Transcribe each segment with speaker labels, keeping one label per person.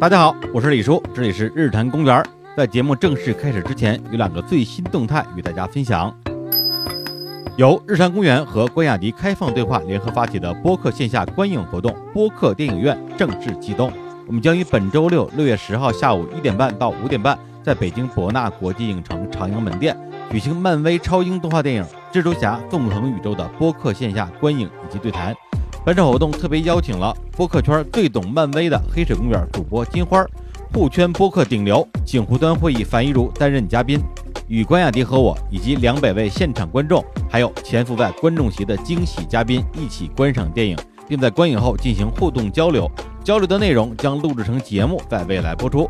Speaker 1: 大家好，我是李叔，这里是日坛公园。在节目正式开始之前，有两个最新动态与大家分享。由日坛公园和关雅迪开放对话联合发起的播客线下观影活动“播客电影院”正式启动。我们将于本周六六月十号下午一点半到五点半，在北京博纳国际影城长阳门店举行漫威超英动画电影《蜘蛛侠：纵横宇宙》的播客线下观影以及对谈。本场活动特别邀请了播客圈最懂漫威的黑水公园主播金花儿，互圈播客顶流景湖端会议樊一茹担任嘉宾，与关雅迪和我以及两百位现场观众，还有潜伏在观众席的惊喜嘉宾一起观赏电影，并在观影后进行互动交流。交流的内容将录制成节目，在未来播出。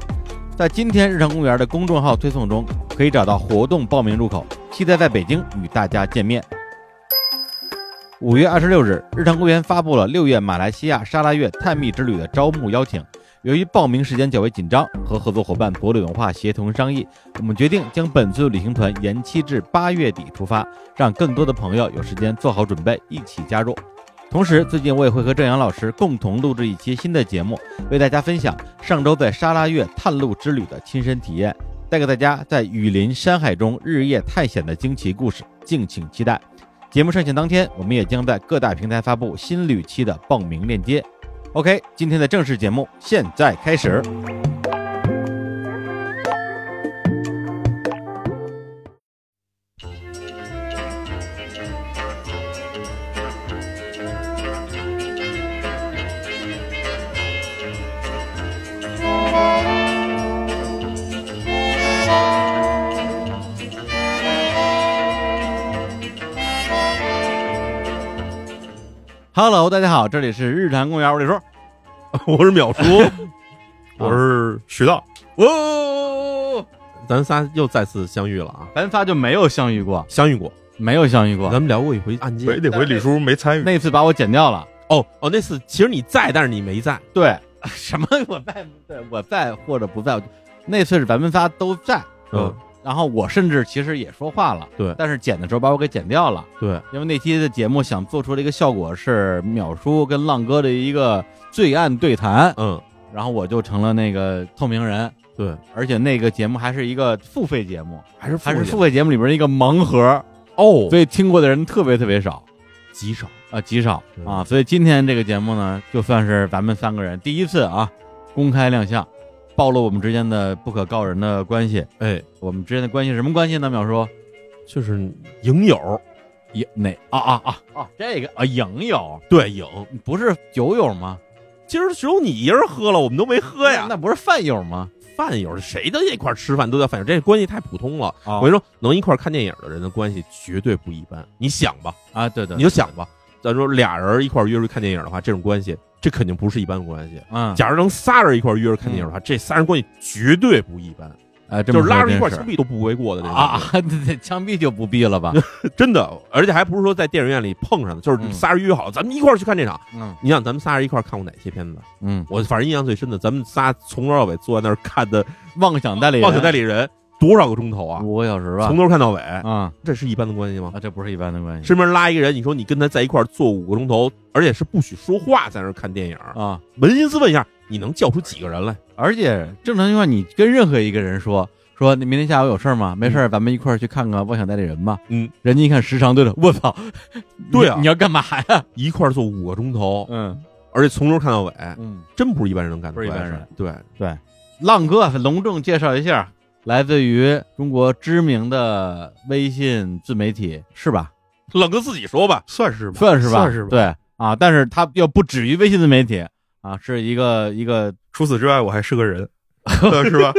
Speaker 1: 在今天日常公园的公众号推送中，可以找到活动报名入口。期待在北京与大家见面。五月二十六日，日常公园发布了六月马来西亚沙拉月探秘之旅的招募邀请。由于报名时间较为紧张，和合作伙伴博旅文化协同商议，我们决定将本次旅行团延期至八月底出发，让更多的朋友有时间做好准备，一起加入。同时，最近我也会和郑阳老师共同录制一期新的节目，为大家分享上周在沙拉越探路之旅的亲身体验，带给大家在雨林山海中日夜探险的惊奇故事，敬请期待。节目上线当天，我们也将在各大平台发布新旅期的报名链接。OK，今天的正式节目现在开始。Hello，大家好，这里是日坛公园，我李叔。
Speaker 2: 我是淼叔，我是徐道。
Speaker 1: 哦，
Speaker 2: 哦咱仨又再次相遇了啊！
Speaker 1: 咱仨就没有相遇过，
Speaker 2: 相遇过，
Speaker 1: 没有相遇过
Speaker 2: 咱。们聊过一回案
Speaker 3: 所以
Speaker 2: 件。
Speaker 3: 得回李叔没参与，
Speaker 1: 那次把我剪掉了。
Speaker 2: 哦哦，那次其实你在，但是你没在。
Speaker 1: 对， 什么我在，对我在或者不在，那次是咱们仨都在。呃
Speaker 2: 嗯，
Speaker 1: 然后我甚至其实也说话了，
Speaker 2: 对
Speaker 1: 但是剪的时候把我给剪掉了。
Speaker 2: 对，
Speaker 1: 因为那期的节目想做出的一个效果是淼叔跟浪哥的一个罪案对谈，
Speaker 2: 嗯，
Speaker 1: 然后我就成了那个透明人，
Speaker 2: 对，
Speaker 1: 而且那个节目还是一个付费节目，
Speaker 2: 还是
Speaker 1: 还是付
Speaker 2: 付
Speaker 1: 费节目里边的一个盲盒，
Speaker 2: 哦，
Speaker 1: 所以听过的人特别特别少
Speaker 2: 极少。
Speaker 1: 啊，极少
Speaker 2: 对
Speaker 1: 啊，所以今天这个节目呢，就算是咱们三个人第一次啊公开亮相，暴露我们之间的不可告人的关系。
Speaker 2: 哎，
Speaker 1: 我们之间的关系是什么关系呢？淼叔，
Speaker 2: 就是影友，
Speaker 1: 影哪啊啊啊啊，这个啊影友
Speaker 2: 对影。
Speaker 1: 不是酒友吗？
Speaker 2: 今儿只有你一人喝了，我们都没喝呀。
Speaker 1: 那不是饭友吗？
Speaker 2: 饭友谁都一块儿吃饭都叫饭友，这关系太普通了。
Speaker 1: 啊
Speaker 2: 我跟你说，能一块儿看电影的人的关系绝对不一般。你想吧，
Speaker 1: 啊，对对，
Speaker 2: 你就想吧，咱说俩人一块儿约出去看电影的话，这种关系，这肯定不是一般关系。
Speaker 1: 嗯，
Speaker 2: 假如能仨人一块儿约着看电影的话，这仨人关系绝对不一般，
Speaker 1: 哎，嗯这
Speaker 2: 就
Speaker 1: 么
Speaker 2: 是
Speaker 1: 说
Speaker 2: 拉着一
Speaker 1: 真
Speaker 2: 块儿
Speaker 1: 是
Speaker 2: 枪毙都不为过的那种
Speaker 1: 啊啊， 对对，枪毙就不毙了 吧？
Speaker 2: 真的，而且还不是说在电影院里碰上的，就
Speaker 1: 嗯
Speaker 2: 是仨人约好，咱们一块儿去看这场。
Speaker 1: 嗯
Speaker 2: 你想，咱们仨人一块儿看过哪些片子？
Speaker 1: 嗯，
Speaker 2: 我反正印象最深的，咱们仨从头到尾坐在那儿看的《
Speaker 1: 妄想代理人，
Speaker 2: 妄想代理人》多少个钟头啊？
Speaker 1: 五个小时吧
Speaker 2: 从？头看到尾，
Speaker 1: 啊
Speaker 2: 这是一般的关系吗？
Speaker 1: 啊，这不是一般的关系
Speaker 2: 身边拉一个人，你说你跟他在一块儿坐五个钟头，而且是不许说话，在那儿看电影。
Speaker 1: 啊！
Speaker 2: 扪心自问一下，你能叫出几个人来？
Speaker 1: 而且正常情况，你跟任何一个人说说，你明天下午有事儿吗？没事儿，咱们一块儿去看个妄想代理人吧。
Speaker 2: 嗯，
Speaker 1: 人家一看时长，对了，我操，
Speaker 2: 对啊
Speaker 1: 你你要干嘛呀？
Speaker 2: 一块儿坐五个钟头，
Speaker 1: 嗯
Speaker 2: 而且从头看到尾，
Speaker 1: 嗯，
Speaker 2: 真不是一般人能干的，
Speaker 1: 不是一般人。
Speaker 2: 对，
Speaker 1: 浪哥隆重介绍一下，来自于中国知名的微信自媒体，是吧？
Speaker 2: 冷哥自己说吧，
Speaker 3: 算是吧，
Speaker 1: 算是吧，
Speaker 3: 算是吧。
Speaker 1: 对啊，但是它又不止于微信自媒体啊，是一个一个
Speaker 3: 除此之外，我还是 个人，呃是吧？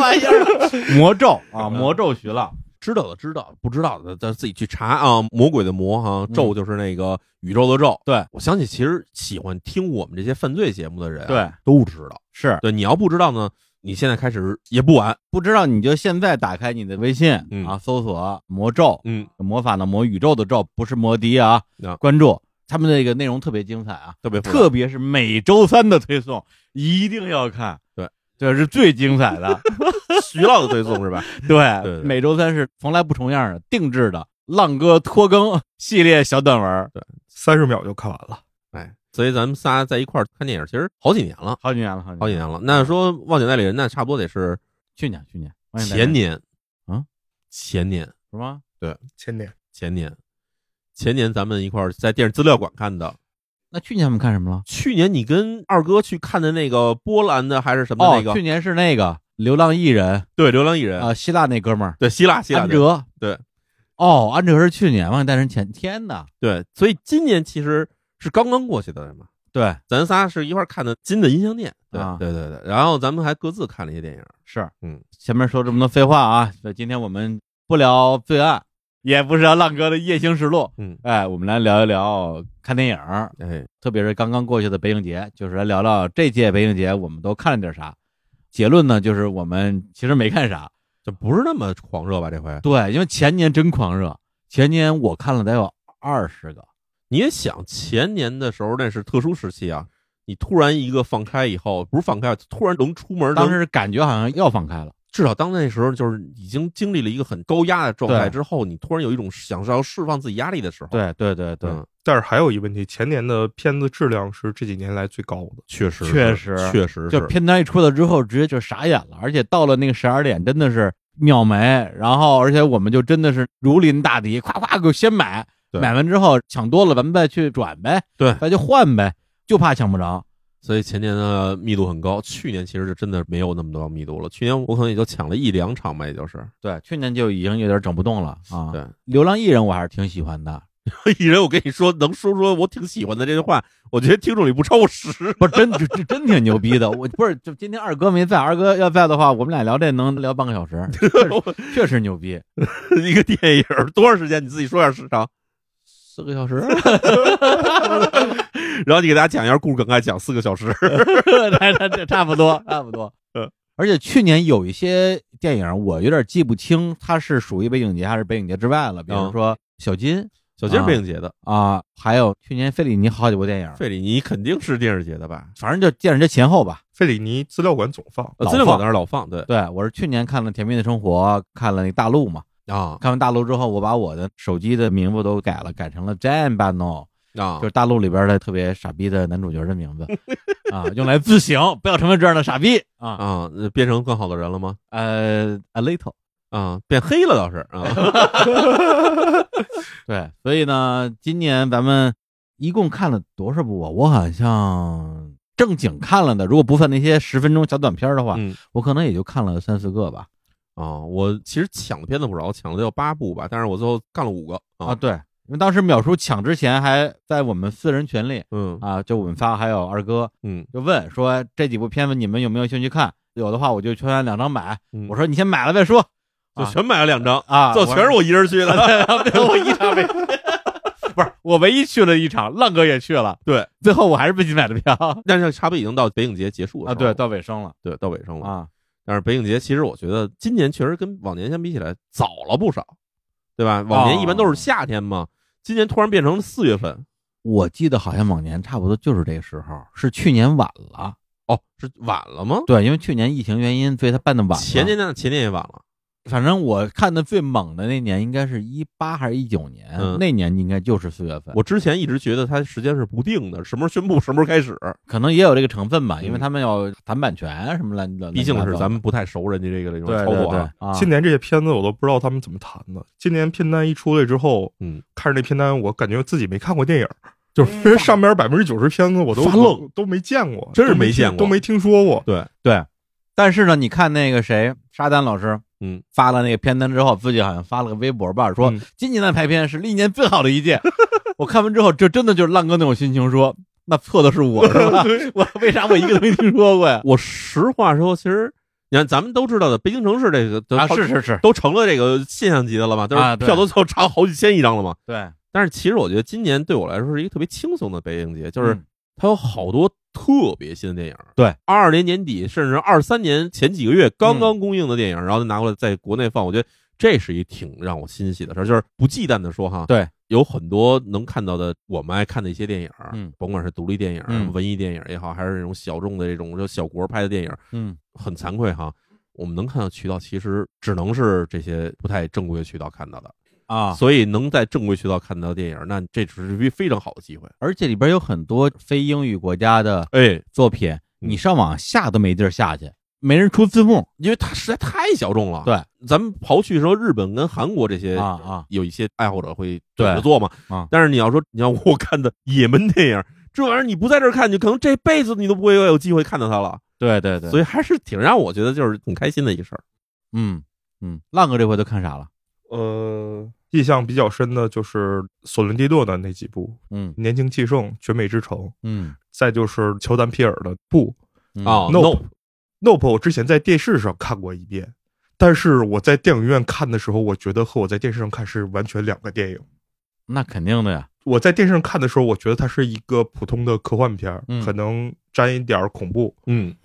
Speaker 1: 玩意儿魔咒啊，
Speaker 2: 哎嗯
Speaker 1: 魔咒徐浪
Speaker 2: 知道的知道，不知道的咱自己去查啊。魔鬼的魔哈、
Speaker 1: 嗯
Speaker 2: 咒就是那个宇宙的咒。
Speaker 1: 对
Speaker 2: 我想起，其实喜欢听我们这些犯罪节目的人，啊
Speaker 1: 对，
Speaker 2: 都知道。
Speaker 1: 是
Speaker 2: 对，你要不知道呢，你现在开始也不晚。
Speaker 1: 不知道你就现在打开你的微信、
Speaker 2: 嗯
Speaker 1: 啊，搜索魔咒，
Speaker 2: 嗯，
Speaker 1: 魔法的魔，宇宙的宙，不是魔笛啊，
Speaker 2: 啊
Speaker 1: 关注他们那个内容特别精彩啊，
Speaker 2: 特别复杂
Speaker 1: 特别是每周三的推送一定要看，
Speaker 2: 对。
Speaker 1: 这是最精彩 的，
Speaker 2: 徐老的推送是吧？
Speaker 1: 对，
Speaker 2: 对对
Speaker 1: 每周三是从来不重样的定制的浪哥拖更系列小短文儿，
Speaker 3: 三十秒就看完了，
Speaker 2: 哎，所以咱们仨在一块儿看电影，其实好几年了，
Speaker 1: 好几年了，好几年了
Speaker 2: 好几年了。那说《忘酒代理人》，那差不多得是
Speaker 1: 哦去年去年忘年代
Speaker 2: 前年
Speaker 1: 啊，
Speaker 2: 前年
Speaker 1: 是吗？
Speaker 3: 前年
Speaker 2: 前年前年咱们一块儿在电影资料馆看的。
Speaker 1: 那去年我们看什么了？
Speaker 2: 去年你跟二哥去看的那个波兰的还是什么那个？
Speaker 1: 哦，去年是那个流浪艺人
Speaker 2: 对，流浪艺人，
Speaker 1: 啊、呃希腊那哥们儿
Speaker 2: 对，希腊希腊
Speaker 1: 安
Speaker 2: 的
Speaker 1: 哲，
Speaker 2: 对，
Speaker 1: 哦，安哲是去年忘记带人前天的，
Speaker 2: 对，所以今年其实是刚刚过去的嘛。
Speaker 1: 对，
Speaker 2: 咱仨是一块儿看的金的音像店，对、
Speaker 1: 啊
Speaker 2: 对对对，然后咱们还各自看了一些电影，
Speaker 1: 是，
Speaker 2: 嗯，
Speaker 1: 前面说这么多废话啊，所以今天我们不聊罪案，也不是浪哥的夜行实录，
Speaker 2: 嗯，
Speaker 1: 哎，我们来聊一聊看电影，
Speaker 2: 哎，
Speaker 1: 特别是刚刚过去的北影节，就是来聊聊这届北影节我们都看了点啥。结论呢，就是我们其实没看啥，
Speaker 2: 这不是那么狂热吧？这回
Speaker 1: 对，因为前年真狂热，前年我看了得有二十个，
Speaker 2: 你也想，前年的时候那是特殊时期啊，你突然一个放开以后，不是放开，突然能出门，
Speaker 1: 当
Speaker 2: 能
Speaker 1: 时感觉好像要放开了，
Speaker 2: 至少当那时候就是已经经历了一个很高压的状
Speaker 1: 对
Speaker 2: 态之后，你突然有一种想是要释放自己压力的时候，
Speaker 1: 对对对对，
Speaker 2: 嗯
Speaker 3: 但是还有一问题，前年的片子质量是这几年来最高的。
Speaker 2: 确实是，
Speaker 1: 确实
Speaker 2: 确实
Speaker 1: 就是片单一出来之后，直接就傻眼了，而且到了那个十二点，真的是秒没。然后，而且我们就真的是如临大敌，夸夸给我先买，
Speaker 2: 对
Speaker 1: 买完之后抢多了，咱们再去转呗，
Speaker 2: 对
Speaker 1: 再去换呗，就怕抢不着。
Speaker 2: 所以前年的密度很高，去年其实就真的没有那么多密度了。去年我可能也就抢了一两场吧，也就是。
Speaker 1: 对，去年就已经有点整不动了啊。
Speaker 2: 对，
Speaker 1: 流浪艺人我还是挺喜欢的，
Speaker 2: 艺人，我跟你说，能说出我挺喜欢的这句话，我觉得听众里不超过十。
Speaker 1: 不是真这这真挺牛逼的。我不是，就今天二哥没在，二哥要在的话，我们俩聊这能聊半个小 时，确实确实牛逼，
Speaker 2: 一个电影多长时间？你自己说点时长，
Speaker 1: 四个小时，
Speaker 2: 然后你给大家讲一下故事梗概，讲四个小时。
Speaker 1: 这这差不多，差不多。
Speaker 2: 嗯，
Speaker 1: 而且去年有一些电影，我有点记不清它是属于北影节还是北影节之外了，比如
Speaker 2: 嗯
Speaker 1: 说《小金》
Speaker 2: 小金是北影节的，
Speaker 1: 啊，还有去年费里尼好几部电影，
Speaker 2: 费里尼肯定是电视节的吧？
Speaker 1: 反正就电影节前后吧。
Speaker 3: 费里尼资料馆总放，
Speaker 2: 呃
Speaker 1: 老
Speaker 2: 资料馆
Speaker 1: 放
Speaker 2: 那是老放，对
Speaker 1: 对，我是去年看了《甜蜜的生活》，看了那《大陆》嘛。
Speaker 2: 啊
Speaker 1: 看完《大陆》之后，我把我的手机的名字都改了，改成了 Jan Bano，
Speaker 2: 啊
Speaker 1: 就，是《大陆》里边的特别傻逼的男主角的名字 啊，用来自省，不要成为这样的傻逼啊。
Speaker 2: 啊，那变成更好的人了吗？
Speaker 1: 呃，a little。
Speaker 2: 啊，变黑了倒是啊，
Speaker 1: 对，所以呢，今年咱们一共看了多少部啊？我好像正经看了的，如果不算那些十分钟小短片的话，
Speaker 2: 嗯
Speaker 1: 我可能也就看了三四个吧。
Speaker 2: 啊，我其实抢的片子不少，我抢了要八部吧，但是我最后干了五个
Speaker 1: 啊，，对，因为当时淼叔抢之前还在我们四人群里
Speaker 2: 嗯
Speaker 1: 啊，就我们仨还有二哥，
Speaker 2: 嗯，
Speaker 1: 就问说这几部片子你们有没有兴趣看？有的话我就圈完两张买。
Speaker 2: 嗯
Speaker 1: 我说你先买了再说
Speaker 2: 就全买了两张，
Speaker 1: 啊。
Speaker 2: 最后全是我一人去 的。
Speaker 1: 我，我一场没，不是我唯一去了一场，浪哥也去了，
Speaker 2: 对，
Speaker 1: 最后我还是自己买的票
Speaker 2: 但是差不多已经到北影节结束了
Speaker 1: 啊，对，到尾声了
Speaker 2: 对到尾声了
Speaker 1: 啊。
Speaker 2: 但是北影节其实我觉得今年确实跟往年相比起来早了不少，对吧？往年一般
Speaker 1: 哦
Speaker 2: 都是夏天嘛，今年突然变成了四月份。
Speaker 1: 我记得好像往年差不多就是这个时候，是去年晚了。
Speaker 2: 哦，是晚了吗？
Speaker 1: 对，因为去年疫情原因，所以他办的晚了。
Speaker 2: 前年呢，前年也晚了。
Speaker 1: 反正我看的最猛的那年应该是一八还是一九年，
Speaker 2: 嗯
Speaker 1: 那年应该就是四月份，
Speaker 2: 我之前一直觉得它时间是不定的，什么时候宣布什么时候开始，
Speaker 1: 可能也有这个成分吧，
Speaker 2: 嗯
Speaker 1: 因为他们要谈版权啊什么乱乱。
Speaker 2: 毕竟是咱
Speaker 1: 们
Speaker 2: 们不太熟人家这个这种
Speaker 1: 对
Speaker 2: 操
Speaker 1: 对
Speaker 2: 作
Speaker 1: 对
Speaker 2: 啊。
Speaker 1: 啊，
Speaker 3: 今年这些片子我都不知道他们怎么谈的。今年片单一出来之后，
Speaker 2: 嗯，
Speaker 3: 看着那片单，我感觉自己没看过电影，就是上面百分之九十片子我都
Speaker 2: 发愣，
Speaker 3: 都没见过，
Speaker 2: 真是
Speaker 3: 都
Speaker 2: 没
Speaker 3: 没
Speaker 2: 见过
Speaker 3: 听都没听说过。
Speaker 2: 对，
Speaker 1: 对。但是呢，你看那个谁，沙丹老师，
Speaker 2: 嗯，
Speaker 1: 发了那个片单之后，自己好像发了个微博吧，说、
Speaker 3: 嗯
Speaker 1: 今年的排片是历年最好的一届。 我看完之后，这真的就是浪哥那种心情说，那错的是我，是吧？ 我为啥我一个都没听说过呀？
Speaker 2: 我实话说，其实你看咱们都知道的，北京城市这个 都
Speaker 1: 啊，是是是，
Speaker 2: 都成了这个现象级的了嘛，但
Speaker 1: 啊
Speaker 2: 是
Speaker 1: 对
Speaker 2: 票都都差好几千一张了嘛。
Speaker 1: 对，
Speaker 2: 但是其实我觉得今年对我来说是一个特别轻松的北影节，就是
Speaker 1: 嗯
Speaker 2: 它有好多特别新的电影。
Speaker 1: 对，嗯
Speaker 2: 二二年年底甚至二三年前几个月刚刚公映的电影，然后再拿过来在国内放，我觉得这是一挺让我欣喜的事儿。就是不忌惮的说哈，
Speaker 1: 对，
Speaker 2: 有很多能看到的我们爱看的一些电影，
Speaker 1: 嗯
Speaker 2: 甭管是独立电影、啊
Speaker 1: 嗯
Speaker 2: 文艺电影也好，还是那种小众的这种就小国拍的电影，
Speaker 1: 嗯，
Speaker 2: 很惭愧哈，我们能看到渠道其实只能是这些不太正规的渠道看到的。
Speaker 1: 啊，
Speaker 2: 所以能在正规渠道看到电影，那这只是非非常好的机会。
Speaker 1: 而且里边有很多非英语国家的
Speaker 2: 哎，
Speaker 1: 作品，你上网下都没地儿下去，没人出字幕
Speaker 2: 因为它实在太小众了。
Speaker 1: 对，
Speaker 2: 咱们刨去说日本跟韩国这些
Speaker 1: 啊啊
Speaker 2: 有一些爱好者会
Speaker 1: 对
Speaker 2: 怎么做嘛。
Speaker 1: 啊
Speaker 2: 但是你要说你要我看的也门电影，这玩意儿你不在这儿看，你可能这辈子你都不会有机会看到它了。
Speaker 1: 对对对
Speaker 2: 所
Speaker 1: 啊以
Speaker 2: 以还是挺让我觉得就是挺开心的一事儿。
Speaker 1: 嗯嗯，浪哥这回都看啥了？
Speaker 3: 呃，印象比较深的就是索伦蒂诺的那几部
Speaker 1: 嗯
Speaker 3: 《年轻气盛》《绝美之城》，
Speaker 1: 嗯
Speaker 3: 再就是乔丹皮尔的《不
Speaker 1: 嗯
Speaker 2: 哦
Speaker 3: Nope Nope》，我之前在电视上看过一遍，但是我在电影院看的时候，我觉得和我在电视上看是完全两个电影。
Speaker 1: 嗯那肯定的呀，
Speaker 3: 我在电视上看的时候，我觉得它是一个普通的科幻片儿，
Speaker 1: 嗯
Speaker 3: 可能沾一点儿恐怖，
Speaker 2: 嗯，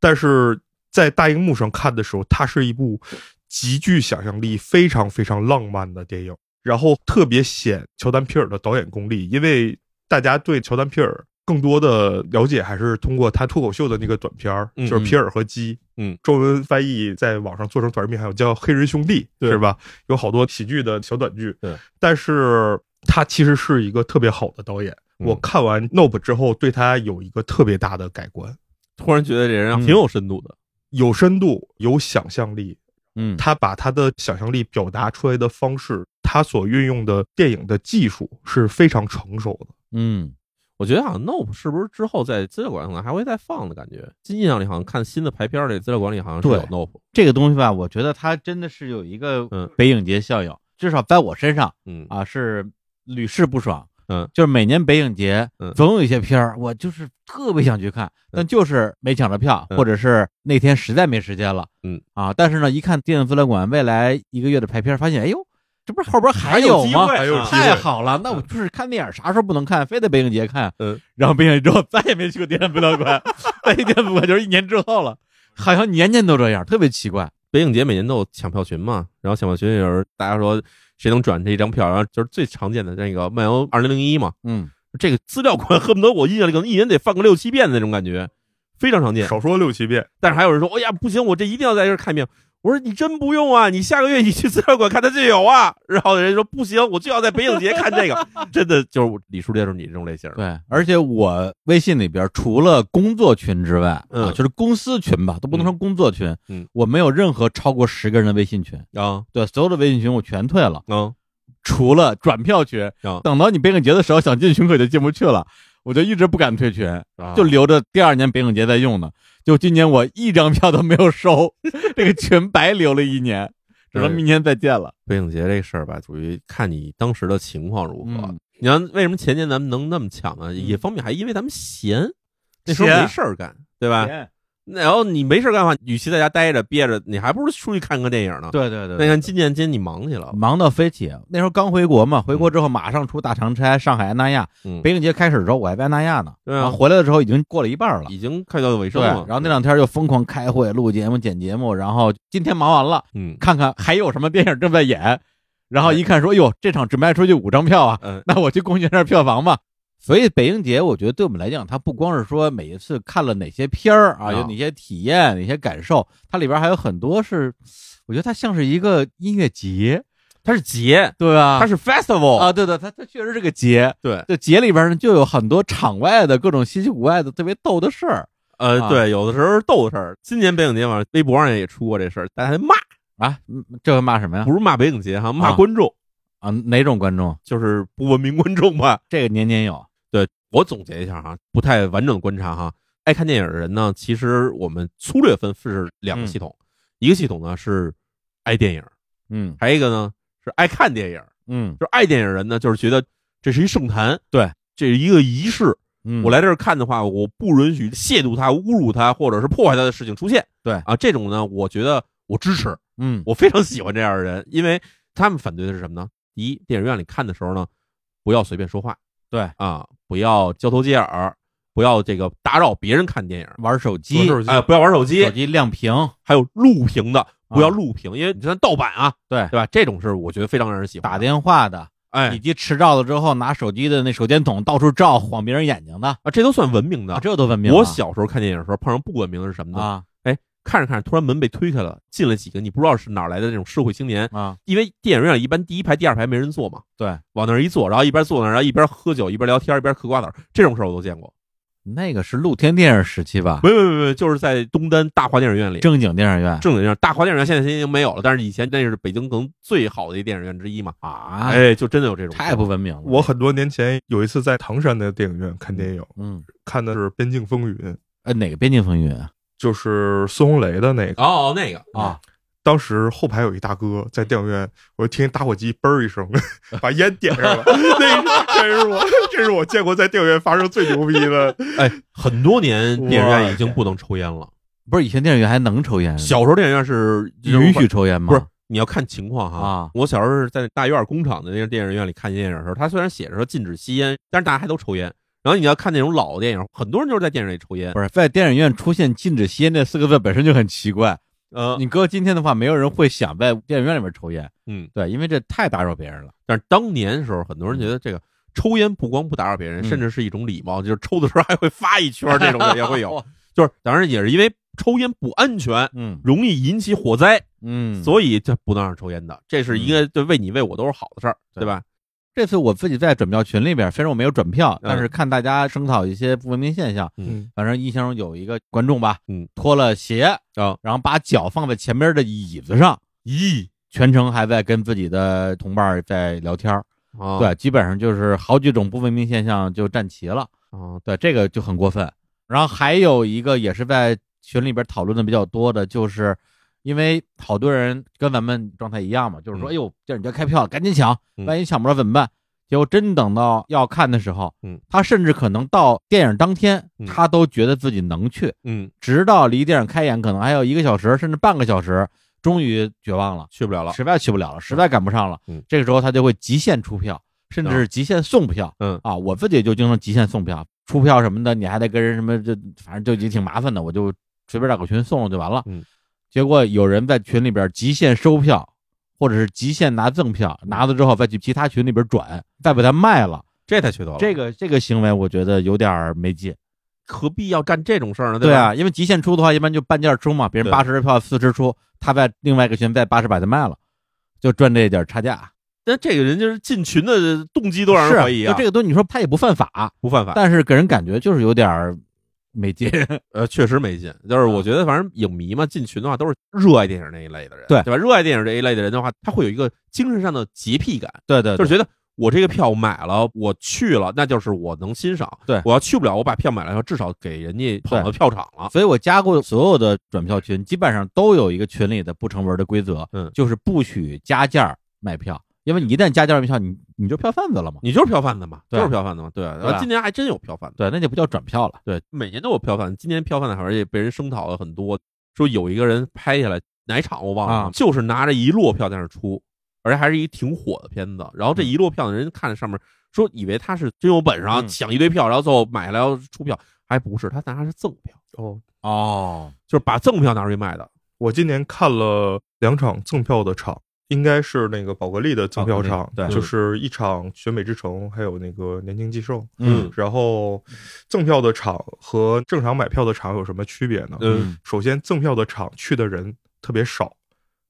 Speaker 3: 但是在大荧幕上看的时候，它是一部极具想象力、非常非常浪漫的电影。然后特别显乔丹皮尔的导演功力，因为大家对乔丹皮尔更多的了解还是通过他脱口秀的那个短片儿，
Speaker 2: 嗯
Speaker 3: 就是《皮尔和鸡》。
Speaker 2: 嗯，
Speaker 3: 中文翻译在网上做成短视频，还有叫《黑人兄弟》，
Speaker 2: 对
Speaker 3: 是吧？有好多喜剧的小短剧。
Speaker 2: 对，
Speaker 3: 但是他其实是一个特别好的导演。
Speaker 2: 嗯
Speaker 3: 我看完《Nope》之后，对他有一个特别大的改观。
Speaker 2: 突然觉得这人
Speaker 3: 嗯
Speaker 2: 挺有深度的。
Speaker 3: 有深度，有想象力。
Speaker 1: 嗯
Speaker 3: 他把他的想象力表达出来的方式，他所运用的电影的技术是非常成熟的。
Speaker 1: 嗯
Speaker 2: 我觉得好像 Nope 是不是之后在资料馆可能还会再放的感觉？印象里好像看新的排片儿里资料馆里好像是
Speaker 1: 对
Speaker 2: 有 Nope。
Speaker 1: 这个东西吧，我觉得它真的是有一个
Speaker 2: 嗯
Speaker 1: 北影节效应，至少在我身上。
Speaker 2: 嗯
Speaker 1: 啊，是屡试不爽。
Speaker 2: 嗯，
Speaker 1: 就是每年北影节，
Speaker 2: 嗯
Speaker 1: 总有一些片儿，我就是特别想去看，但就是没抢着票，
Speaker 2: 嗯
Speaker 1: 或者是那天实在没时间了。
Speaker 2: 嗯，
Speaker 1: 啊，但是呢，一看电影资料馆未来一个月的排片，发现，哎呦，这不是后边
Speaker 2: 还有
Speaker 1: 有
Speaker 2: 机
Speaker 1: 吗？
Speaker 2: 会
Speaker 3: 还有
Speaker 2: 啊
Speaker 3: 机会
Speaker 1: 太好了，那我就是看电影，啥时候不能看，非得北影节看。
Speaker 2: 嗯，
Speaker 1: 然后北影节之后再也没去过电影资料馆， 再去电影资料馆就是一年之后了，好像年年都这样，特别奇怪。
Speaker 2: 北影节每年都有抢票群嘛，然后抢票群有人大家说谁能转这一张票，然后就是最常见的那个漫游二零零一嘛，
Speaker 1: 嗯，
Speaker 2: 这个资料馆恨不得我印象里可能一年得放个六七遍的那种感觉，非常常见。
Speaker 3: 少说六七遍，
Speaker 2: 但是还有人说，哎呀不行，我这一定要在这儿看一遍。我说你真不用啊，你下个月你去资料馆看它就有啊。然后人家说不行，我就要在北影节看这个，真的就是李叔就是你这种类型的。
Speaker 1: 对，而且我微信里边除了工作群之外，
Speaker 2: 嗯
Speaker 1: 啊，就是公司群吧，都不能说工作群，
Speaker 2: 嗯
Speaker 1: 我没有任何超过十个人的微信群，
Speaker 2: 啊
Speaker 1: 对，所有的微信群我全退了，
Speaker 2: 啊
Speaker 1: 除了转票群
Speaker 2: 啊。
Speaker 1: 等到你北影节的时候想进群可就进不去了，我就一直不敢退群，
Speaker 2: 啊！
Speaker 1: 就留着第二年北影节再用呢。就今年我一张票都没有收， 这个群白留了一年，只能
Speaker 2: 对
Speaker 1: 明年再见了。
Speaker 2: 北影节这事儿吧，属于看你当时的情况如何。
Speaker 1: 嗯
Speaker 2: 你看为什么前年咱们能那么抢呢？一方面还因为咱们闲，那时候
Speaker 1: 闲
Speaker 2: 没事儿干，对吧？
Speaker 1: 哎
Speaker 2: 那然后你没事儿干的话，与其在家待着憋着，你还不如出去看看电影呢。
Speaker 1: 对对对
Speaker 2: 啊那你看今年今年你忙去了，
Speaker 1: 忙到飞起，啊那时候刚回国嘛，回国之后马上出大长差，上海安那亚，
Speaker 2: 嗯，
Speaker 1: 北影节开始的时候我还在安那亚呢，
Speaker 2: 对啊
Speaker 1: 然后回来的时候已经过嗯了一半了。
Speaker 2: 已经快到尾声
Speaker 1: 对，
Speaker 2: 了。
Speaker 1: 然后那两天就疯狂开会、录节目、剪节目，然后今天忙完 了，
Speaker 2: 嗯
Speaker 1: 看看还有什么电影正在演，然后一看说，哟，这场只卖出去五张票啊，
Speaker 2: 嗯
Speaker 1: 那我去贡献点票房吧。所以北影节，我觉得对我们来讲，它不光是说每一次看了哪些片儿啊，
Speaker 2: 啊
Speaker 1: 有哪些体验、哪些感受，它里边还有很多是，我觉得它像是一个音乐节，
Speaker 2: 它是节，
Speaker 1: 对啊吧？
Speaker 2: 它是 festival
Speaker 1: 啊，对的，它它确实是个节。
Speaker 2: 对，
Speaker 1: 这节里边呢，就有很多场外的各种稀奇古怪的、特别逗的事儿
Speaker 2: 呃
Speaker 1: 啊，
Speaker 2: 对，有的时候是逗事儿。今年北影节晚上微博上也出过这事儿，大家还骂，
Speaker 1: 啊。嗯这会骂什么呀
Speaker 2: 不？是骂北影节哈，
Speaker 1: 啊
Speaker 2: 骂观众，
Speaker 1: 啊，哪种观众？
Speaker 2: 就是不文明观众吧。
Speaker 1: 这个年年有。
Speaker 2: 对我总结一下哈，不太完整的观察哈，爱看电影的人呢，其实我们粗略分是两个系统，一个系统呢是爱电影，
Speaker 1: 嗯
Speaker 2: 还有一个呢是爱看电影。
Speaker 1: 嗯
Speaker 2: 就是爱电影人呢，就是觉得这是一圣坛，
Speaker 1: 对，
Speaker 2: 这是一个仪式。
Speaker 1: 嗯，
Speaker 2: 我来这儿看的话，我不允许亵渎它、侮辱它，或者是破坏它的事情出现。
Speaker 1: 对
Speaker 2: 啊，这种呢，我觉得我支持，
Speaker 1: 嗯
Speaker 2: 我非常喜欢这样的人，因为他们反对的是什么呢？第一，电影院里看的时候呢，不要随便说话，
Speaker 1: 对
Speaker 2: 啊，不要交头接耳，不要这个打扰别人看电影，
Speaker 1: 玩手
Speaker 3: 玩
Speaker 1: 机，
Speaker 3: 手机
Speaker 2: 哎、不要玩手机
Speaker 1: 手，机亮屏。
Speaker 2: 还有录屏的，不要录屏，因为你像盗版啊，
Speaker 1: 对
Speaker 2: 对吧？这种是我觉得非常让人喜欢的。
Speaker 1: 打电话的，以
Speaker 2: 哎
Speaker 1: 及迟到了之后拿手机的那手电筒到处照，晃别人眼睛的，
Speaker 2: 啊，这都算文明的
Speaker 1: 啊，。这都文明了。
Speaker 2: 我小时候看电影的时候碰上不文明的是什么呢？
Speaker 1: 啊，
Speaker 2: 看着看着，突然门被推开了，进了几个你不知道是哪儿来的那种社会青年，
Speaker 1: 啊，
Speaker 2: 因为电影院一般第一排、第二排没人坐嘛，
Speaker 1: 对，
Speaker 2: 往那儿一坐，然后一边坐那儿，然后一边喝酒，一边聊天，一边嗑瓜子儿，这种事儿我都见过。
Speaker 1: 那个是露天电影时期吧？
Speaker 2: 没没没没，就是在东单大华电影院里，
Speaker 1: 正经电影院
Speaker 2: 正经电影大华电影院现在已经没有了，但是以前那是北京可能最好的一电影院之一嘛。
Speaker 1: 啊，
Speaker 2: 哎，就真的有这种事儿
Speaker 1: 太不文明了。
Speaker 3: 我很多年前有一次在唐山的电影院看电影，
Speaker 1: 嗯，
Speaker 3: 看的是《边境风云》，
Speaker 1: 呃，哪个《边境风云》啊？
Speaker 3: 就是孙红雷的那个。
Speaker 2: 哦那个
Speaker 1: 啊，
Speaker 3: 当时后排有一大哥在电影院，我听打火机嘣儿一 声，把烟点上 了。那真是我，这是我见过在电影院发生最牛逼的。
Speaker 2: 哎，很多年电影院已经不能抽烟了。
Speaker 1: 不是以前电影院还能抽烟，
Speaker 2: 小时候电影院是
Speaker 1: 允许抽烟吗？
Speaker 2: 不是，你要看情况哈。
Speaker 1: 啊
Speaker 2: 我小时候是在大院工厂的那个电影院里看电影的时候，它虽然写着说禁止吸烟，但是大家还都抽烟。然后你要看那种老的电影，很多人就是在电影里抽烟。
Speaker 1: 不是，在电影院出现“禁止吸烟”这四个字本身就很奇怪。
Speaker 2: 呃，
Speaker 1: 你搁今天的话，没有人会想在电影院里面抽烟，
Speaker 2: 嗯，
Speaker 1: 对，因为这太打扰别人了。
Speaker 2: 但是当年的时候，很多人觉得这个抽烟不光不打扰别人，
Speaker 1: 嗯
Speaker 2: 甚至是一种礼貌，就是抽的时候还会发一圈儿这种的也会有。
Speaker 1: 哦，
Speaker 2: 就是当然也是因为抽烟不安全，
Speaker 1: 嗯
Speaker 2: 容易引起火灾，
Speaker 1: 嗯，
Speaker 2: 所以这不能让人抽烟的。这是一个对为你为我都是好的事儿，
Speaker 1: 对
Speaker 2: 嗯对吧？
Speaker 1: 这次我自己在转票群里边，虽然我没有转票，
Speaker 2: 嗯
Speaker 1: 但是看大家声讨一些不文明现象，
Speaker 2: 嗯
Speaker 1: 反正印象中有一个观众吧，
Speaker 2: 嗯，
Speaker 1: 脱了鞋
Speaker 2: 啊
Speaker 1: 然后把脚放在前边的椅子上，
Speaker 2: 咦，
Speaker 1: 全程还在跟自己的同伴在聊天儿，
Speaker 2: 啊
Speaker 1: 对，基本上就是好几种不文明现象就占齐了，
Speaker 2: 啊，
Speaker 1: 对，这个就很过分。然后还有一个也是在群里边讨论的比较多的，就是因为好多人跟咱们状态一样嘛，就是说，
Speaker 2: 嗯
Speaker 1: 哎呦，电影节开票了，赶紧抢，
Speaker 2: 嗯
Speaker 1: 万一抢不着怎么办？结果真等到要看的时候，
Speaker 2: 嗯，
Speaker 1: 他甚至可能到电影当天
Speaker 2: 嗯，
Speaker 1: 他都觉得自己能去，
Speaker 2: 嗯，
Speaker 1: 直到离电影开演可能还有一个小时，甚至半个小时，终于绝望了，
Speaker 2: 去不了了。
Speaker 1: 实在去不了了，实在赶不上了。
Speaker 2: 嗯啊
Speaker 1: 这个时候他就会极限出票，甚至是极限送票。
Speaker 2: 嗯
Speaker 1: 啊，我自己就经常极限送票，出票什么的，你还得跟人什么，这反正就也挺麻烦的，我就随便找个群送了就完了。
Speaker 2: 嗯，
Speaker 1: 结果有人在群里边极限收票，或者是极限拿赠票，
Speaker 2: 嗯
Speaker 1: 拿了之后再去其他群里边转，再把它卖了。
Speaker 2: 这太缺德了。
Speaker 1: 这个这个行为我觉得有点儿没劲。
Speaker 2: 何必要干这种事儿呢？
Speaker 1: 对
Speaker 2: 吧？
Speaker 1: 啊，因为极限出的话，一般就半价出嘛，别人
Speaker 2: 对
Speaker 1: 八十的票四十出，他在另外一个群再八十把它卖了，就赚这点差价。
Speaker 2: 但这个人就是进群的动机都让
Speaker 1: 是
Speaker 2: 人怀疑啊，
Speaker 1: 就这个东西，你说他也不犯法，
Speaker 2: 不犯法。
Speaker 1: 但是给人感觉就是有点儿没 劲。
Speaker 2: 呃，确实没劲。就是
Speaker 1: 嗯
Speaker 2: 我觉得，反正影迷嘛，进群的话都是热爱电影那一类的人，
Speaker 1: 对
Speaker 2: 对吧？热爱电影这一类的人的话，他会有一个精神上的洁癖感，
Speaker 1: 对对
Speaker 2: 就是觉得。我这个票买了，我去了，那就是我能欣赏。
Speaker 1: 对
Speaker 2: 我要去不了，我把票买了以后，至少给人家捧到票场了。
Speaker 1: 所以我加过所有的转票群，基本上都有一个群里的不成文的规则，
Speaker 2: 嗯
Speaker 1: 就是不许加价儿卖票，因为你一旦加价儿卖票，你你就票贩子了嘛。
Speaker 2: 你就是票贩子嘛，就
Speaker 1: 对
Speaker 2: 是票贩子嘛。对，
Speaker 1: 对吧
Speaker 2: 啊今年还真有票贩子。
Speaker 1: 对，那就不叫转票了。
Speaker 2: 对，每年都有票贩子，今年票贩子好像也被人声讨了很多，说有一个人拍下来哪场我忘了，
Speaker 1: 啊
Speaker 2: 就是拿着一摞票在那儿出，而且还是一挺火的片子。然后这一摞票的人看着上面说，以为他是真有本事啊，
Speaker 1: 嗯
Speaker 2: 抢一堆票，然后最后买了要出票，还不是，他拿的是赠票，
Speaker 3: 哦，
Speaker 1: 哦，
Speaker 2: 就是把赠票拿出去卖的。
Speaker 3: 我今年看了两场赠票的场，应该是那个宝格丽的赠票场，
Speaker 1: 宝格丽对
Speaker 3: 就是一场选美之城，还有那个年轻气盛。
Speaker 1: 嗯
Speaker 3: 然后，赠票的场和正常买票的场有什么区别呢？
Speaker 2: 嗯
Speaker 3: 首先，赠票的场去的人特别少，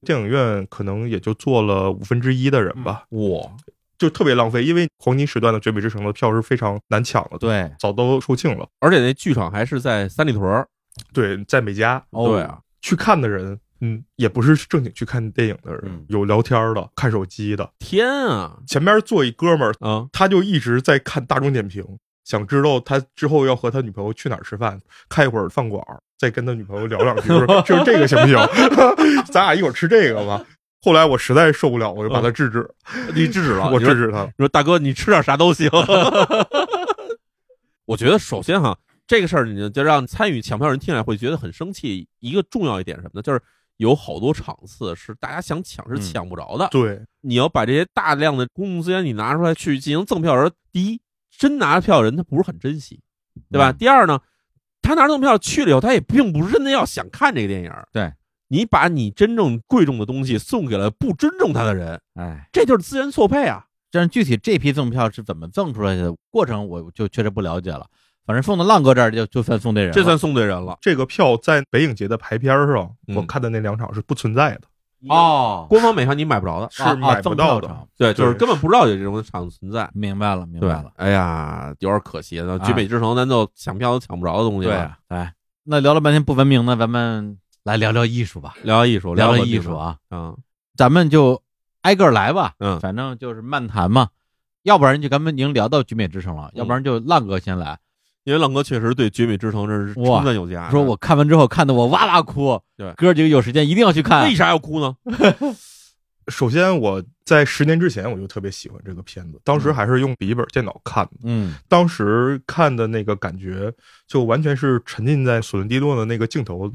Speaker 3: 电影院可能也就坐了五分之一的人吧，
Speaker 2: 哇，
Speaker 3: 就特别浪费。因为黄金时段的选美之城的票是非常难抢的，，
Speaker 1: 对，
Speaker 3: 早都售罄了。
Speaker 2: 而且那剧场还是在三里屯儿。
Speaker 3: 对，在美嘉，
Speaker 1: 哦
Speaker 2: 对啊，
Speaker 3: 去看的人，嗯，也不是正经去看电影的人，
Speaker 1: 嗯
Speaker 3: 有聊天的，看手机的。
Speaker 2: 天啊
Speaker 3: 前面坐一哥们儿，
Speaker 2: 啊！
Speaker 3: 他就一直在看大众点评，想知道他之后要和他女朋友去哪儿吃饭，看一会儿饭馆儿，再跟他女朋友聊 两句，说就是这个行不行？ 咱俩一会儿吃这个吧。后来我实在受不了，我就把他制止，
Speaker 2: 你制止了，
Speaker 3: 我
Speaker 2: 你说
Speaker 3: 制止他。
Speaker 2: 你说大哥，你吃点啥都行。 我觉得首先哈，这个事儿你就让参与抢票人听来会觉得很生气。一个重要一点是什么呢？就是有好多场次是大家想抢是
Speaker 1: 嗯
Speaker 2: 抢不着的。
Speaker 3: 对，
Speaker 2: 你要把这些大量的公共资源你拿出来去进行赠票的时候，第一，真拿票的人他不是很珍惜，对吧？
Speaker 1: 嗯
Speaker 2: 第二呢，他拿赠票去了以后，他也并不是真的要想看这个电影。
Speaker 1: 对。
Speaker 2: 你把你真正贵重的东西送给了不尊重他的人，
Speaker 1: 哎，
Speaker 2: 这就是资源错配啊！
Speaker 1: 但是具体这批赠票是怎么赠出来的过程，我就确实不了解了。反正送到浪哥这儿就就算送对人了，
Speaker 2: 这算送对人了
Speaker 3: 这个票在北影节的排片儿上，
Speaker 2: 嗯
Speaker 3: 我看的那两场是不存在的，
Speaker 1: 哦，
Speaker 2: 官方美票你买不着的，
Speaker 3: 是
Speaker 1: 啊啊
Speaker 3: 买不
Speaker 1: 赠
Speaker 3: 到
Speaker 1: 票
Speaker 3: 的。
Speaker 1: 场
Speaker 2: 对，就是
Speaker 3: 对
Speaker 2: 根本不知道有这种场存在。
Speaker 1: 明白了，明白
Speaker 2: 对
Speaker 1: 了，，
Speaker 2: 哎呀，有点可惜
Speaker 1: 啊
Speaker 2: 了。绝美之城，咱就抢票都抢不着的东西
Speaker 1: 对
Speaker 2: 了。
Speaker 1: 啊，哎，那聊了半天不文明呢，咱们来聊聊艺术吧，
Speaker 2: 聊聊艺术，
Speaker 1: 聊
Speaker 2: 聊
Speaker 1: 聊艺术，啊，
Speaker 2: 嗯
Speaker 1: 咱们就挨个儿来吧，
Speaker 2: 嗯
Speaker 1: 反正就是漫谈嘛，要不然就咱们已经聊到《绝美之城》了，
Speaker 2: 嗯
Speaker 1: 要不然就浪哥先来，
Speaker 2: 因为浪哥确实对《绝美之城》这是
Speaker 1: 哇
Speaker 2: 称赞有加。
Speaker 1: 说我看完之后看得我哇哇哭，
Speaker 2: 对
Speaker 1: 哥几个有时间一定要去看
Speaker 2: 为，啥要 哭呢？
Speaker 3: 首先，我在十年之前我就特别喜欢这个片子，当时
Speaker 1: 嗯
Speaker 3: 还是用笔记本电脑看的，
Speaker 1: 嗯
Speaker 3: 当时看的那个感觉就完全是沉浸在索伦蒂诺的那个镜头，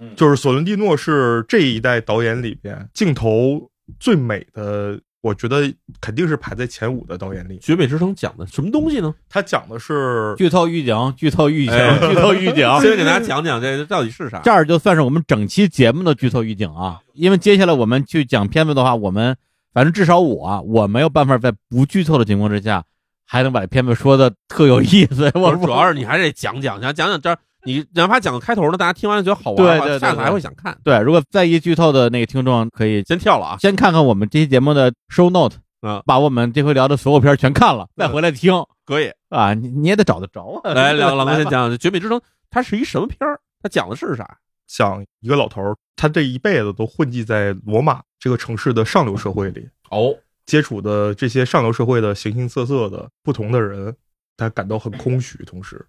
Speaker 1: 嗯
Speaker 3: 就是索伦蒂诺是这一代导演里边镜头最美的。我觉得肯定是排在前五的导演里，
Speaker 2: 《绝美之城》讲的什么东西呢？
Speaker 3: 他讲的是
Speaker 1: 剧透预警，剧透预警，
Speaker 2: 哎
Speaker 1: 剧透预警。
Speaker 2: 先给大家讲讲这到底是啥
Speaker 1: 这。儿就算是我们整期节目的剧透预警啊，因为接下来我们去讲片子的话，我们反正至少我啊，我没有办法在不剧透的情况之下，还能把片子说的特有意思。我
Speaker 2: 我主要是你还得讲讲，讲讲讲这儿，你哪怕讲个开头呢，大家听完觉得好玩
Speaker 1: 对
Speaker 2: 的话，
Speaker 1: 对对
Speaker 2: 下次还
Speaker 1: 对
Speaker 2: 会想看。
Speaker 1: 对，如果在意剧透的那个听众可以
Speaker 2: 先跳了啊，
Speaker 1: 先看看我们这期节目的 show note，
Speaker 2: 嗯，
Speaker 1: 把我们这回聊的所有片儿全看了，再回来听
Speaker 2: 可 以
Speaker 1: 啊，你你也得找得着啊。
Speaker 2: 来聊。老哥
Speaker 1: 来
Speaker 2: 先
Speaker 1: 吧
Speaker 2: 讲讲《绝美之城》，它是一什么片儿？它讲的是啥？
Speaker 3: 讲一个老头儿，他这一辈子都混迹在罗马这个城市的上流社会里，
Speaker 2: 哦，
Speaker 3: 接触的这些上流社会的形形色色的不同的人，他感到很空虚。同时，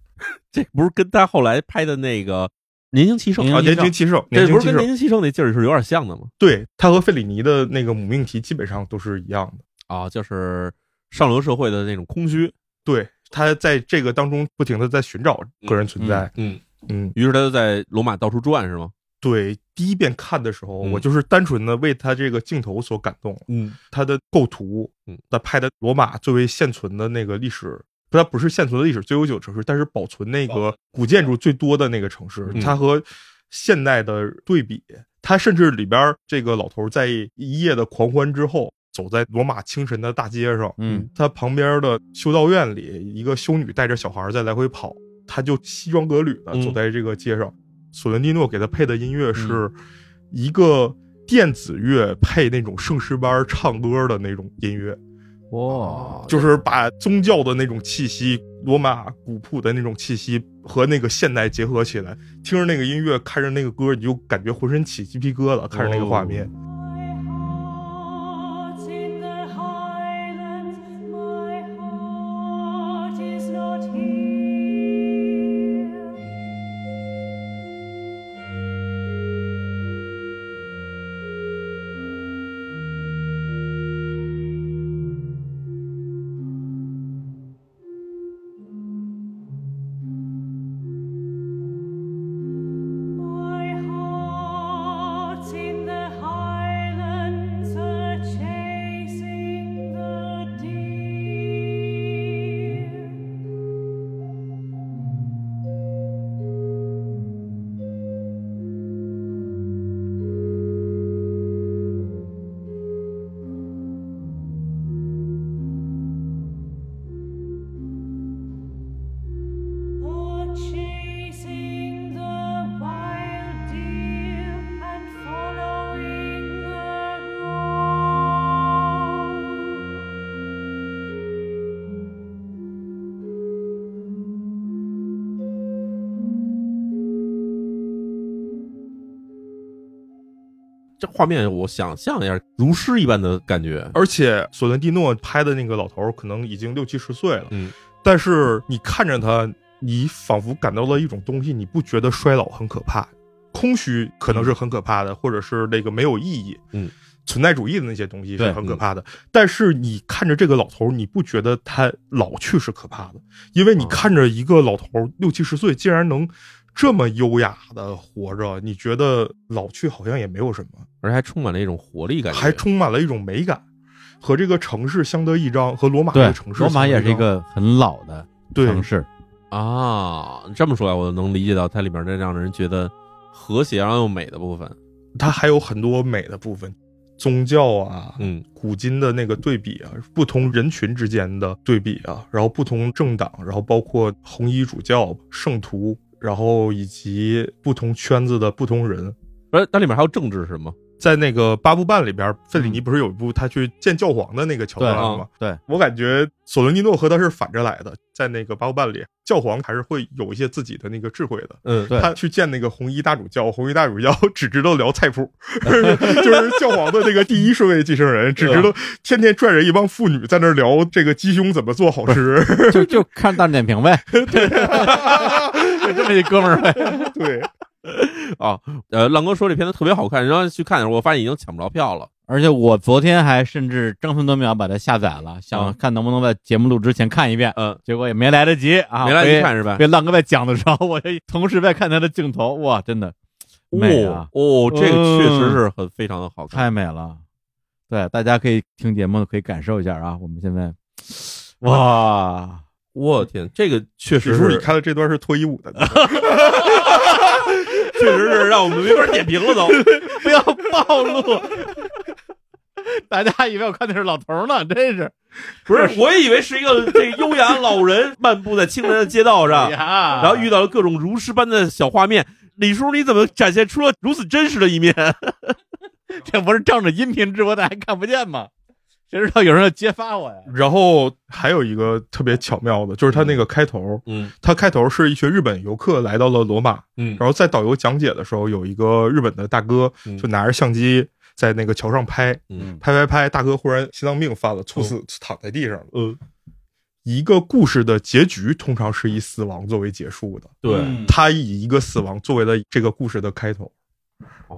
Speaker 2: 这不是跟他后来拍的那个《嗯年轻气盛》
Speaker 1: 年
Speaker 3: 啊，
Speaker 1: 轻
Speaker 3: 年轻气盛，
Speaker 2: 这
Speaker 3: 年
Speaker 2: 不
Speaker 3: 轻
Speaker 2: 是
Speaker 3: 气
Speaker 2: 跟《
Speaker 3: 盛，
Speaker 2: 年轻气盛》那劲儿是有点像的吗？
Speaker 3: 对他和费里尼的那个母命题基本上都是一样的。
Speaker 2: 啊，就是上流社会的那种空虚。
Speaker 3: 对他在这个当中不停的在寻找个人存在。
Speaker 2: 嗯，
Speaker 3: 嗯
Speaker 2: 于是他就在罗马到处转，是吗？
Speaker 3: 对，第一遍看的时候，
Speaker 2: 嗯
Speaker 3: 我就是单纯的为他这个镜头所感动了。
Speaker 2: 嗯，
Speaker 3: 它的构图
Speaker 2: 嗯，
Speaker 3: 它拍的罗马作为现存的那个历史，它不是现存的历史最悠久城市，但是保存那个古建筑最多的那个城市
Speaker 2: 嗯，
Speaker 3: 它和现代的对比，它甚至里边儿这个老头在一夜的狂欢之后，走在罗马清晨的大街上，
Speaker 1: 嗯，
Speaker 3: 他旁边的修道院里，一个修女带着小孩在来回跑，他就西装革履的
Speaker 2: 嗯
Speaker 3: 走在这个街上。索伦蒂诺给他配的音乐是一个电子乐配那种圣诗班唱歌的那种音乐，
Speaker 1: 哇，
Speaker 3: 就是把宗教的那种气息、罗马古朴的那种气息和那个现代结合起来。听着那个音乐，看着那个歌，你就感觉浑身起鸡皮疙瘩。看着那个画面，
Speaker 4: My heart's in the highlands, my heart is not here. My heart's in the highlands, a chasing the deer. Or chasing the wild deer and following the road.
Speaker 2: 这画面我想象一下，如诗一般的感觉。
Speaker 3: 而且索伦蒂诺拍的那个老头儿可能已经六七十岁了，
Speaker 2: 嗯，
Speaker 3: 但是你看着他，你仿佛感到了一种东西，你不觉得衰老很可怕？空虚可能是很可怕的，或者是那个没有意义，
Speaker 2: 嗯，
Speaker 3: 存在主义的那些东西
Speaker 1: 对
Speaker 3: 是很可怕的。但是你看着这个老头儿，你不觉得他老去是可怕的，因为你
Speaker 2: 啊
Speaker 3: 看着一个老头儿六七十岁，竟然能这么优雅的活着，你觉得老去好像也没有什么。
Speaker 2: 而且还充满了一种活力感觉，
Speaker 3: 还充满了一种美感，和这个城市相得益彰，和罗马这
Speaker 1: 对
Speaker 3: 个城，市
Speaker 1: 罗马
Speaker 3: 相得
Speaker 1: 也
Speaker 3: 益
Speaker 1: 是一
Speaker 3: 彰
Speaker 1: 个很老的
Speaker 3: 对
Speaker 1: 城市，
Speaker 2: 啊。你这么说来，我能理解到它里面这让人觉得和谐而又美的部分。
Speaker 3: 它还有很多美的部分。宗教啊、
Speaker 2: 嗯
Speaker 3: 古今的那个对比啊，不同人群之间的对比啊，然后不同政党，然后包括红衣主教、圣徒，然后以及不同圈子的不同人。
Speaker 2: 而那里面还有政治是吗？
Speaker 3: 在那个八部半里边，费里尼不是有一部他去见教皇的那个桥段
Speaker 2: 对啊
Speaker 3: 吗？
Speaker 1: 对，
Speaker 3: 我感觉索伦蒂诺和他是反着来的，在那个八部半里，教皇还是会有一些自己的那个智慧的。
Speaker 2: 嗯，
Speaker 1: 对
Speaker 3: 他去见那个红衣大主教，红衣大主教 只知道聊菜谱，就是教皇的这个第一顺位继承人，只知道天天拽着一帮妇女在那儿聊这个鸡胸怎么做好吃。
Speaker 1: 就就看大众点评呗， 对，就这么一哥们儿呗，
Speaker 3: 对，
Speaker 2: 呃，浪哥说这片子特别好看，然后去看的时候，我发现已经抢不着票了。
Speaker 1: 而且我昨天还甚至争分夺秒把它下载了，想
Speaker 2: 嗯
Speaker 1: 看能不能在节目录之前看一遍，
Speaker 2: 嗯，
Speaker 1: 结果也没来得及啊，
Speaker 2: 没来得及
Speaker 1: 被
Speaker 2: 看是吧？
Speaker 1: 被浪哥在讲的时候，我就同时在看他的镜头，哇，真的美啊嗯
Speaker 2: 哦，哦，这个确实是很非常的好看。
Speaker 1: 太美了。对，大家可以听节目的可以感受一下啊，我们现在哇，
Speaker 2: 我天，这个确
Speaker 3: 李
Speaker 2: 实
Speaker 3: 叔，你
Speaker 2: 是，
Speaker 3: 看的这段是脱衣舞的，
Speaker 2: 确实是让我们没法点评 了都。
Speaker 1: 不要暴露。 大家以为我看的是老头儿呢，真是
Speaker 2: 不是，我也以为是一个这个优雅老人漫步在清晨的街道上
Speaker 1: 哎，呀
Speaker 2: 然后遇到了各种如诗般的小画面。李叔，你怎么展现出了如此真实的一 面？
Speaker 1: 这不是仗着音频直播大家看不见吗？谁知道有人要揭发我呀？
Speaker 3: 然后还有一个特别巧妙的，就是他那个开头，
Speaker 2: 嗯
Speaker 3: 他开头是一群日本游客来到了罗马，
Speaker 2: 嗯
Speaker 3: 然后在导游讲解的时候，有一个日本的大哥
Speaker 2: 嗯
Speaker 3: 就拿着相机在那个桥上拍，
Speaker 2: 嗯
Speaker 3: 拍拍拍，大哥忽然心脏病犯了，猝死躺在地上了。
Speaker 2: 嗯，
Speaker 3: 一个故事的结局通常是以死亡作为结束的，
Speaker 2: 对，
Speaker 1: 嗯
Speaker 3: 他以一个死亡作为了这个故事的开头。
Speaker 2: 哦，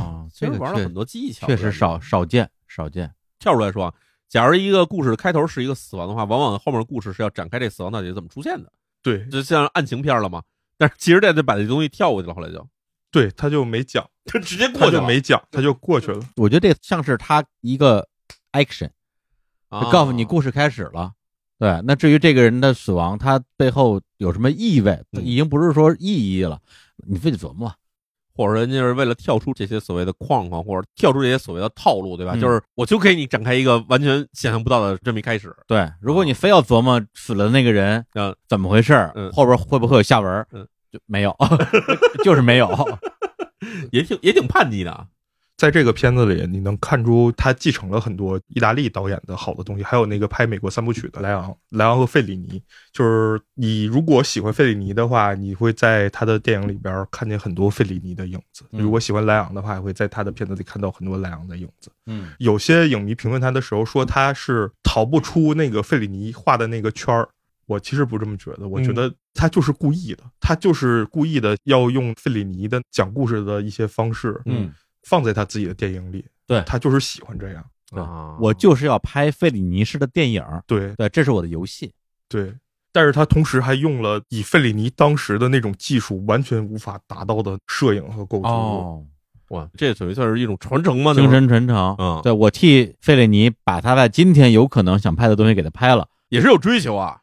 Speaker 1: 哦，
Speaker 2: 其
Speaker 1: 这
Speaker 2: 实
Speaker 1: 个
Speaker 2: 玩了
Speaker 1: 确
Speaker 2: 很多技巧，
Speaker 1: 确实。少少见少见。
Speaker 2: 跳出来说啊，假如一个故事的开头是一个死亡的话，往往后面的故事是要展开这死亡到底是怎么出现的，
Speaker 3: 对
Speaker 2: 就像案情片了嘛。但是其实这就把这东西跳过去了，后 来就
Speaker 3: 对，他就没讲，
Speaker 2: 就直接
Speaker 3: 他就没讲，他就过去了。
Speaker 1: 我觉得这像是他一个 action，
Speaker 2: 啊
Speaker 1: 就告诉你故事开始了。对，那至于这个人的死亡，他背后有什么意味，
Speaker 2: 嗯
Speaker 1: 已经不是说意义了，你自己琢磨。
Speaker 2: 或者人家是为了跳出这些所谓的框框，或者跳出这些所谓的套路，对吧？
Speaker 1: 嗯
Speaker 2: 就是我就给你展开一个完全想象不到的这么一开始。
Speaker 1: 对，如果你非要琢磨死了那个人
Speaker 2: 嗯
Speaker 1: 怎么回事儿，
Speaker 2: 嗯
Speaker 1: 后边会不会有下文儿，
Speaker 2: 嗯
Speaker 1: 就没有， 就是没有。
Speaker 2: 也挺也挺叛逆的啊。
Speaker 3: 在这个片子里，你能看出他继承了很多意大利导演的好的东西，还有那个拍美国三部曲的莱昂、莱昂和费里尼。就是你如果喜欢费里尼的话，你会在他的电影里边看见很多费里尼的影子；
Speaker 1: 嗯
Speaker 3: 如果喜欢莱昂的话，会在他的片子里看到很多莱昂的影子。
Speaker 1: 嗯
Speaker 3: 有些影迷评论他的时候说他是逃不出那个费里尼画的那个圈儿，我其实不这么觉得，我
Speaker 1: 嗯
Speaker 3: 觉得他就是故意的，他就是故意的要用费里尼的讲故事的一些方式，
Speaker 1: 嗯，
Speaker 3: 放在他自己的电影里，
Speaker 1: 对
Speaker 3: 他就是喜欢这样，
Speaker 1: 对
Speaker 2: 啊
Speaker 1: 我就是要拍费里尼式的电影儿，
Speaker 3: 对
Speaker 1: 对，这是我的游戏。
Speaker 3: 对。但是他同时还用了以费里尼当时的那种技术完全无法达到的摄影和构图，，
Speaker 2: 哦哇，这属于算是一种传承嘛，
Speaker 1: 精
Speaker 2: 那种
Speaker 1: 神传承。
Speaker 2: 嗯
Speaker 1: 对我替费里尼把他在今天有可能想拍的东西给他拍了，
Speaker 2: 也是有追求啊。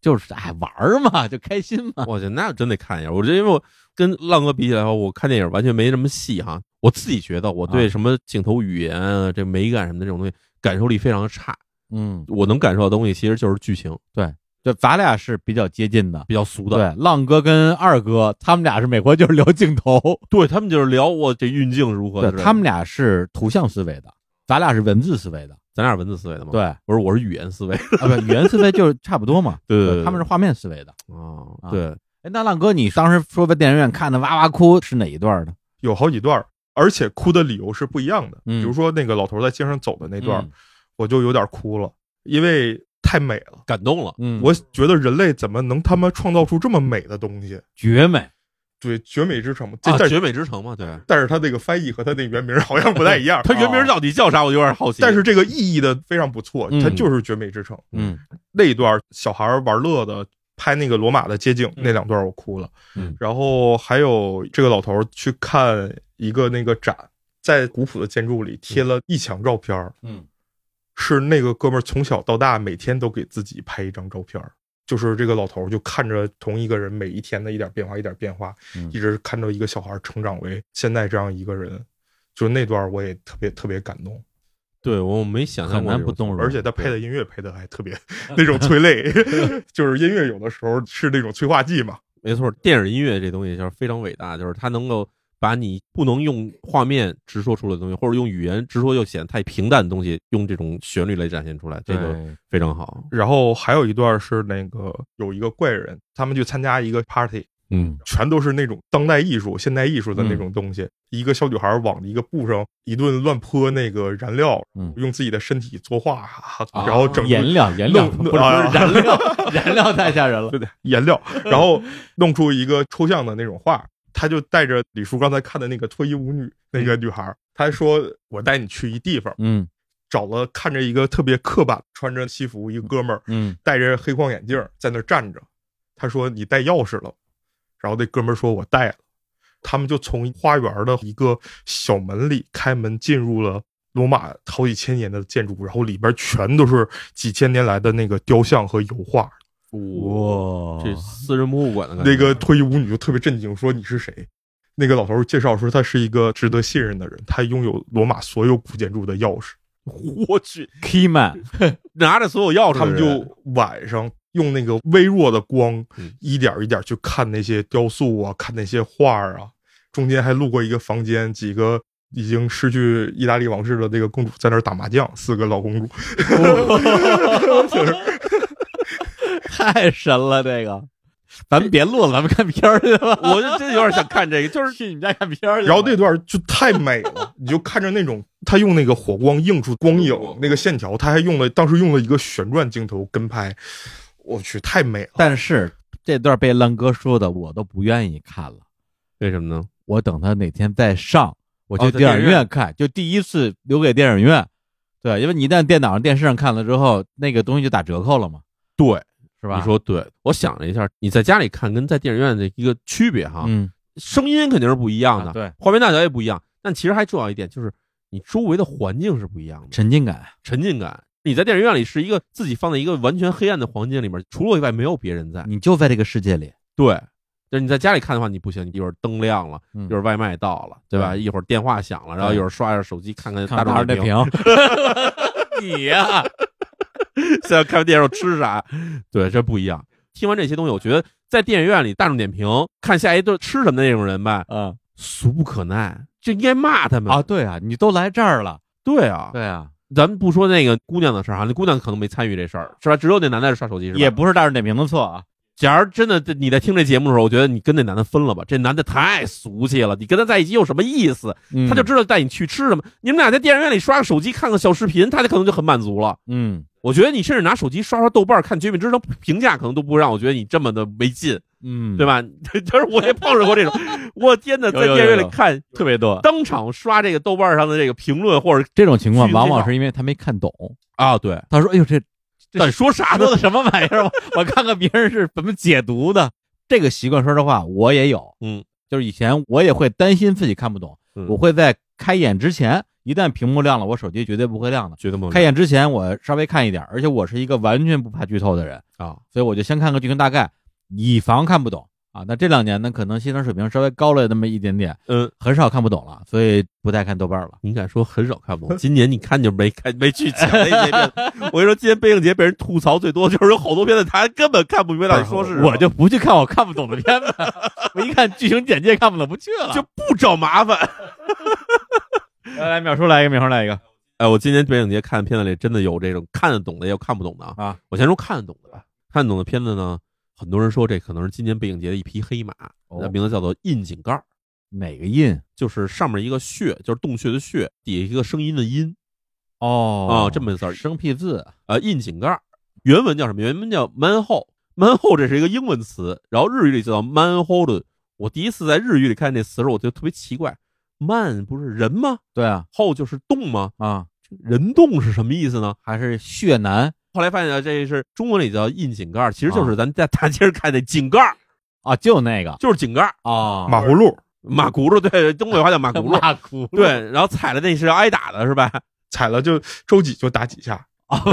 Speaker 1: 就是哎玩儿嘛， 就开心嘛。
Speaker 2: 我去，那真得看一下。我觉得因为我跟浪哥比起来的话，我看电影完全没什么戏哈。我自己觉得我对
Speaker 1: 啊
Speaker 2: 什么镜头语言啊、这美感什么的这种东西感受力非常的差。
Speaker 1: 嗯，
Speaker 2: 我能感受到的东西其实就是剧情
Speaker 1: 对，咱俩是比较接近的。
Speaker 2: 比较俗的。
Speaker 1: 对，浪哥跟二哥他们俩是美国就是聊镜头，
Speaker 2: 对他们就是聊我这运镜如何之
Speaker 1: 对
Speaker 2: 类的。
Speaker 1: 他们俩是图像思维的，咱俩是文字思维的。
Speaker 2: 咱俩是文字思维的嘛。
Speaker 1: 对，，啊
Speaker 2: 我说我是语言思维。
Speaker 1: 不，语言思维就是差不多嘛。
Speaker 2: 对对对对
Speaker 1: 他们是画面思维的。
Speaker 2: 哦
Speaker 1: 啊
Speaker 2: 对，
Speaker 1: 哎，那浪哥，你当时说在电影院看的哇哇哭是哪一段呢？
Speaker 3: 有好几段儿，而且哭的理由是不一样的。
Speaker 1: 嗯
Speaker 3: 比如说那个老头在街上走的那
Speaker 1: 那
Speaker 2: 嗯
Speaker 3: 段儿，我就有点哭了，因为太美了。
Speaker 2: 感动了。
Speaker 1: 嗯，
Speaker 3: 我觉得人类怎么能他妈创造出这么美的东西？
Speaker 1: 绝美。
Speaker 3: 对，绝美之城嘛，这
Speaker 2: 啊，
Speaker 3: 但是、
Speaker 2: 绝美之城嘛，对，。
Speaker 3: 但是他那个翻译和他那原名好像不太一样
Speaker 2: 它原名
Speaker 3: 啊
Speaker 2: 到底叫啥？我有点好奇。
Speaker 3: 但是这个意义的非常不错，
Speaker 1: 嗯
Speaker 3: 它就是绝美之城。
Speaker 1: 嗯
Speaker 3: 那一段小孩玩乐的，拍那个罗马的街景那两段我哭了。
Speaker 1: 嗯
Speaker 3: 然后还有这个老头去看一个那个展，在古朴的建筑里贴了一墙照片儿，
Speaker 1: 嗯
Speaker 3: 是那个哥们儿从小到大每天都给自己拍一张照片儿，就是这个老头儿就看着同一个人每一天的一点变化，一点变化，
Speaker 1: 嗯
Speaker 3: 一直看着一个小孩儿成长为现在这样一个人。就那段我也特别特别感动，
Speaker 2: 对我没想象
Speaker 1: 很
Speaker 2: 过
Speaker 1: 难
Speaker 2: 这
Speaker 1: 不
Speaker 2: 种
Speaker 1: 动容。
Speaker 3: 而且他配的音乐配的还特别 那种催 泪，就是音乐有的时候是那种催化剂嘛。
Speaker 2: 没错，电影音乐这东西就是非常伟大，就是它能够把你不能用画面直说出来的东西，或者用语言直说又显得太平淡的东西，用这种旋律来展现出来，这
Speaker 1: 对
Speaker 2: 个非常好。
Speaker 3: 然后还有一段是那个有一个怪人，他们去参加一个 party，
Speaker 2: 嗯，
Speaker 3: 全都是那种当代艺术、现代艺术的那种
Speaker 1: 嗯
Speaker 3: 东西。一个小女孩往一个布上一顿乱泼那个燃料，
Speaker 1: 嗯
Speaker 3: 用自己的身体作画，哈哈
Speaker 1: 啊
Speaker 3: 然后整
Speaker 1: 颜料，颜料
Speaker 3: 弄
Speaker 1: 不是不是
Speaker 3: 啊
Speaker 1: 燃料， 燃料太吓人了
Speaker 3: 对。对颜料，然后弄出一个抽象的那种画。他就带着李叔刚才看的那个脱衣舞女那个女孩，他说：“我带你去一地方，
Speaker 1: 嗯
Speaker 3: 找了看着一个特别刻板穿着西服一个哥们儿，
Speaker 1: 嗯
Speaker 3: 戴着黑框眼镜儿在那儿站着。他说：“你带钥匙了吗？”然后那哥们儿说：“我带了。”他们就从花园的一个小门里开门进入了罗马好几千年的建筑，然后里边全都是几千年来的那个雕像和油画。
Speaker 1: 哇
Speaker 2: 这私人博物馆的感觉
Speaker 3: 那个脱衣舞女就特别震惊，说：“你是谁？”那个老头儿介绍说，他是一个值得信任的人，他拥有罗马所有古建筑的钥匙。
Speaker 2: 我去，
Speaker 1: Keyman
Speaker 2: 拿着所有钥匙
Speaker 3: 他
Speaker 2: 的人，
Speaker 3: 们就晚上用那个微弱的光
Speaker 2: 嗯，
Speaker 3: 一点一点去看那些雕塑啊，看那些画儿啊。中间还路过一个房间，几个已经失去意大利王室的那个公主在那儿打麻将，四个老公 主。
Speaker 1: 太神了，这个。咱们别录了，咱们看片儿去吧。
Speaker 2: 我就真有点想看这个，就是
Speaker 1: 去你们家看片儿去吧。
Speaker 3: 然后那段就太美了，你就看着那种他用那个火光映出光影那个线条，他还用了当时用了一个旋转镜头跟拍，我去太美了。
Speaker 1: 但是这段被浪哥说的，我都不愿意看了。
Speaker 2: 为什么呢？
Speaker 1: 我等他哪天再上，我
Speaker 2: 哦
Speaker 1: 去
Speaker 2: 在
Speaker 1: 电
Speaker 2: 电
Speaker 1: 影
Speaker 2: 影
Speaker 1: 院看，就第一次留给电影院。对，因为你一旦电脑上、电视上看了之后，那个东西就打折扣了嘛，
Speaker 2: 对，
Speaker 1: 是吧？
Speaker 2: 你，说对。我想了一下，你在家里看跟在电影院的一个区别哈，
Speaker 1: 嗯，
Speaker 2: 声音肯定是不一样的，
Speaker 1: 啊对，
Speaker 2: 画面大小也不一样。但其实还重要一点就是，你周围的环境是不一样的，
Speaker 1: 沉浸感，
Speaker 2: 沉浸感。你在电影院里是一个自己放在一个完全黑暗的环境里面，除了我以外没有别人在。
Speaker 1: 你就在这个世界里，
Speaker 2: 对，但是你在家里看的话，你不行，你一会儿灯亮了，
Speaker 1: 嗯
Speaker 2: 一会儿外卖到了，对吧？
Speaker 1: 对
Speaker 2: 一会儿电话响了，然后
Speaker 1: 对
Speaker 2: 一会儿刷一下手机，看看
Speaker 1: 看
Speaker 2: 大
Speaker 1: 大众
Speaker 2: 众点
Speaker 1: 点
Speaker 2: 评，
Speaker 1: 评。你呀、
Speaker 2: 现在看完电影我吃啥？对，这不一样。听完这些东西，我觉得在电影院里大众点评看下一顿吃什么的那种人吧，
Speaker 1: 嗯
Speaker 2: 俗不可耐，就应该骂他们
Speaker 1: 啊，！对啊，你都来这儿了，
Speaker 2: 对啊，
Speaker 1: 对啊，
Speaker 2: 咱们不说那个姑娘的事儿哈，那姑娘可能没参与这事儿，是吧？只有那男的在刷手机，是吧？
Speaker 1: 也不是大众点评的错啊。
Speaker 2: 假如真的这你在听这节目的时候，我觉得你跟那男的分了吧，这男的太俗气了，你跟他在一起有什么意思？
Speaker 1: 嗯
Speaker 2: 他就知道带你去吃什么。你们俩在电影院里刷个手机，看个小视频，他就可能就很满足了。
Speaker 1: 嗯
Speaker 2: 我觉得你甚至拿手机刷刷豆瓣儿，看《绝命之城》评价，可能都不让我觉得你这么的没劲，
Speaker 1: 嗯，
Speaker 2: 对
Speaker 1: 吧？
Speaker 2: 吧？ 就是我也碰上过这种，我天哪，
Speaker 1: 有
Speaker 2: 在
Speaker 1: 有
Speaker 2: 电影院
Speaker 1: 有
Speaker 2: 里看，
Speaker 1: 特别多。
Speaker 2: 当场刷这个豆瓣上的这个评论，或者
Speaker 1: 这种情况
Speaker 2: 虚
Speaker 1: 往往
Speaker 2: 介绍
Speaker 1: 是因为他没看懂，
Speaker 2: 啊，对，
Speaker 1: 他说：“哎呦，这啊这
Speaker 2: 但说啥
Speaker 1: 说
Speaker 2: 呢？
Speaker 1: 的什么玩意儿？我 我看看别人是怎么解读的。这个习惯，说实话，我也有。
Speaker 2: 嗯，
Speaker 1: 就是以前我也会担心自己看不懂，
Speaker 2: 嗯
Speaker 1: 我会在开眼之前，一旦屏幕亮了，我手机绝对不会亮的。
Speaker 2: 觉得吗？
Speaker 1: 开眼之前，我稍微看一点，而且我是一个完全不怕剧透的人，
Speaker 2: 啊，
Speaker 1: 所以我就先看个剧情大概，以防看不懂啊。那这两年呢，可能欣赏水平稍微高了那么一点点，
Speaker 2: 嗯，
Speaker 1: 很少看不懂了，所以不太看豆瓣了。
Speaker 2: 你敢说很少看不 懂？今年你看就没看没去抢那些片。我跟你说，今年北影节被人吐槽最多，就是有好多片子他根本看不明白到底说是什么
Speaker 1: 我就不去看我看不懂的 片子，我一看剧情简介看不懂，不去了。
Speaker 2: 就 不找麻烦。
Speaker 1: 来来，秒叔来一个，秒叔来一个。
Speaker 2: 哎，我今年北影节看的片子里真的有这种看得懂的，也有看不懂的
Speaker 1: 啊。
Speaker 2: 我先说看得懂的吧，看得懂的片子呢，很多人说这可能是今年北影节的一匹黑马，
Speaker 1: 哦
Speaker 2: 那名字叫做《印井盖儿》，
Speaker 1: 哪个印？
Speaker 2: 就是上面一个穴，就是洞穴的穴，底下一个声音的音
Speaker 1: 哦
Speaker 2: 啊，这么个字儿。
Speaker 1: 生僻字。
Speaker 2: 呃，印井盖儿，原文叫什么？原文叫 manhole。manhole 这是一个英文词，然后日语里叫 manhole。我第一次在日语里看这词的时候，我就特别奇怪，man 不是人吗？
Speaker 1: 对啊，
Speaker 2: 后就是洞吗？
Speaker 1: 啊，
Speaker 2: 这人洞是什么意思呢？
Speaker 1: 还是血男
Speaker 2: 后来发现啊，这是中文里叫印井盖儿，其实就是咱在 大街上看那井盖儿，
Speaker 1: 啊，就那个
Speaker 2: 就是井盖儿，
Speaker 1: 啊，
Speaker 3: 马葫芦
Speaker 2: 马轱辘，对，东北话叫马轱 辘，
Speaker 1: 马轱辘，
Speaker 2: 对，然后踩了那是要挨打的，是吧？
Speaker 3: 踩了就周几就打几下，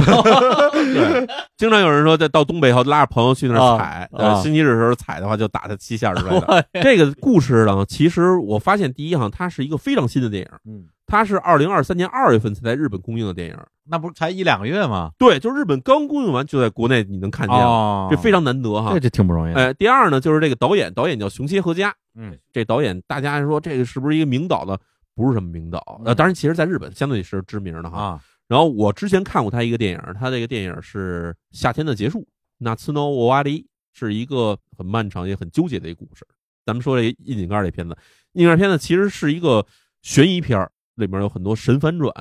Speaker 2: 对，经常有人说，在到东北以后拉着朋友去那
Speaker 1: 啊
Speaker 2: 儿踩，
Speaker 1: 啊
Speaker 2: 呃，星期日的时候踩的话就打他 七下之类的。
Speaker 1: 我
Speaker 2: 这个故事呢，其实我发现，第一哈，它是一个非常新的电影，
Speaker 1: 嗯
Speaker 2: 它是二零二三年二月份才在日本公映的电影。
Speaker 1: 那不是才一两个月吗？
Speaker 2: 对，就日本刚公映完就在国内你能看见了，
Speaker 1: 哦，
Speaker 2: 这非常难得哈
Speaker 1: 这。这挺不容易的。
Speaker 2: 哎，第二呢，就是这个导演，导演叫熊切和佳。
Speaker 1: 嗯，
Speaker 2: 这导演大家说这个是不是一个名导呢？不是什么名导，呃，当然，其实在日本相对是知名的哈。
Speaker 1: 嗯啊，
Speaker 2: 然后我之前看过他一个电影，他这个电影是《夏天的结束》，那次 no o w a 是一个很漫长也很纠结的一个故事。咱们说这窨井盖这片子，窨井盖片子其实是一个悬疑片儿，里面有很多神反转。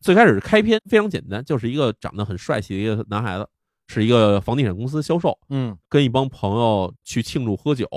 Speaker 2: 最开始开篇非常简单，就是一个长得很帅气的一个男孩子，是一个房地产公司销售，
Speaker 1: 嗯
Speaker 2: 跟一帮朋友去庆祝喝酒。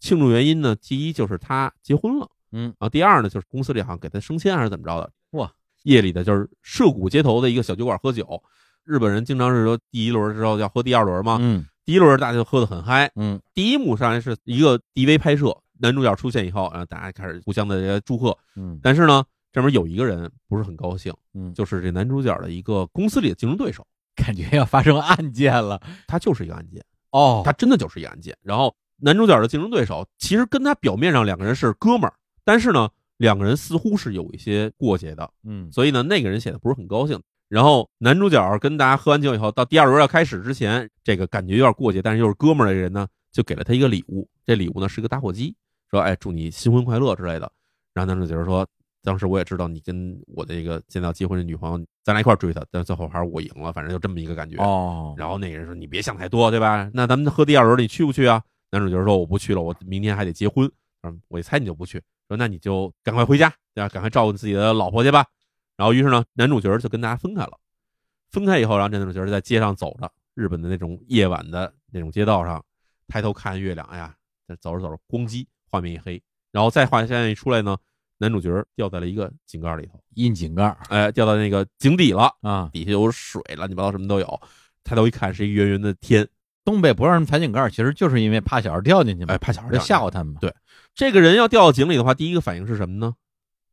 Speaker 2: 庆祝原因呢，第一就是他结婚了，
Speaker 1: 嗯，
Speaker 2: 啊，第二呢就是公司里好像给他升迁还是怎么着的。
Speaker 1: 哇，
Speaker 2: 夜里的就是涉谷街头的一个小酒馆喝酒，日本人经常是说第一轮之后要喝第二轮嘛，
Speaker 1: 嗯
Speaker 2: 第一轮大家就喝得很嗨。
Speaker 1: 嗯
Speaker 2: 第一幕上来是一个 DV 拍摄，男主角出现以后，然后大家开始互相的祝贺。
Speaker 1: 嗯
Speaker 2: 但是呢，这边有一个人不是很高兴，
Speaker 1: 嗯，就
Speaker 2: 就是这男主角的一个公司里的竞争对手，
Speaker 1: 感觉要发生案件了。
Speaker 2: 他就是一个案件。
Speaker 1: 哦
Speaker 2: 他真的就是一个案件。然后男主角的竞争对手其实跟他表面上两个人是哥们儿，但是呢，两个人似乎是有一些过节的，
Speaker 1: 嗯
Speaker 2: 所以呢，那个人显得不是很高兴。然后男主角跟大家喝完酒以后，到第二轮要开始之前，这个感觉有点过节，但是又是哥们儿的人呢，就给了他一个礼物。这礼物呢是个打火机，说：“哎，祝你新婚快乐之类的。”然后男主角说：“当时我也知道你跟我的这个现在要结婚的女朋友，咱俩一块儿追她，但最后还是我赢了，反正就这么一个感觉。”
Speaker 1: 哦，
Speaker 2: 然后那个人说：“你别想太多，对吧？那咱们喝第二轮，你去不去啊？”男主角说：“我不去了，我明天还得结婚。”嗯，我一猜你就不去，说：“那你就赶快回家，对吧？赶快照顾自己的老婆去吧。”然后于是呢，男主角就跟大家分开了。分开以后，然后这男主角在街上走着，日本的那种夜晚的那种街道上，抬头看月亮，哎呀，这走着走着，咣叽，画面一黑，然后再画面一出来呢，男主角掉在了一个井盖里头，
Speaker 1: 印井盖儿
Speaker 2: 哎，掉到那个井底了。
Speaker 1: 啊，
Speaker 2: 底下有水，乱七八糟什么都有。抬头一看，是一个圆圆的天。
Speaker 1: 东北不让人踩井盖儿，其实就是因为怕小孩掉进去嘛，
Speaker 2: 哎，怕小孩
Speaker 1: 就
Speaker 2: 掉
Speaker 1: 吓
Speaker 2: 进
Speaker 1: 唬他们嘛。
Speaker 2: 对去。这个人要掉到井里的话，第一个反应是什么呢？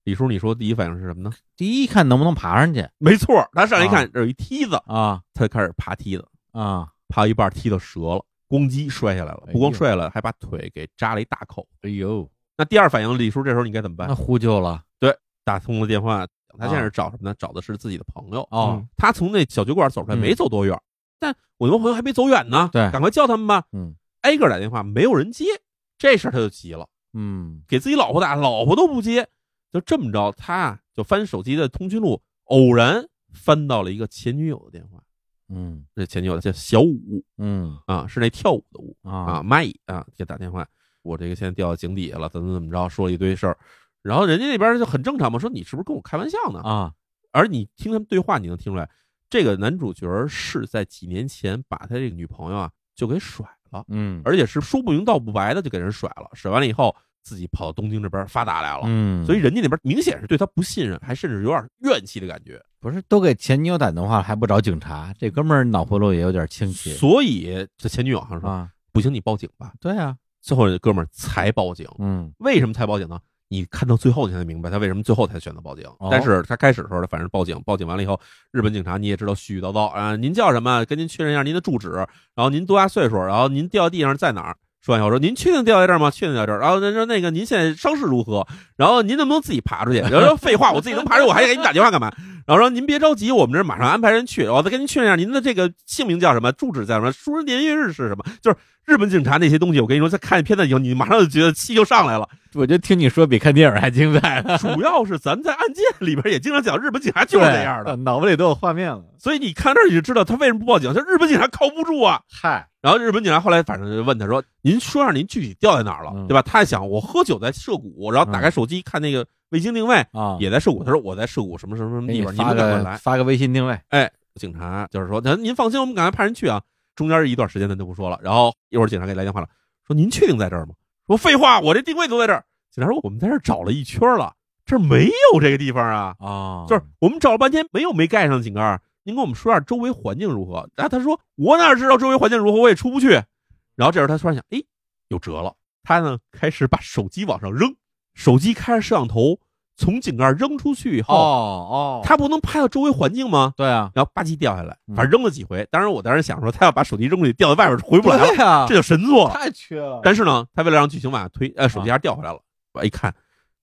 Speaker 2: 李叔，你说第一反应是什么呢？啊
Speaker 1: 第一看能不能爬上去
Speaker 2: 没错，他上来一看，这有一梯子，
Speaker 1: 啊
Speaker 2: 他就开始爬梯子，
Speaker 1: 啊！
Speaker 2: 爬到一半梯子折了，公鸡摔下来了，不
Speaker 1: 哎
Speaker 2: 光
Speaker 1: 呦
Speaker 2: 摔下来了，还把腿给扎了一大口。
Speaker 1: 哎呦，
Speaker 2: 那第二反应，李叔这时候你该怎么办
Speaker 1: 那？呼救了
Speaker 2: 打通了电话，他现在是找什么呢？找的是自己的朋友。
Speaker 1: 哦
Speaker 3: 嗯，
Speaker 2: 他从那小酒馆走出来
Speaker 1: 嗯
Speaker 2: 没走多远，但我那朋友还没走远呢，
Speaker 1: 对
Speaker 2: 赶快叫他们吧。
Speaker 1: 嗯
Speaker 2: 挨个打电话没有人接，这事儿他就急了。
Speaker 1: 嗯
Speaker 2: 给自己老婆打，老婆都不接，就这么着，他啊就翻手机的通讯录，偶然翻到了一个前女友的电话。
Speaker 1: 嗯
Speaker 2: 这前女友叫小五
Speaker 1: 嗯
Speaker 2: 啊，是那跳舞的舞啊，
Speaker 1: 啊
Speaker 2: 蚂蚁啊，给打电话，我这个现在掉到井底下了，怎么怎么着，说了一堆事儿。然后人家那边就很正常嘛，说你是不是跟我开玩笑呢？
Speaker 1: 啊
Speaker 2: 而你听他们对话，你能听出来，这个男主角是在几年前把他这个女朋友啊就给甩了。
Speaker 1: 嗯
Speaker 2: 而且是说不明道不白的就给人甩了，甩完了以后自己跑到东京这边发达来了，
Speaker 1: 嗯，
Speaker 2: 所以人家那边明显是对他不信任，还甚至有点怨气的感觉。
Speaker 1: 不是都给前女友打电话还不找警察，这哥们儿脑回路也有点清奇
Speaker 2: 所以这前女友好像说、
Speaker 1: 啊。
Speaker 2: 不行，你报警吧。
Speaker 1: 对啊，
Speaker 2: 最后这哥们儿才报警，
Speaker 1: 嗯
Speaker 2: 为什么才报警呢？你看到最后你才明白他为什么最后才选择报警
Speaker 1: 哦。
Speaker 2: 但是他开始的时候呢，反正报警，报警完了以后，日本警察你也知道絮絮叨叨啊，您叫什么？跟您确认一下您的住址，然后您多大岁数，然后您掉地上在哪儿？说完以后说您确定掉在这儿吗？确定掉这儿。然后人说那个您现在伤势如何？然后您能不能自己爬出去？然后说废话，我自己能爬出去，我还给你打电话干嘛？然后说您别着急，我们这儿马上安排人去，我再跟您确认一下您的这个姓名叫什么，住址在什么，出生年月日是什么，就是日本警察那些东西。我跟你说，在看片子以后，你马上就觉得气就上来了。
Speaker 1: 我就听你说比看电影还精彩 呢，
Speaker 2: 主要是咱们在案件里边也经常讲日本警察就是这样的，
Speaker 1: 对，脑子里都有画面了。
Speaker 2: 所以你看这儿你就知道他为什么不报警，就日本警察靠不住啊。
Speaker 1: 嗨，
Speaker 2: 然后日本警察后来反正就问他说：“您说让您具体掉在哪儿了，
Speaker 1: 嗯
Speaker 2: 对吧？”他还想我喝酒在涉谷，然后打开手机看那个卫星定位
Speaker 1: 啊，
Speaker 2: 也在涉谷，他说我在涉谷什么什么什么
Speaker 1: 给
Speaker 2: 地
Speaker 1: 你
Speaker 2: 方，你
Speaker 1: 发
Speaker 2: 们赶快
Speaker 1: 个
Speaker 2: 来。
Speaker 1: 发个微信定位，
Speaker 2: 哎，警察就是说，您您放心，我们赶快派人去啊。中间一段时间咱就不说了，然后一会儿警察给来电话了，说您确定在这儿吗？说废话，我这定位都在这儿。警察说我们在这儿找了一圈了，这儿没有这个地方啊。
Speaker 1: 啊，
Speaker 2: 就是我们找了半天没有没盖上井盖儿，您跟我们说一下周围环境如何？然后他说我哪知道周围环境如何，我也出不去。然后这时候他突然想，哎，有辙了。他呢开始把手机往上扔，手机开着摄像头从井盖儿扔出去以
Speaker 1: 哦
Speaker 2: 后，
Speaker 1: 哦，
Speaker 2: 他不能拍到周围环境吗？
Speaker 1: 对啊，
Speaker 2: 然后吧唧掉下来，
Speaker 1: 嗯
Speaker 2: 反正扔了几回。当然我当时想说，他要把手机扔出去，掉在外边儿回不来了，
Speaker 1: 对啊，
Speaker 2: 这就神作了。
Speaker 1: 太缺了。啊
Speaker 2: 但是呢，他为了让剧情往下推，呃，手机还是掉回来了。我一看，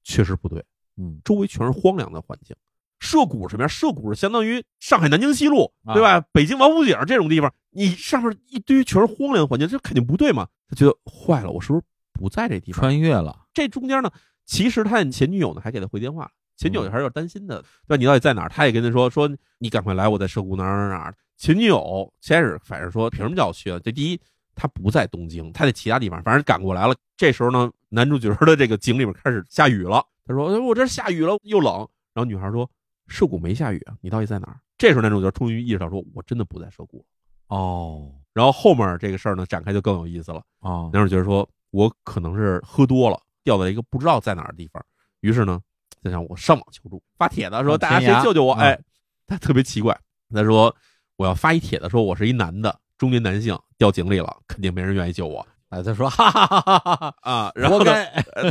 Speaker 2: 确实不对，
Speaker 1: 嗯
Speaker 2: 周围全是荒凉的环境。涉谷什么呀？涉谷是相当于上海南京西路，
Speaker 1: 啊
Speaker 2: 对吧？北京王府井这种地方，你上面一堆全是荒凉环境，这肯定不对嘛。他觉得坏了，我是不是不在这地方？
Speaker 1: 穿越了，
Speaker 2: 这中间呢，其实他的前女友呢还给他回电话了，前女友还是有点担心的，对吧？你到底在哪儿？他也跟他说说你赶快来，我在涉谷哪儿哪儿哪儿。前女友先是反正说凭什么叫我去啊？这第一，他不在东京，他在其他地方，反正赶过来了。这时候呢，男主角的这个井里面开始下雨了，他说哎我这下雨了又冷，然后女孩说涉谷没下雨啊，你到底在哪儿？这时候男主角终于意识到说我真的不在涉谷了。
Speaker 1: 哦
Speaker 2: 然后后面这个事儿呢展开就更有意思了。
Speaker 1: 哦，
Speaker 2: 男主角说：“我可能是喝多了，掉到一个不知道在哪儿的地方。”于是呢，就想我上网求助，啊发帖子说：“
Speaker 1: 上
Speaker 2: 大家
Speaker 1: 天涯
Speaker 2: 谁救救我？”
Speaker 1: 嗯
Speaker 2: 哎，他特别奇怪，他说：“我要发一帖子，说我是一男的，中年男性掉井里了，肯定没人愿意救我
Speaker 1: 哎，他说哈哈哈哈哈哈，
Speaker 2: 啊。”然后
Speaker 1: 活
Speaker 2: 呢，嗯
Speaker 1: 该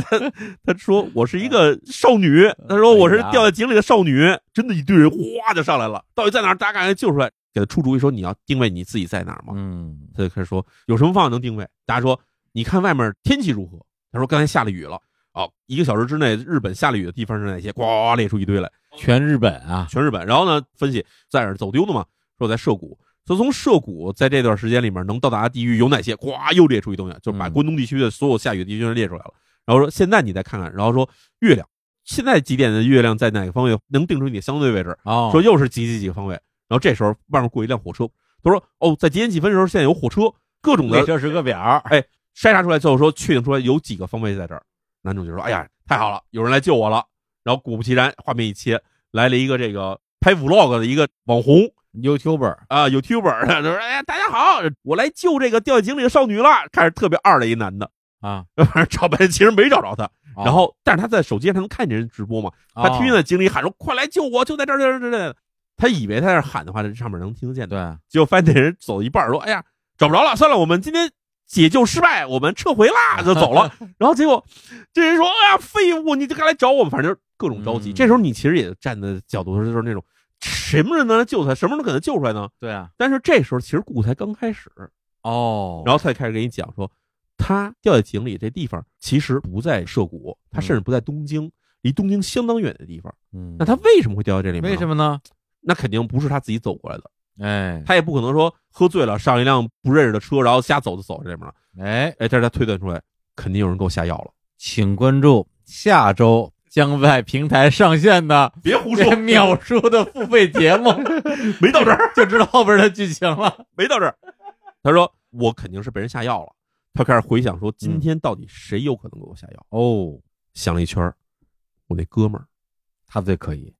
Speaker 2: 他说：“我是一个少女。”他说：“我是掉在井里的少女。”真的，一堆人哗就上来了，到底在哪儿？大家赶快救出来！给他出主意说：“你要定位你自己在哪儿吗？”
Speaker 1: 嗯
Speaker 2: 他就开始说有什么方法能定位？大家说，你看外面天气如何？他说刚才下了雨了。哦，一个小时之内，日本下了雨的地方是哪些？呱呱呱列出一堆来，
Speaker 1: 全日本啊，
Speaker 2: 全日本。然后呢，分析在哪儿走丢的嘛？说在涉谷。说从涉谷在这段时间里面能到达的地域有哪些？呱，又列出一东西，就把
Speaker 1: 嗯
Speaker 2: 关东地区的所有下雨的地区全列出来了。然后说现在你再看看，然后说月亮，现在几点的月亮在哪个方位能定出你的相对位置？
Speaker 1: 哦，
Speaker 2: 说又是几几几个方位。然后这时候外面过一辆火车，他说哦，在几点几分的时候现在有火车，各种的
Speaker 1: 列车时刻表，
Speaker 2: 筛查出来最后说确定出来有几个方位在这儿。男主角说：“哎呀，太好了，有人来救我了。”然后果不其然，画面一切，来了一个这个拍 vlog 的一个网红
Speaker 1: YouTuber
Speaker 2: 啊，YouTuber，他说：“哎呀，大家好，我来救这个掉井里的少女了。”看着特别二的一男的，
Speaker 1: 啊，
Speaker 2: 反正找半天其实没找着他。
Speaker 1: 哦
Speaker 2: 然后，但是他在手机上他能看见人直播嘛，他听见在井里喊说：“快来救我，就在这儿，这儿这儿这儿。”他以为他在这喊的话，这上面能听得见的。
Speaker 1: 对，
Speaker 2: 结果发现那人走一半儿，说：“哎呀，找不着了，算了，我们今天解救失败，我们撤回啦，就 走了。”然后结果这人说：“哎呀，废物，你就该来找我们。”反正就各种着急。
Speaker 1: 嗯
Speaker 2: 这时候你其实也站的角度就是那种什么人能来救他，什么人能给他救出来呢？
Speaker 1: 对啊，
Speaker 2: 但是这时候其实故事才刚开始，
Speaker 1: 哦，
Speaker 2: 然后他就开始给你讲说，他掉在井里这地方其实不在涉谷，他甚至不在东京，离东京相当远的地方。
Speaker 1: 嗯
Speaker 2: 那他为什么会掉在这里面？
Speaker 1: 为什
Speaker 2: 么？
Speaker 1: 么呢？
Speaker 2: 那肯定不是他自己走过来的。
Speaker 1: 哎
Speaker 2: 他也不可能说喝醉了上一辆不认识的车，然后瞎走就走这边了。
Speaker 1: 哎，
Speaker 2: 哎，但是他推断出来，肯定有人给我下药了。
Speaker 1: 请关注下周将在平台上线的
Speaker 2: 别 胡
Speaker 1: 这秒叔的付费节目，
Speaker 2: 没到这儿，
Speaker 1: 就知道后边的剧情了。
Speaker 2: 没到这儿。他说我肯定是被人下药了。他开始回想说，今天到底谁有可能给我下药？
Speaker 1: 哦，
Speaker 2: 想了一圈儿，我那哥们儿，
Speaker 1: 他最可以，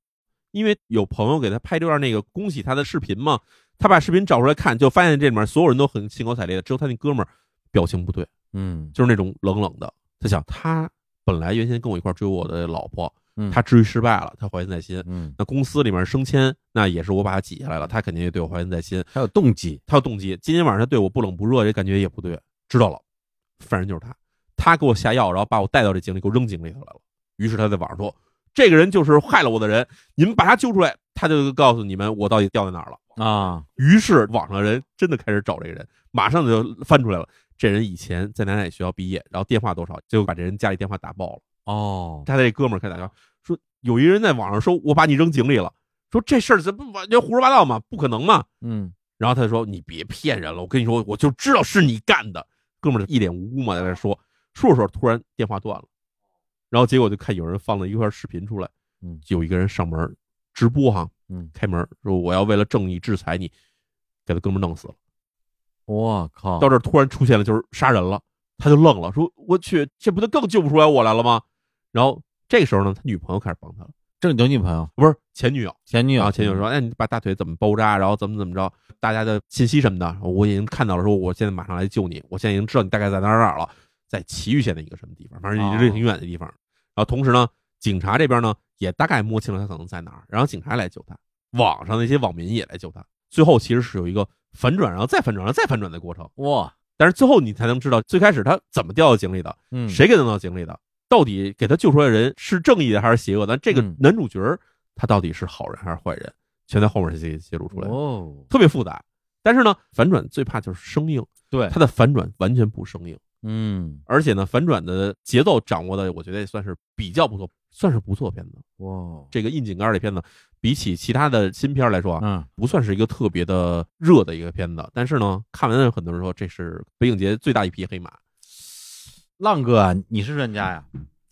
Speaker 2: 因为有朋友给他拍这段那个恭喜他的视频嘛，他把视频找出来看，就发现这里面所有人都很兴高采烈的，只有他那哥们儿表情不对。
Speaker 1: 嗯，
Speaker 2: 就是那种冷冷的。他想，他本来原先跟我一块儿追我的老婆，
Speaker 1: 嗯
Speaker 2: 他追失败了，他怀恨在心。
Speaker 1: 嗯，
Speaker 2: 那公司里面升迁，那也是我把他挤下来了，他肯定也对我怀恨在心，
Speaker 1: 还有动机，
Speaker 2: 他有动机。今天晚上他对我不冷不热，这感觉也不对。知道了，犯人就是他，他给我下药，然后把我带到这井里，给我扔井里头来了。于是他在网上说，这个人就是害了我的人，你们把他救出来，他就告诉你们我到底掉在哪儿了。
Speaker 1: 啊，
Speaker 2: 于是网上人真的开始找这个人，马上就翻出来了。这人以前在哪哪学校毕业，然后电话多少，结果把这人家里电话打爆了。
Speaker 1: 哦，
Speaker 2: 他这哥们儿开始打电话说，有一人在网上说我把你扔井里了，说这事儿这不完全胡说八道吗？不可能嘛。
Speaker 1: 嗯，
Speaker 2: 然后他就说你别骗人了，我跟你说，我就知道是你干的。哥们儿一脸无辜嘛，在那说，说着说着突然电话断了，然后结果就看有人放了一块视频出来，
Speaker 1: 嗯
Speaker 2: 有一个人上门直播哈，
Speaker 1: 嗯
Speaker 2: 开门说我要为了正义制裁你，给他哥们儿弄死了。
Speaker 1: 我靠，
Speaker 2: 到这儿突然出现了就是杀人了，他就愣了，说我去，这不就更救不出来我来了吗？然后这个时候呢，他女朋友开始帮他了，
Speaker 1: 正经女朋友，
Speaker 2: 不是前女友，
Speaker 1: 啊前女
Speaker 2: 然
Speaker 1: 友，
Speaker 2: 后前女友说，哎，你把大腿怎么包扎，然后怎么怎么着，大家的信息什么的，我已经看到了，说我现在马上来救你，我现在已经知道你大概在哪儿哪儿了，在祁煜县的一个什么地方，反正
Speaker 1: 哦
Speaker 2: 离这挺远的地方。然后同时呢，警察这边呢也大概摸清了他可能在哪儿，然后警察来救他，网上那些网民也来救他，最后其实是有一个反转，然后再反转，然后再反转的过程。
Speaker 1: 哇，
Speaker 2: 但是最后你才能知道最开始他怎么掉到井里的，
Speaker 1: 嗯，
Speaker 2: 谁给他弄到井里的，到底给他救出来的人是正义的还是邪恶的？这个
Speaker 1: 嗯
Speaker 2: 男主角儿他到底是好人还是坏人，全在后面这些揭露出来，
Speaker 1: 哦，
Speaker 2: 特别复杂。但是呢，反转最怕就是生硬，
Speaker 1: 对
Speaker 2: 他，的反转完全不生硬，
Speaker 1: 嗯，
Speaker 2: 而且呢，反转的节奏掌握的我觉得也算是比较不错。算是不错片子。
Speaker 1: 哇，
Speaker 2: 这个窨井盖儿这片子，比起其他的新片儿来说啊，
Speaker 1: 嗯，
Speaker 2: 不算是一个特别的热的一个片子。但是呢，看完很多人说这是北影节最大一匹黑马。
Speaker 1: 浪哥啊，你是专家呀，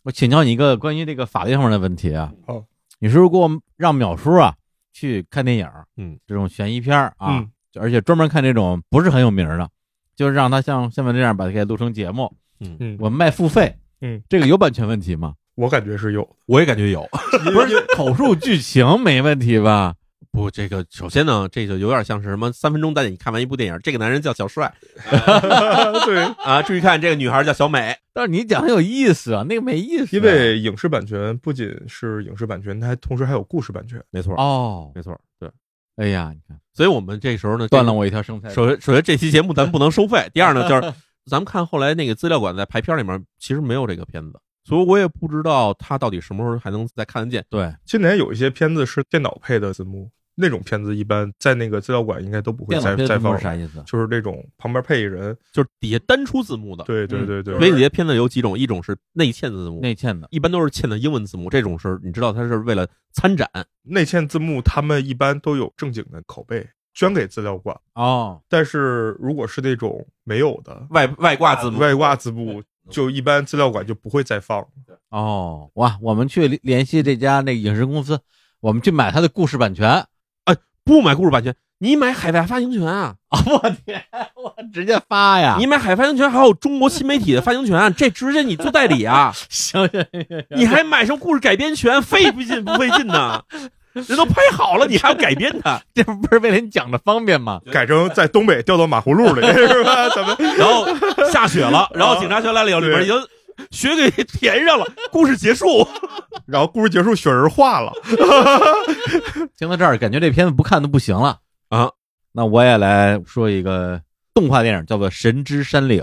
Speaker 1: 我请教你一个关于这个法律上面的问题啊。
Speaker 3: 好，
Speaker 1: 你是不是给我让淼叔啊去看电影？
Speaker 2: 嗯，
Speaker 1: 这种悬疑片儿啊，
Speaker 3: 嗯
Speaker 1: 而且专门看这种不是很有名儿的，就是让他像现在这样把它给录成节目，
Speaker 3: 嗯，
Speaker 1: 我卖付费。
Speaker 3: 嗯，
Speaker 1: 这个有版权问题吗？
Speaker 3: 我感觉是有的。
Speaker 2: 我也感觉有，
Speaker 1: 不是口述剧情没问题吧？
Speaker 2: 不，这个首先呢，这就有点像是什么三分钟带你看完一部电影。这个男人叫小帅
Speaker 3: 对，
Speaker 2: 啊，注意看这个女孩叫小美。
Speaker 1: 但是你讲很有意思啊，那个没意思啊、
Speaker 3: 因为影视版权不仅是影视版权，它还同时还有故事版权。
Speaker 2: 没错，
Speaker 1: 哦，
Speaker 2: 没错，对。
Speaker 1: 哎呀，你看
Speaker 2: 所以我们这时候呢，
Speaker 1: 断了我一条生
Speaker 2: 这
Speaker 1: 财
Speaker 2: 个。。首先，首先这期节目咱们不能收费。第二呢，就是 咱们看后来那个资料馆在排片里面，其实没有这个片子，所以我也不知道他到底什么时候还能再看得见。
Speaker 1: 对，
Speaker 3: 今年有一些片子是电脑配的字幕，那种片子一般在那个资料馆应该都不会
Speaker 1: 电脑
Speaker 3: 再
Speaker 1: 这
Speaker 3: 再
Speaker 1: 字幕
Speaker 3: 放
Speaker 1: 是，啥意思？啊
Speaker 3: 就是那种旁边配一人。
Speaker 2: 就是底下单出字幕的。
Speaker 3: 对对
Speaker 1: 嗯
Speaker 3: 对对，
Speaker 2: 北影节片子有几种，一种是内嵌字幕，
Speaker 1: 内嵌的。
Speaker 2: 一般都是嵌的英文字幕，这种是你知道它是为了参展，
Speaker 3: 内嵌字幕他们一般都有正经的拷贝捐给资料馆，
Speaker 1: 哦，
Speaker 3: 但是如果是那种没有的
Speaker 2: 外外挂字幕，
Speaker 3: 外挂字幕，就一般资料馆就不会再放。
Speaker 1: 哦，哇，我们去联联系这家那个影视公司，我们去买它的故事版权。啊、
Speaker 2: 不买故事版权，你买海外发行权啊，
Speaker 1: 我天，我直接发呀！
Speaker 2: 你买海外发行权，还有中国新媒体的发行权，啊这直接你做代理 啊，
Speaker 1: 行行
Speaker 2: 你还买什么故事改编权，费不劲不费劲呢？人都拍好了，你还要改编它，
Speaker 1: 这不是为了你讲的方便吗？
Speaker 3: 改成在东北掉到马葫芦里 是吧？咱们
Speaker 2: 然后下雪了，然后警察全来了以后，里边已经雪给填上了，故事结束。
Speaker 3: 然后故事结束，雪人化了。
Speaker 1: 听到这儿，感觉这片子不看都不行了
Speaker 2: 啊！
Speaker 1: 那我也来说一个动画电影，叫做《神之山岭》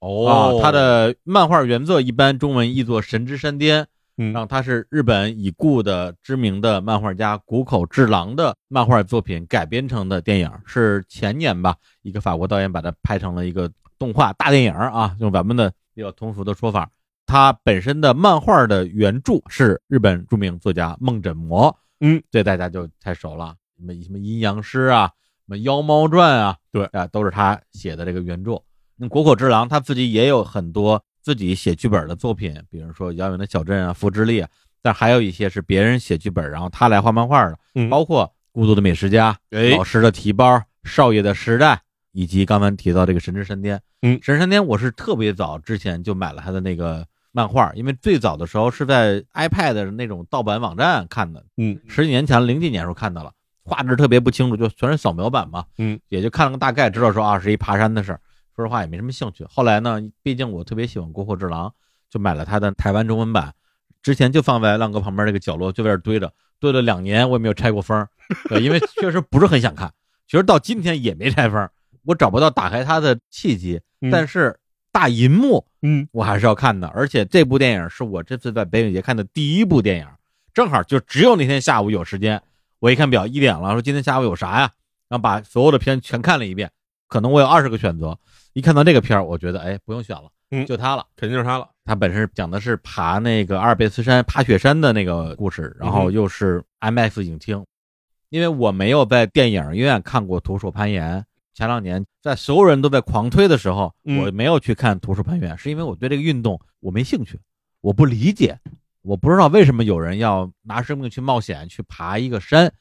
Speaker 2: 哦
Speaker 1: 啊。它的漫画原作一般中文译作《神之山巅》，然
Speaker 2: 嗯
Speaker 1: 后它是日本已故的知名的漫画家谷口治郎的漫画作品改编成的电影，是前年吧，一个法国导演把它拍成了一个动画大电影啊，用咱们的比较通俗的说法。它本身的漫画的原著是日本著名作家梦枕魔，
Speaker 2: 嗯，
Speaker 1: 这大家就太熟了，什么什么阴阳师啊，什么妖猫传啊，
Speaker 2: 对
Speaker 1: 啊，都是他写的这个原著。那国口之狼他自己也有很多自己写剧本的作品，比如说《遥远的小镇》啊，《福之力》啊，但还有一些是别人写剧本，然后他来画漫画的，
Speaker 2: 嗯
Speaker 1: 包括《孤独的美食家》
Speaker 2: 哎
Speaker 1: 老师的提包》《少爷的时代》，以及刚才提到这个《神之山巅》。
Speaker 2: 嗯
Speaker 1: 《神之山巅》我是特别早之前就买了他的那个漫画，因为最早的时候是在 iPad 的那种盗版网站看的，
Speaker 2: 嗯，
Speaker 1: 十几年前零几年时候看到了，画质特别不清楚，就全是扫描版嘛，
Speaker 2: 嗯，
Speaker 1: 也就看了个大概，知道说啊是一爬山的事儿。说实话也没什么兴趣。后来呢，毕竟我特别喜欢国货之狼，就买了他的台湾中文版，之前就放在浪哥旁边那个角落，就在这儿堆着，堆了两年，我也没有拆过封儿，对，因为确实不是很想看，其实到今天也没拆封儿，我找不到打开它的契机，
Speaker 2: 嗯
Speaker 1: 但是大银幕，
Speaker 2: 嗯，
Speaker 1: 我还是要看的，而且这部电影是我这次在北影节看的第一部电影，正好就只有那天下午有时间，我一看表一点了，说今天下午有啥呀？然后把所有的片全看了一遍，可能我有二十个选择，一看到这个片儿，我觉得哎不用选了，
Speaker 2: 嗯
Speaker 1: 就它了。
Speaker 2: 肯定是他了。
Speaker 1: 它本身讲的是爬那个阿尔卑斯山、爬雪山的那个故事，然后又是 IMAX 影厅。因为我没有在电影院看过《徒手攀岩》，前两年在所有人都在狂推的时候，
Speaker 2: 嗯
Speaker 1: 我没有去看《徒手攀岩》，是因为我对这个运动我没兴趣，我不理解，我不知道为什么有人要拿生命去冒险去爬一个山，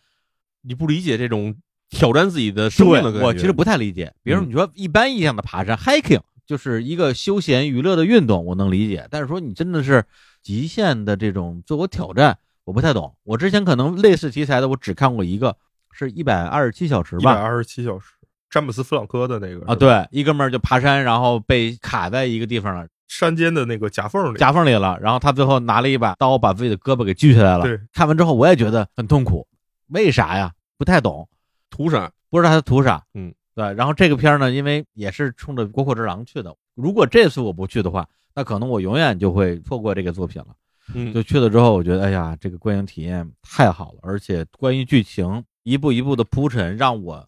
Speaker 2: 你不理解这种挑战自己的生命的感觉。
Speaker 1: 我其实不太理解。比如
Speaker 2: 嗯
Speaker 1: 你说一般意义上的爬山、hiking，就是一个休闲娱乐的运动，我能理解。但是说你真的是极限的这种自我挑战，我不太懂。我之前可能类似题材的，我只看过一个，是一百二十七小时
Speaker 3: 一百
Speaker 1: 吧。
Speaker 3: 二十七小时，詹姆斯·弗朗科的那个
Speaker 1: 啊，，
Speaker 3: 是吧
Speaker 1: 对，一哥们儿就爬山，然后被卡在一个地方了，
Speaker 3: 山间的那个夹缝里，
Speaker 1: 夹缝里了。然后他最后拿了一把刀，把自己的胳膊给锯下来了
Speaker 3: 对。
Speaker 1: 看完之后，我也觉得很痛苦，为啥呀？不太懂。
Speaker 2: 图啥？
Speaker 1: 不知道他图啥，
Speaker 2: 嗯，
Speaker 1: 对。然后这个片儿呢，因为也是冲着《国货之狼》去的，如果这次我不去的话，那可能我永远就会错过这个作品了。
Speaker 2: 嗯，
Speaker 1: 就去了之后，我觉得，哎呀，这个观影体验太好了，而且关于剧情一步一步的铺陈，让我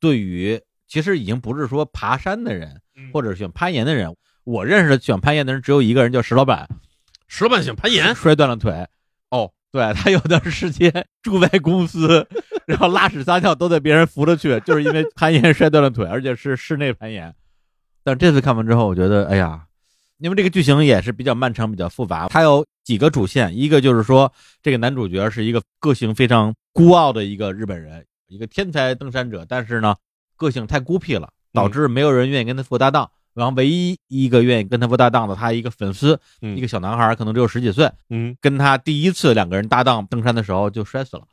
Speaker 1: 对于其实已经不是说爬
Speaker 2: 嗯
Speaker 1: 山的人，或者选攀岩的人，我认识的选攀岩的人只有一个人，叫石老板。
Speaker 2: 石板井攀岩，
Speaker 1: 摔断了腿。
Speaker 2: 哦，
Speaker 1: 对他有段时间住在公司，然后拉屎撒尿都得别人扶着去，就是因为攀岩摔断了腿，而且是室内攀岩。但这次看完之后，我觉得，哎呀，因为这个剧情也是比较漫长、比较复杂，它有几个主线，一个就是说这个男主角是一个个性非常孤傲的一个日本人，一个天才登山者，但是呢，个性太孤僻了，导致没有人愿意跟他做搭档。然后唯一一个愿意跟他做搭档的，他一个粉丝，
Speaker 2: 嗯
Speaker 1: 一个小男孩，可能只有十几岁，
Speaker 2: 嗯
Speaker 1: 跟他第一次两个人搭档登山的时候就摔死了，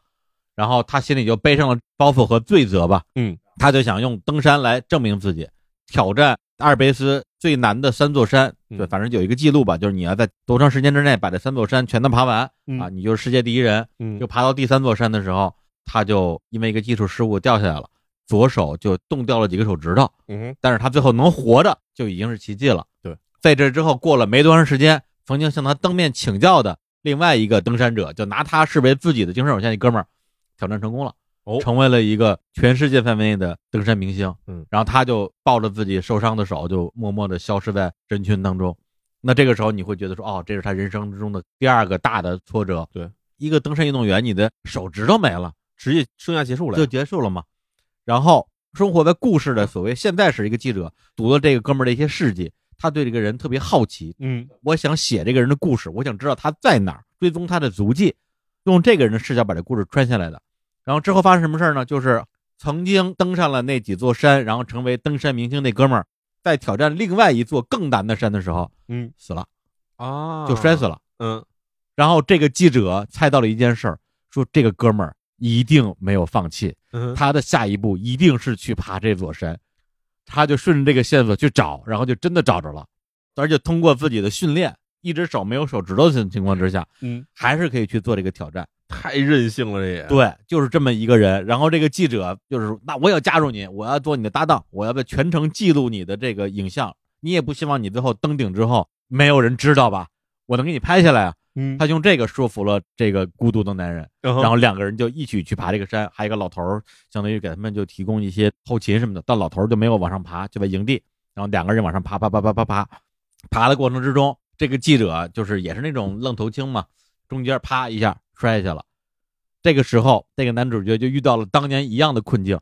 Speaker 1: 然后他心里就背上了包袱和罪责吧，
Speaker 2: 嗯，
Speaker 1: 他就想用登山来证明自己，挑战阿尔卑斯最难的三座山，
Speaker 2: 嗯
Speaker 1: 对，反正有一个记录吧，就是你要在多长时间之内把这三座山全都爬完、
Speaker 2: 嗯
Speaker 1: 啊，你就是世界第一人。
Speaker 2: 嗯
Speaker 1: 就爬到第三座山的时候，他就因为一个技术失误掉下来了，左手就冻掉了几个手指头，
Speaker 2: 嗯
Speaker 1: 但是他最后能活着就已经是奇迹了。
Speaker 2: 对，
Speaker 1: 在这之后过了没多长时间，曾经向他当面请教的另外一个登山者，就拿他视为自己的精神偶像，一哥们儿挑战成功了，
Speaker 2: 哦
Speaker 1: 成为了一个全世界范围内的登山明星。
Speaker 2: 嗯，
Speaker 1: 然后他就抱着自己受伤的手，就默默的消失在人群当中。那这个时候你会觉得说，哦，这是他人生之中的第二个大的挫折。
Speaker 2: 对，
Speaker 1: 一个登山运动员，你的手指头没了。
Speaker 2: 职业生涯结束了
Speaker 1: 就，结束了嘛。然后生活在故事的所谓现在是一个记者，读了这个哥们儿的一些事迹，他对这个人特别好奇，
Speaker 2: 嗯
Speaker 1: 我想写这个人的故事，我想知道他在哪儿，追踪他的足迹，用这个人的视角把这故事穿下来的。然后之后发生什么事儿呢？就是曾经登上了那几座山，然后成为登山明星那哥们儿，在挑战另外一座更难的山的时候
Speaker 2: 嗯
Speaker 1: 死了，
Speaker 2: 啊，
Speaker 1: 就摔死，了。
Speaker 2: 嗯
Speaker 1: 然后这个记者猜到了一件事儿，说这个哥们儿一定没有放弃，
Speaker 2: 嗯，
Speaker 1: 他的下一步一定是去爬这座山，他就顺着这个线索去找，然后就真的找着了，而且通过自己的训练，一只手没有手指头的情况之下，
Speaker 2: 嗯，
Speaker 1: 还是可以去做这个挑战。
Speaker 2: 太任性了，这也，
Speaker 1: 对，就是这么一个人。然后这个记者就是，那我也要加入你，我要做你的搭档，我要在全程记录你的这个影像。你也不希望你最后登顶之后没有人知道吧？我能给你拍下来啊！
Speaker 2: 嗯，
Speaker 1: 他用这个说服了这个孤独的男人。
Speaker 2: 然后
Speaker 1: 然后两个人就一起去爬这个山，还有一个老头儿，相当于给他们就提供一些后勤什么的，但老头儿就没有往上爬，就在营地，然后两个人往上爬爬爬爬爬爬，爬的过程之中，这个记者就是也是那种愣头青嘛，中间啪一下摔下去了，这个时候这个男主角就遇到了当年一样的困境。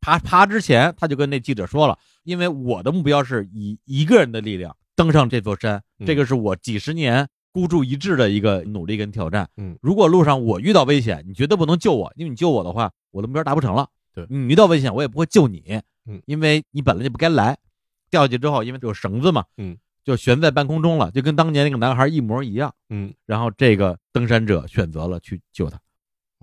Speaker 1: 爬爬之前，他就跟那记者说了，因为我的目标是以一个人的力量登上这座山，
Speaker 2: 嗯
Speaker 1: 这个是我几十年孤注一掷的一个努力跟挑战。
Speaker 2: 嗯
Speaker 1: 如果路上我遇到危险，你绝对不能救我，因为你救我的话，我的目标达不成了。
Speaker 2: 对
Speaker 1: 你遇到危险，我也不会救你，
Speaker 2: 嗯，
Speaker 1: 因为你本来就不该来。掉下去之后，因为有绳子嘛，
Speaker 2: 嗯，
Speaker 1: 就悬在半空中了，就跟当年那个男孩一模一样。
Speaker 2: 嗯
Speaker 1: 然后这个登山者选择了去救他，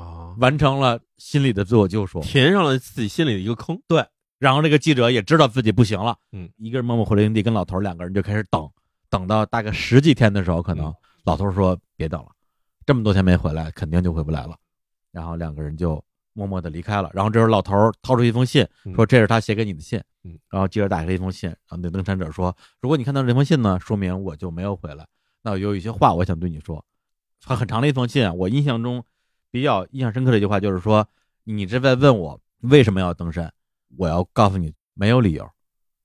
Speaker 2: 啊，
Speaker 1: 完成了心理的自我救赎。
Speaker 2: 填上了自己心里的一个坑，对，
Speaker 1: 然后这个记者也知道自己不行了，
Speaker 2: 嗯，
Speaker 1: 一个人默默回了营地，跟老头儿两个人就开始等，等到大概十几天的时候，可能、
Speaker 2: 嗯
Speaker 1: 老头儿说别等了，这么多天没回来，肯定就回不来了。然后两个人就默默的离开了。然后这时候老头儿掏出一封信，
Speaker 2: 嗯
Speaker 1: 说这是他写给你的信。
Speaker 2: 嗯
Speaker 1: 然后记者打开这封信，然后那登山者说，如果你看到这封信呢，说明我就没有回来。那有一些话我想对你说，很很长的一封信啊，我印象中比较印象深刻的一句话就是说，你是在问我为什么要登山，我要告诉你没有理由。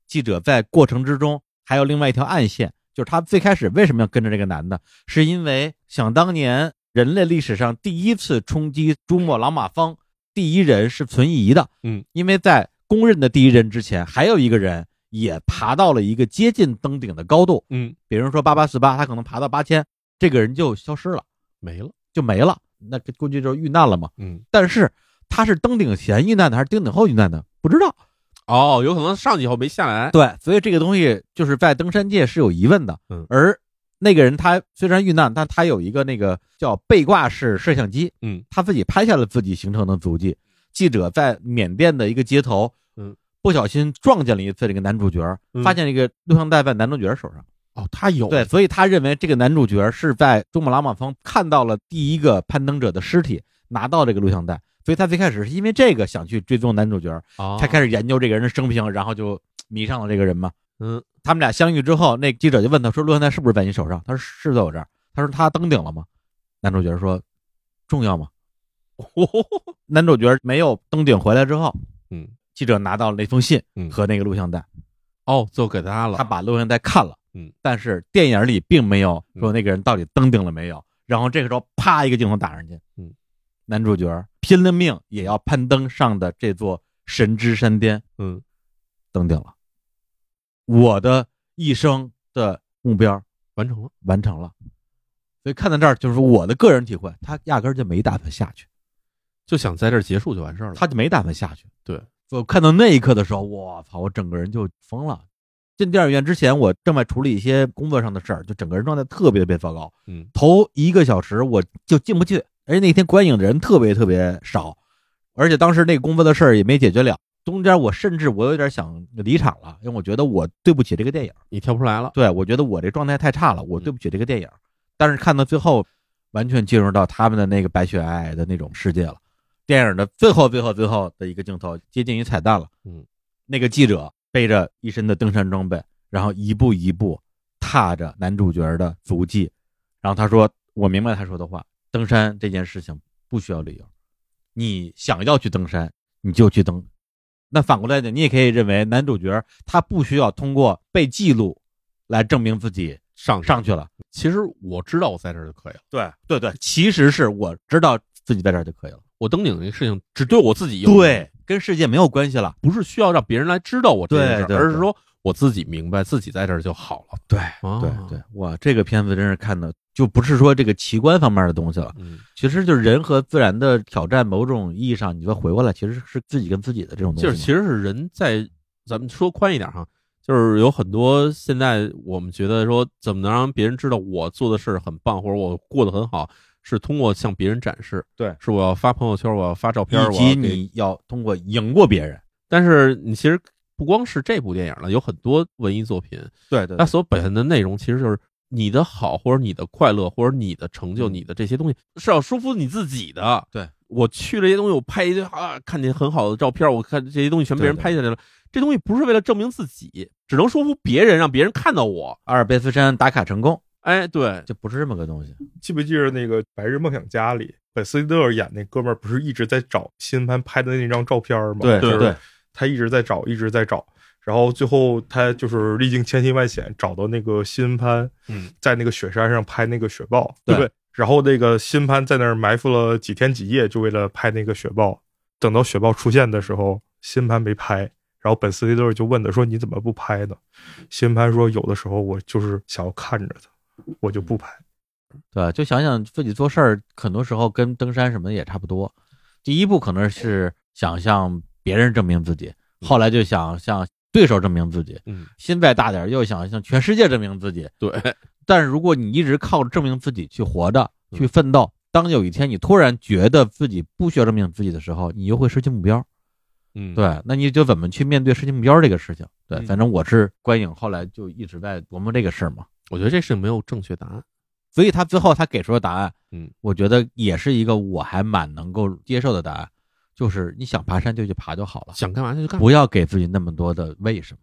Speaker 1: 记者在过程之中还有另外一条暗线，就是他最开始为什么要跟着这个男的，是因为想当年人类历史上第一次冲击珠穆朗玛峰第一人是存疑的，
Speaker 2: 嗯，
Speaker 1: 因为在公认的第一人之前，还有一个人也爬到了一个接近登顶的高度，
Speaker 2: 嗯，
Speaker 1: 比如说八八四八，他可能爬到八千，这个人就消失了，
Speaker 2: 没了，
Speaker 1: 就没了，那估计就是遇难了嘛。
Speaker 2: 嗯，
Speaker 1: 但是他是登顶前遇难的还是登顶后遇难的，不知道。
Speaker 2: 哦，有可能上去以后没下来，
Speaker 1: 对，所以这个东西就是在登山界是有疑问的。
Speaker 2: 嗯
Speaker 1: 而那个人他虽然遇难，但他有一个那个叫背挂式摄像机，
Speaker 2: 嗯，
Speaker 1: 他自己拍下了自己行程的足迹。记者在缅甸的一个街头，
Speaker 2: 嗯，
Speaker 1: 不小心撞见了一次这个男主角，
Speaker 2: 嗯
Speaker 1: 发现这个录像带在男主角手上。
Speaker 2: 哦，他有，
Speaker 1: 对，，所以他认为这个男主角是在珠穆朗玛峰看到了第一个攀登者的尸体，拿到这个录像带，所以他最开始是因为这个想去追踪男主角，
Speaker 2: 啊，
Speaker 1: 他开始研究这个人的生平，然后就迷上了这个人嘛。
Speaker 2: 嗯，
Speaker 1: 他们俩相遇之后，那记者就问他说：“录像带是不是在你手上？”他说：“是在我这儿。”他说：“他登顶了吗？”男主角说：“重要 吗
Speaker 2: 哦？”
Speaker 1: 男主角没有登顶回来之后，
Speaker 2: 嗯，
Speaker 1: 记者拿到了那封信
Speaker 2: 嗯
Speaker 1: 和那个录像带，
Speaker 2: 哦，就给他了，
Speaker 1: 他把录像带看了，
Speaker 2: 嗯，
Speaker 1: 但是电影里并没有说那个人到底登顶了没有。然后这个时候啪一个镜头打上去，
Speaker 2: 嗯，
Speaker 1: 男主角拼了命也要攀登上的这座神之山巅，
Speaker 2: 嗯
Speaker 1: 登顶了。我的一生的目标
Speaker 2: 完成了，
Speaker 1: 完成了。所以看到这儿，就是我的个人体会，他压根儿就没打算下去，
Speaker 2: 就想在这儿结束就完事儿了。
Speaker 1: 他就没打算下去。
Speaker 2: 对，
Speaker 1: 我看到那一刻的时候，我操，我整个人就疯了。进电影院之前，我正在处理一些工作上的事儿，就整个人状态特别特别糟糕。
Speaker 2: 嗯
Speaker 1: 头一个小时我就进不去，而且那天观影的人特别特别少，而且当时那个工作的事儿也没解决了。中间我甚至我有点想离场了，因为我觉得我对不起这个电影。
Speaker 2: 你跳不出来了，嗯
Speaker 1: 对我觉得我这状态太差了，我对不起这个电影。但是看到最后，完全进入到他们的那个白雪皑皑的那种世界了。电影的最后、最后、最后的一个镜头，接近于彩蛋了。
Speaker 2: 嗯，
Speaker 1: 那个记者背着一身的登山装备，然后一步一步踏着男主角的足迹，然后他说：“我明白他说的话，登山这件事情不需要理由，你想要去登山，你就去登。”那反过来讲，你也可以认为男主角他不需要通过被记录来证明自己
Speaker 2: 上去
Speaker 1: 上去了。
Speaker 2: 其实我知道我在这儿就可以了，
Speaker 1: 对对对，其实是我知道自己在这儿就可以了。
Speaker 2: 我登顶这个事情只对我自己有利，
Speaker 1: 对，跟世界没有关系了。
Speaker 2: 不是需要让别人来知道我这件事儿，
Speaker 1: 对对
Speaker 2: 而是
Speaker 1: 对
Speaker 2: 说我自己明白自己在这儿就好了。
Speaker 1: 对
Speaker 2: 啊
Speaker 1: 对对，哇，这个片子真是看的就不是说这个奇观方面的东西了，
Speaker 2: 嗯，
Speaker 1: 其实就是人和自然的挑战。某种意义上，你说回过来，其实是自己跟自己的这种东西
Speaker 2: 就
Speaker 1: 嘛。
Speaker 2: 是其实是人在，咱们说宽一点哈，就是有很多现在我们觉得说怎么能让别人知道我做的事儿很棒，或者我过得很好，是通过向别人展示，
Speaker 1: 对
Speaker 2: 是我要发朋友圈，我要发照片，
Speaker 1: 以
Speaker 2: 我要
Speaker 1: 及
Speaker 2: 给
Speaker 1: 你要通过赢过别人。
Speaker 2: 但是你其实不光是这部电影了，有很多文艺作品，
Speaker 1: 对对
Speaker 2: 它所表现的内容其实就是你的好，或者你的快乐，或者你的成就，你的这些东西是要说服你自己的。
Speaker 1: 嗯对，
Speaker 2: 我去了这些东西，我拍一堆啊，看见很好的照片，我看这些东西全被人
Speaker 1: 对对
Speaker 2: 拍下来了。这东西不是为了证明自己，只能说服别人，让别人看到我。
Speaker 1: 阿尔卑斯山打卡成功，
Speaker 2: 哎，对，
Speaker 1: 就不是这么个东西。
Speaker 3: 记不记得那个《白日梦想家》里，本斯蒂勒演那哥们儿不是一直在找新盘拍的那张照片吗？
Speaker 1: 对
Speaker 3: 就是
Speaker 1: 对
Speaker 3: 他一直在找，一直在找，然后最后他就是历经千辛万险找到那个新潘，
Speaker 2: 嗯，
Speaker 3: 在那个雪山上拍那个雪豹，
Speaker 1: 对
Speaker 3: 对不对？然后那个新潘在那儿埋伏了几天几夜，就为了拍那个雪豹。等到雪豹出现的时候，新潘没拍，然后本斯蒂勒就问他说：“你怎么不拍呢？”新潘说：“有的时候我就是想要看着他，我就不拍。”
Speaker 1: 对，就想想自己做事儿，很多时候跟登山什么的也差不多。第一步可能是想向别人证明自己，后来就想向对手证明自己，
Speaker 2: 嗯，
Speaker 1: 心再大点儿又想向全世界证明自己。
Speaker 2: 对，
Speaker 1: 但是如果你一直靠证明自己去活着、
Speaker 2: 嗯
Speaker 1: 去奋斗，当有一天你突然觉得自己不需要证明自己的时候，你又会失去目标。
Speaker 2: 嗯，，
Speaker 1: 对，那你就怎么去面对失去目标这个事情？对，
Speaker 2: 嗯
Speaker 1: 反正我是观影，后来就一直在琢磨这个事儿嘛。
Speaker 2: 我觉得这事情没有正确答案。
Speaker 1: 所以他最后他给出的答案，
Speaker 2: 嗯，
Speaker 1: 我觉得也是一个我还蛮能够接受的答案，就是你想爬山就去爬就好了，
Speaker 2: 想干嘛就去干嘛。
Speaker 1: 不要给自己那么多的为什么。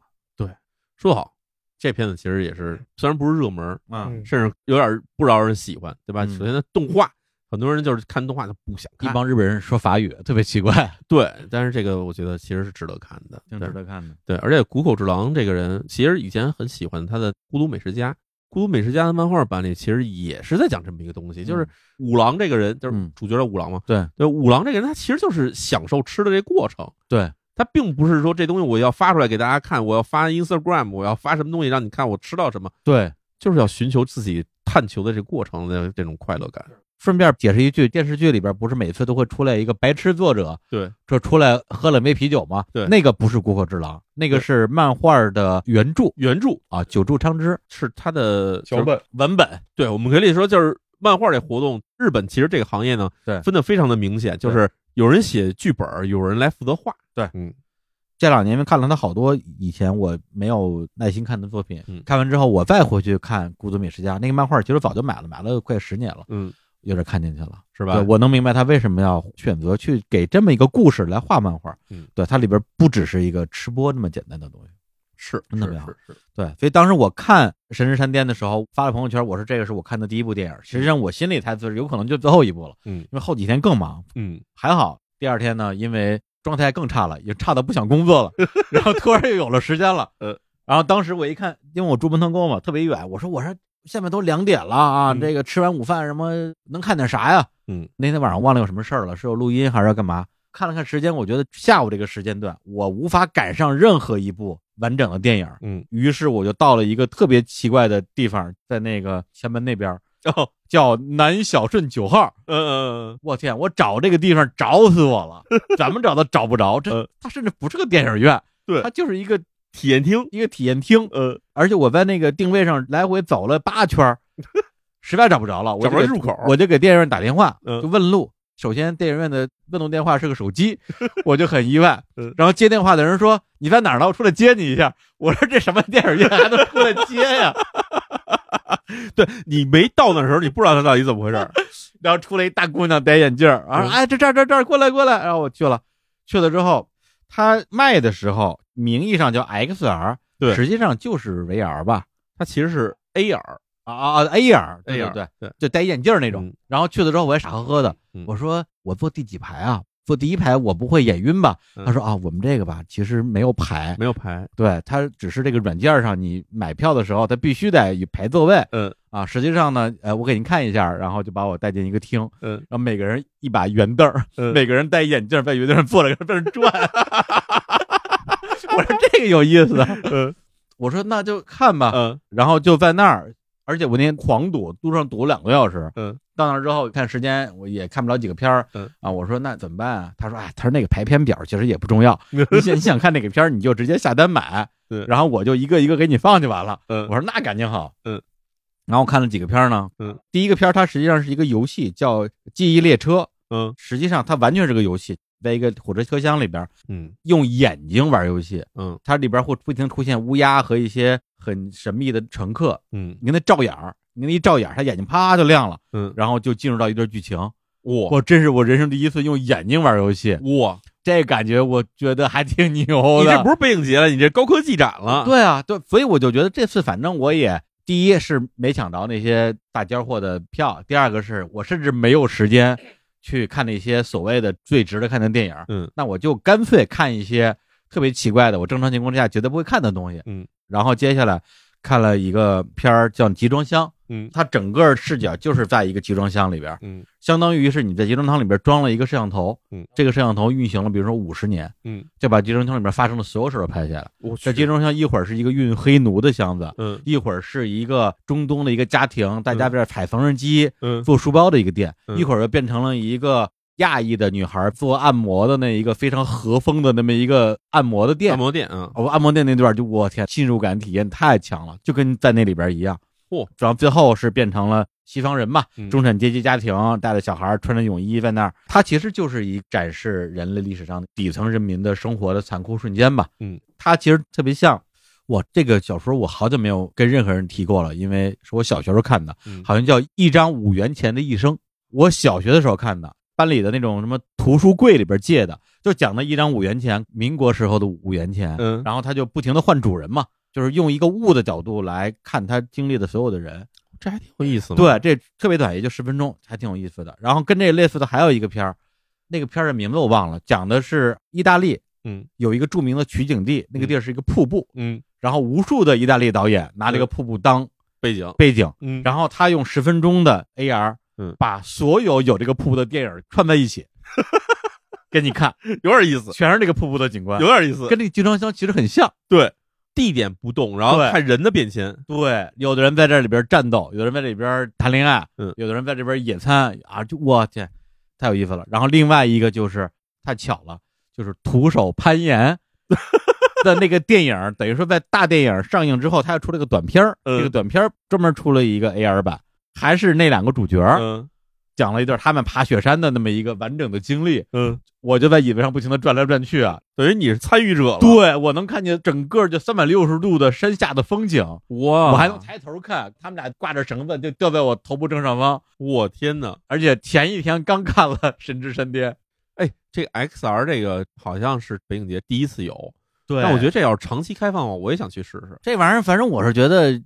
Speaker 2: 说得好，这片子其实也是，虽然不是热门，
Speaker 1: 嗯，
Speaker 3: 嗯
Speaker 2: 甚至有点不招人喜欢，对吧？
Speaker 1: 嗯
Speaker 2: 首先，它动画，很多人就是看动画就不想
Speaker 1: 一
Speaker 2: 看，
Speaker 1: 帮日本人说法语特别奇怪，
Speaker 2: 对。但是这个我觉得其实是值得看的，
Speaker 1: 挺
Speaker 2: 对
Speaker 1: 值得看的。
Speaker 2: 对。而且谷口治郎这个人，其实以前很喜欢他的《孤独美食家》，《孤独美食家》的漫画版里其实也是在讲这么一个东西，就是
Speaker 1: 嗯
Speaker 2: 五郎这个人，就是
Speaker 1: 嗯
Speaker 2: 主角的五郎嘛，
Speaker 1: 对
Speaker 2: 对，五郎这个人他其实就是享受吃的这过程，
Speaker 1: 对。
Speaker 2: 他并不是说这东西我要发出来给大家看，我要发 Instagram，我要发什么东西让你看我吃到什么，
Speaker 1: 对，
Speaker 2: 就是要寻求自己探求的这过程的这种快乐感。
Speaker 1: 顺便解释一句，电视剧里边不是每次都会出来一个白痴作者，
Speaker 2: 对，
Speaker 1: 说出来喝了杯啤酒吗？
Speaker 2: 对
Speaker 1: 那个不是谷口治郎，那个是漫画的原著
Speaker 2: 原著
Speaker 1: 啊，久住昌之
Speaker 2: 是他的
Speaker 3: 脚本，
Speaker 1: 文本。
Speaker 2: 对，我们可以说就是漫画这活动，日本其实这个行业呢，
Speaker 1: 对
Speaker 2: 分的非常的明显，就是有人写剧本，有人来负责画。
Speaker 1: 对
Speaker 2: 嗯，
Speaker 1: 这两年因为看了他好多以前我没有耐心看的作品，
Speaker 2: 嗯
Speaker 1: 看完之后我再回去看《孤独美食家》那个漫画，其实早就买了，买了快十年了，
Speaker 2: 嗯，
Speaker 1: 有点看进去了，
Speaker 2: 是
Speaker 1: 是
Speaker 2: 吧？
Speaker 1: 我能明白他为什么要选择去给这么一个故事来画漫画，
Speaker 2: 嗯，
Speaker 1: 对，它里边不只是一个吃播那么简单的东西，
Speaker 2: 是
Speaker 1: 真的没有
Speaker 2: 是是是
Speaker 1: 对，所以当时我看《神之山巅》的时候，发了朋友圈，我说这个是我看的第一部电影，实际上我心里猜测是有可能就最后一部了，
Speaker 2: 嗯
Speaker 1: 因为后几天更忙，
Speaker 2: 嗯，
Speaker 1: 还好，第二 天呢，因为状态更差了，也差到不想工作了，然后突然又有了时间了，
Speaker 2: 呃，
Speaker 1: 然后当时我一看，因为我住门头沟嘛，特别远，我说我说下面都两点了啊，
Speaker 2: 嗯
Speaker 1: 这个吃完午饭什么能看点啥呀？
Speaker 2: 嗯，
Speaker 1: 那天晚上忘了有什么事儿了，是有录音还是要干嘛？看了看时间，我觉得下午这个时间段我无法赶上任何一部完整的电影，
Speaker 2: 嗯，
Speaker 1: 于是我就到了一个特别奇怪的地方，在那个前门那边儿， 哦叫南小顺九号。
Speaker 2: 呃，
Speaker 1: 我天！我找这个地方找死我了，怎么找都找不着。这
Speaker 2: 呃
Speaker 1: 它甚至不是个电影院，
Speaker 2: 对
Speaker 1: 它就是一个
Speaker 2: 体验厅，
Speaker 1: 一个体验厅。
Speaker 2: 呃，
Speaker 1: 而且我在那个定位上来回走了八圈儿，实在找不着了，我
Speaker 2: 找
Speaker 1: 就
Speaker 2: 不
Speaker 1: 给
Speaker 2: 着入口，
Speaker 1: 我就给电影院打电话，
Speaker 2: 嗯
Speaker 1: 就问路。首先，电影院的问路电话是个手 机，我就很意外
Speaker 2: 嗯。
Speaker 1: 然后接电话的人说：“你在哪儿呢？我出来接你一下。”我说：“这什么电影院还能出来接呀
Speaker 2: 对你没到那时候，你不知道它到底怎么回事 儿，？”
Speaker 1: 然后出来一大姑娘戴眼镜儿，然后
Speaker 2: 嗯
Speaker 1: 说哎，这这儿这儿这儿，过来过来。然后我去了，去了之后，他卖的时候名义上叫 XR，
Speaker 2: 对
Speaker 1: 实际上就是 VR 吧？
Speaker 2: 它其实是 AR，
Speaker 1: 啊啊啊！AR，对对
Speaker 2: AR
Speaker 1: 对，
Speaker 2: 对
Speaker 1: 就戴眼镜儿那种。
Speaker 2: 嗯
Speaker 1: 然后去了之后，我也傻呵呵的，
Speaker 2: 嗯
Speaker 1: 我说我坐第几排啊？坐第一排我不会眼晕吧？
Speaker 2: 嗯
Speaker 1: 他说啊，我们这个吧，其实没有排，
Speaker 2: 没有牌，
Speaker 1: 对，它只是这个软件上你买票的时候，它必须得有排座位。
Speaker 2: 嗯
Speaker 1: 啊，实际上呢，呃，我给您看一下，然后就把我带进一个厅，
Speaker 2: 嗯
Speaker 1: 然后每个人一把圆凳儿，
Speaker 2: 嗯
Speaker 1: 每个人戴眼镜儿，在圆凳上坐着，在那儿转。 我说这个有意思，啊
Speaker 2: 嗯
Speaker 1: 我说那就看吧，
Speaker 2: 嗯
Speaker 1: 然后就在那儿，而且我那天狂赌，路上赌了两个多小时。
Speaker 2: 嗯，
Speaker 1: 到那儿之后看时间，我也看不了几个片儿。
Speaker 2: 嗯
Speaker 1: 啊，我说那怎么办啊？他说啊、哎，他说那个排片表其实也不 重要，你想你想看哪个片儿，你就直接下单买。
Speaker 2: 对
Speaker 1: 然后我就一个一个给你放就完了。
Speaker 2: 嗯
Speaker 1: 我说那感情好。
Speaker 2: 嗯，
Speaker 1: 然后我看了几个片儿呢。
Speaker 2: 嗯，
Speaker 1: 第一个片儿它实际上是一个游戏，叫《记忆列车》，
Speaker 2: 嗯
Speaker 1: 实际上它完全是个游戏，在一个火车车厢里边儿
Speaker 2: 嗯
Speaker 1: 用眼睛玩游戏，
Speaker 2: 嗯
Speaker 1: 它里边儿会不停地出现乌鸦和一些很神秘的乘客，
Speaker 2: 嗯，
Speaker 1: 你跟他照眼儿，你跟他一照眼儿，他眼睛啪就亮了，
Speaker 2: 嗯
Speaker 1: 然后就进入到一段剧情。
Speaker 2: 哇
Speaker 1: 我真是我人生第一次用眼睛玩游戏，
Speaker 2: 嗯哇，
Speaker 1: 这感觉我觉得还挺牛
Speaker 2: 你
Speaker 1: 的。
Speaker 2: 这不是背影节了，你这高科技展了，
Speaker 1: 对啊，对，所以我就觉得这次反正我也第一是没抢到那些大尖货的票，第二个是我甚至没有时间去看那些所谓的最值得看的电影，
Speaker 2: 嗯，
Speaker 1: 那我就干脆看一些特别奇怪的，我正常情况之下绝对不会看的东西，
Speaker 2: 嗯，
Speaker 1: 然后接下来看了一个片儿叫《集装箱》，
Speaker 2: 嗯
Speaker 1: 它整个视角就是在一个集装箱里边儿，
Speaker 2: 嗯
Speaker 1: 相当于是你在集装箱里边装了一个摄像头，
Speaker 2: 嗯，
Speaker 1: 这个摄像头运行了比如说五十年，
Speaker 2: 嗯，
Speaker 1: 就把集装箱里边发生的所有事儿都拍下来了。
Speaker 2: 我
Speaker 1: 这集，装箱一会儿是一个运黑奴的箱子，
Speaker 2: 嗯
Speaker 1: 一会儿是一个中东的一个家庭，大家在这儿踩缝纫机、
Speaker 2: 嗯
Speaker 1: 做书包的一个店，
Speaker 2: 嗯
Speaker 1: 一会儿又变成了一个亚裔的女孩做按摩的那一个非常和风的那么一个按摩的店
Speaker 2: 按。摩店啊，
Speaker 1: 我、按摩店那段就我天，进入感体验太强了，就跟在那里边一样。
Speaker 2: 嚯
Speaker 1: 然后最后是变成了西方人嘛，
Speaker 2: 嗯
Speaker 1: 中产阶级家庭带着小孩穿着泳衣在那儿，它其实就是一展示人类历史上底层人民的生活的残酷瞬间吧。
Speaker 2: 嗯，
Speaker 1: 它其实特别像。我这个小说我好久没有跟任何人提过了，因为是我小学时候看的，
Speaker 2: 嗯
Speaker 1: 好像叫《一张五元钱的一生》，我小学的时候看的，班里的那种什么图书柜里边借的，就讲的一张五元钱，民国时候的五元钱，
Speaker 2: 嗯
Speaker 1: 然后他就不停的换主人嘛，就是用一个物的角度来看他经历的所有的人，
Speaker 2: 这还挺有意思嘛，
Speaker 1: 对，这特别短，也就十分钟，还挺有意思的。然后跟这类似的还有一个片儿，那个片儿的名字我忘了，讲的是意大利，
Speaker 2: 嗯，
Speaker 1: 有一个著名的取景地，那个地儿是一个瀑布，
Speaker 2: 嗯，
Speaker 1: 然后无数的意大利导演拿这个瀑布当
Speaker 2: 背景，
Speaker 1: 背景，
Speaker 2: 嗯，
Speaker 1: 然后他用十分钟的 AR，
Speaker 2: 嗯
Speaker 1: 把所有有这个瀑布的电影串在一 起，给你看，
Speaker 2: 有点 意思，
Speaker 1: 全是这个瀑布的景观
Speaker 2: 有，点意思，
Speaker 1: 跟那集装箱其实很像。
Speaker 2: 对，地点不动，然后
Speaker 1: 对
Speaker 2: 看人的变迁，
Speaker 1: 对，有的人在这里边战斗，有的人在这里边谈恋爱，
Speaker 2: 嗯
Speaker 1: 有的人在这边野餐啊，就我天，太有意思了。然后另外一个就是太巧了，就是徒手攀 岩的那个电影，等于说在大电影上映之后，他又出了个短片儿，
Speaker 2: 嗯
Speaker 1: 这个短片儿专门出了一个 AR 版，还是那两个主角儿、
Speaker 2: 嗯
Speaker 1: 讲了一段他们爬雪山的那么一个完整的经历。
Speaker 2: 嗯，
Speaker 1: 我就在椅子上不停的转来转去啊，
Speaker 2: 等于你是参与者了，，
Speaker 1: 对我能看见整个就三百六十度的山下的风景。
Speaker 2: 哇，
Speaker 1: 我还能，抬头看，他们俩挂着绳子就吊在我头部正上方，
Speaker 2: 我天哪！
Speaker 1: 而且前一天刚看了《神之山巅》，
Speaker 2: 哎，这个 XR 这个好像是北影节第一次有，
Speaker 1: 对
Speaker 2: 但我觉
Speaker 1: 得
Speaker 2: 得这要是长期开放，我也想去试试。
Speaker 1: 这玩意儿，反正我是觉得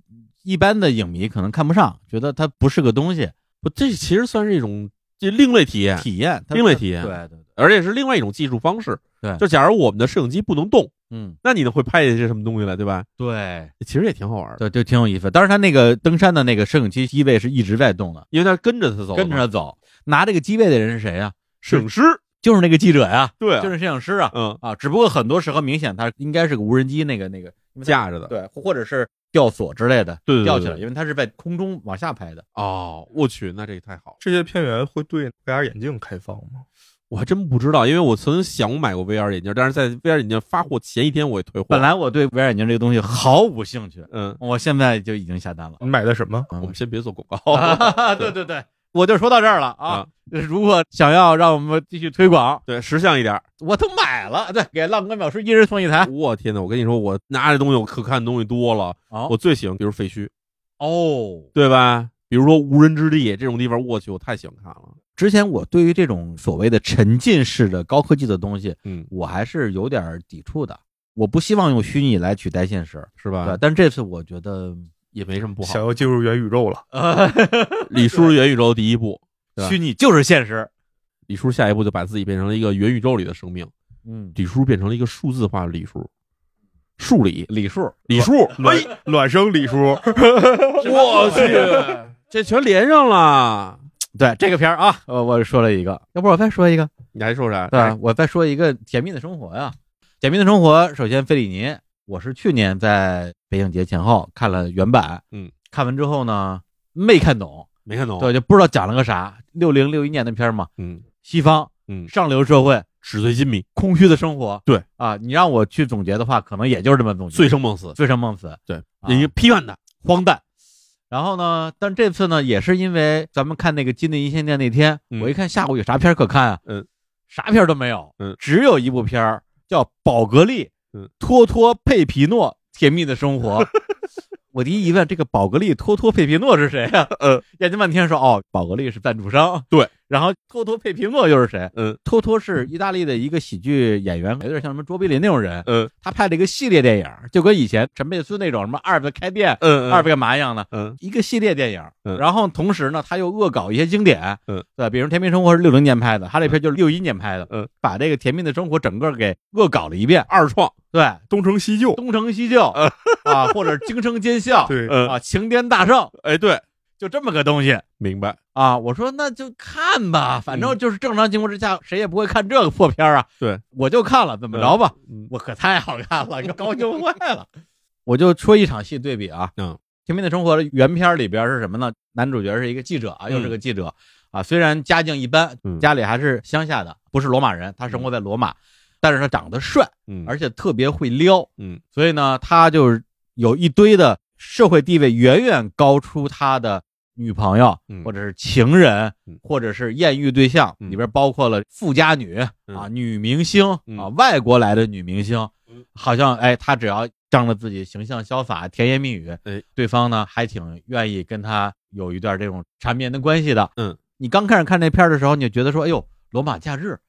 Speaker 1: 一般的影迷可能看不上，觉得它不是个东西，
Speaker 2: 不，这其实算是一种这另类体验，
Speaker 1: 体验它
Speaker 2: 嗯另类体验
Speaker 1: 对对对，
Speaker 2: 而且是另外一种技术方式。
Speaker 1: 对
Speaker 2: 就假如我们的摄影机不能动，
Speaker 1: 嗯，
Speaker 2: 那你呢会拍下些什么东西来，对吧？
Speaker 1: 对，
Speaker 2: 其实也挺好玩的，
Speaker 1: 对，就挺有意思。当然，他那个登山的那个摄影机机位是一直在动的，
Speaker 2: 因为他跟着他走，
Speaker 1: 跟着他走。拿这个机位的人是谁啊？
Speaker 2: 摄影师，
Speaker 1: 就是那个记者呀、
Speaker 2: 对啊，
Speaker 1: 就是摄影师啊。
Speaker 2: 嗯，
Speaker 1: 啊，只不过很多时候明显他应该是个无人机那个那个因为它
Speaker 2: 架着的。
Speaker 1: 对，或或者是吊索之类的，
Speaker 2: 对对对
Speaker 1: 吊起
Speaker 2: 对
Speaker 1: 来，因为它是在空中往下拍的。
Speaker 2: 哦，我去，那这个太好了，
Speaker 3: 这些片源会对 VR 眼镜开放吗？
Speaker 2: 我还真不知道，因为我曾经想过买过 VR 眼镜，但是在 VR 眼镜发货前一天我也退货。
Speaker 1: 本来我对 VR 眼镜这个东西毫无兴趣，
Speaker 2: 嗯，
Speaker 1: 我现在就已经下单了。
Speaker 3: 你买的什么？
Speaker 1: 嗯
Speaker 2: 我们先别做广告。
Speaker 1: 啊，对对对，我就说到这儿了啊
Speaker 2: 啊。
Speaker 1: 如果想要让我们继续推广，
Speaker 2: 对，识相一点。
Speaker 1: 我都买了，对，给浪哥秒叔一人送一台。
Speaker 2: 我天呐，我跟你说，我拿这东西，我可看的东西多了。
Speaker 1: 哦
Speaker 2: 我最喜欢，比如废墟，
Speaker 1: 哦，
Speaker 2: 对吧？比如说无人之地这种地方，我去，我太喜欢看了。
Speaker 1: 之前我对于这种所谓的沉浸式的高科技的东西，
Speaker 2: 嗯，
Speaker 1: 我还是有点儿抵触的。我不希望用虚拟来取代现实，
Speaker 2: 是
Speaker 1: 对
Speaker 2: 吧？。
Speaker 1: 但这次我觉得，
Speaker 2: 也没什么不
Speaker 3: 想
Speaker 2: 好。
Speaker 3: 要进入元宇 宙了，
Speaker 2: 李叔元宇宙第一步，对吧
Speaker 1: 虚拟就是现实。
Speaker 2: 李叔下一步就把自己变成了一个元宇宙里的生命，
Speaker 1: 嗯，
Speaker 2: 李叔变成了一个数字化的李叔，数理
Speaker 1: 李树，
Speaker 2: 李叔，哎
Speaker 3: 卵卵生李叔，
Speaker 2: 我去，这全连上了。
Speaker 1: 对这个片儿啊，呃，我说了一个，要不我再说一个，
Speaker 2: 你还说啥？哎
Speaker 1: 对啊吧，我再说一个《甜蜜的生活》呀，《甜蜜的生活》首先费里尼，我是去年在北影节前后看了原版，
Speaker 2: 嗯，哦
Speaker 1: 看完之后呢，没看懂，
Speaker 2: 没看懂。
Speaker 1: 对，就不知道讲了个啥。六零六一年的片儿嘛，
Speaker 2: 嗯，
Speaker 1: 西方，
Speaker 2: 嗯
Speaker 1: 上流社会，
Speaker 2: 纸醉金迷，
Speaker 1: 空虚的生活，
Speaker 2: 对
Speaker 1: 啊，你让我去总结的话，可能也就是这么总结，
Speaker 2: 醉生梦死。
Speaker 1: 醉生梦死，
Speaker 2: 对，
Speaker 1: 啊
Speaker 2: 你批判他。
Speaker 1: 荒诞。然后呢，但这次呢，也是因为咱们看那个金陵一线店那天，
Speaker 2: 嗯
Speaker 1: 我一看下午有啥片儿可看啊？
Speaker 2: 嗯，
Speaker 1: 啥片儿都没有，
Speaker 2: 嗯
Speaker 1: 只有一部片儿叫《宝格丽》，
Speaker 2: 嗯，
Speaker 1: 托托佩皮诺甜蜜的生 活。我第一疑问，这个宝格丽托托佩皮诺是谁呀、
Speaker 2: 嗯，
Speaker 1: 研究半天说，哦，宝格丽是赞助商，
Speaker 2: 对，
Speaker 1: 然后托托佩皮诺又是谁？
Speaker 2: 嗯，
Speaker 1: 托托是意大利的一个喜剧演员，有点像什么卓别林那种人，
Speaker 2: 嗯
Speaker 1: 他拍了一个系列电影，就跟以前陈佩斯那种什么二百开店，
Speaker 2: 嗯
Speaker 1: 二百干嘛一样的，
Speaker 2: 嗯
Speaker 1: 一个系列电影。
Speaker 2: 嗯
Speaker 1: 然后同时呢，他又恶搞一些经典，
Speaker 2: 嗯，
Speaker 1: 对，比如《甜蜜生活》是六零年拍的，他这片就是六一年拍的，
Speaker 2: 嗯，
Speaker 1: 把这个《甜蜜的生活》整个给恶搞了一遍，
Speaker 2: 二创。
Speaker 1: 对，
Speaker 3: 东成西就。
Speaker 1: 东成西就啊，或者惊声 尖笑，
Speaker 3: 对，
Speaker 2: 嗯，
Speaker 1: 啊，晴天大圣，
Speaker 2: 哎，对，
Speaker 1: 就这么个东西。
Speaker 2: 明白。
Speaker 1: 啊，我说那就看吧，反正就是正常情况之下，谁也不会看这个破片儿啊。
Speaker 2: 嗯对，
Speaker 1: 我就看了，怎么着吧？
Speaker 2: 嗯
Speaker 1: 我可太好看 了，高兴坏了。我就说一场戏对比啊，
Speaker 2: 嗯
Speaker 1: 甜蜜的生活》的原片里边是什么呢？男主角是一个记者啊，又是个记者、啊，虽然家境一般
Speaker 2: 嗯，
Speaker 1: 家里还是乡下的，不是罗马人，他生活在罗马，但是他长得帅，
Speaker 2: 嗯，
Speaker 1: 而且特别会撩，
Speaker 2: 嗯
Speaker 1: 所以呢，他就是有一堆的社会地位远远高出他的女朋友，
Speaker 2: 嗯
Speaker 1: 或者是情人
Speaker 2: 嗯，
Speaker 1: 或者是艳遇对象，
Speaker 2: 嗯
Speaker 1: 里边包括了富家女
Speaker 2: 嗯
Speaker 1: 啊、女明星
Speaker 2: 嗯
Speaker 1: 啊、外国来的女明星，好像哎，他只要仗着自己形象潇洒、甜言蜜语，
Speaker 2: 哎，
Speaker 1: 对方呢还挺愿意跟他有一段这种缠绵的关系的。
Speaker 2: 嗯，
Speaker 1: 你刚开始看这片儿的时候，你就觉得说，哎呦，罗马假日。啊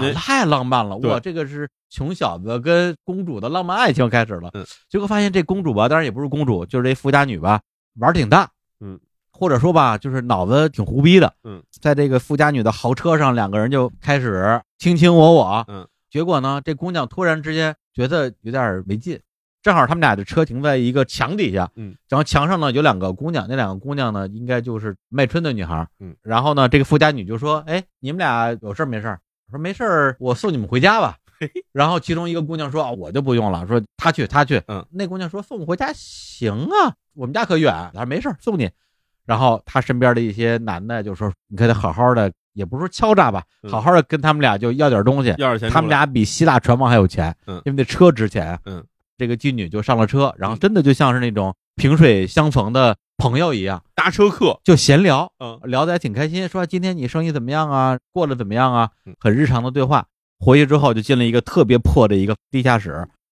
Speaker 2: 那，
Speaker 1: 太浪漫了！
Speaker 2: 对
Speaker 1: 哇，这个是穷小子跟公主的浪漫爱情开始了。
Speaker 2: 嗯
Speaker 1: 结果发现这公主吧，当然也不是公主，就是这富家女吧，玩儿挺大。
Speaker 2: 嗯，
Speaker 1: 或者说吧，就是脑子挺胡逼的。
Speaker 2: 嗯，
Speaker 1: 在这个富家女的豪车上，两个人就开始卿卿我我。
Speaker 2: 嗯，
Speaker 1: 结果呢，这姑娘突然之间觉得有点没劲。正好他们俩的车停在一个墙底下，
Speaker 2: 嗯，
Speaker 1: 然后墙上呢有两个姑娘，那两个姑娘呢应该就是卖春的女孩儿，
Speaker 2: 嗯，
Speaker 1: 然后呢这个富家女就说，哎，你们俩有事儿没事儿？我说没事儿，我送你们回家吧。然后其中一个姑娘说：“啊，我就不用了，说她去，她去。”
Speaker 2: 嗯，
Speaker 1: 那姑娘说：“送我回家行啊，我们家可远。”她说：“没事儿，送你。”然后她身边的一些男的就说：“你可得好好的，也不是说敲诈吧，
Speaker 2: 嗯
Speaker 1: 好好的跟他们俩就要点东西。
Speaker 2: 要是钱出来，
Speaker 1: 他们俩比希腊船王还有钱，
Speaker 2: 嗯
Speaker 1: 因为那车值钱。啊
Speaker 2: 嗯，
Speaker 1: 这个妓女就上了车，然后真的就像是那种萍水相逢的朋友一样，
Speaker 2: 搭车客，
Speaker 1: 就闲聊。
Speaker 2: 嗯
Speaker 1: 聊得还挺开心，说今天你生意怎么样啊？过得怎么样啊
Speaker 2: 嗯？
Speaker 1: 很日常的对话。回去之后就进了一个特别破的一个地下室，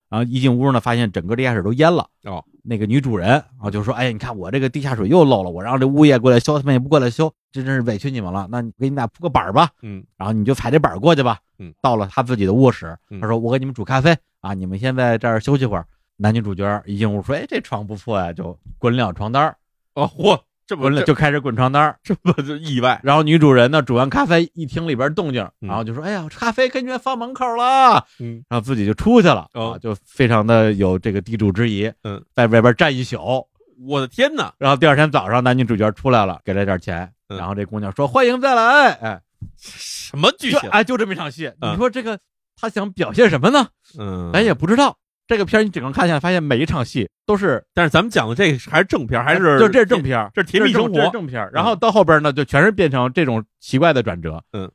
Speaker 1: 然后一进屋呢，发现整个地下室都淹了。
Speaker 2: 哦，
Speaker 1: 那个女主人啊就说：“哎，你看我这个地下水又漏了，我让这物业过来修，他们也不过来修，这真是委屈你们了。那你给你们俩铺个板儿吧，
Speaker 2: 嗯
Speaker 1: 然后你就踩这板儿过去吧。”
Speaker 2: 嗯，
Speaker 1: 到了他自己的卧室，
Speaker 2: 嗯
Speaker 1: 他说：“我给你们煮咖啡啊，你们先在这儿休息会儿。”男女主角一进屋说：“哎，这床不错呀、就滚两床单儿。”
Speaker 2: 哦嚯，这
Speaker 1: 完
Speaker 2: 么
Speaker 1: 了
Speaker 2: 这
Speaker 1: 就开始滚床单儿。
Speaker 2: 这么就意外，
Speaker 1: 然后女主人呢煮完咖啡，一听里边动静，然后就说：“哎呀，咖啡跟人放门口了。
Speaker 2: 嗯”
Speaker 1: 然后自己就出去了
Speaker 2: 哦
Speaker 1: 啊，就非常的有这个地主之谊。
Speaker 2: 嗯，
Speaker 1: 在外边站一宿，
Speaker 2: 我的天哪，
Speaker 1: 然后第二天早上男女主角出来了，给了点钱，
Speaker 2: 嗯
Speaker 1: 然后这姑娘说：“欢迎再来。”哎，
Speaker 2: 什么剧
Speaker 1: 就
Speaker 2: 情？
Speaker 1: 哎就这么一场戏，
Speaker 2: 嗯
Speaker 1: 你说这个他想表现什么呢？
Speaker 2: 嗯，
Speaker 1: 咱也哎不知道。这个片儿你整个看下来，发现每一场戏都是哎
Speaker 2: 但是咱们讲的这个还是正片儿，还是
Speaker 1: 就这是正，片儿，
Speaker 2: 哎这是甜蜜
Speaker 1: 这是正
Speaker 2: 生
Speaker 1: 这是
Speaker 2: 活，
Speaker 1: 正片儿。嗯然后到后边呢，就全是变成这种奇怪的转折。
Speaker 2: 嗯，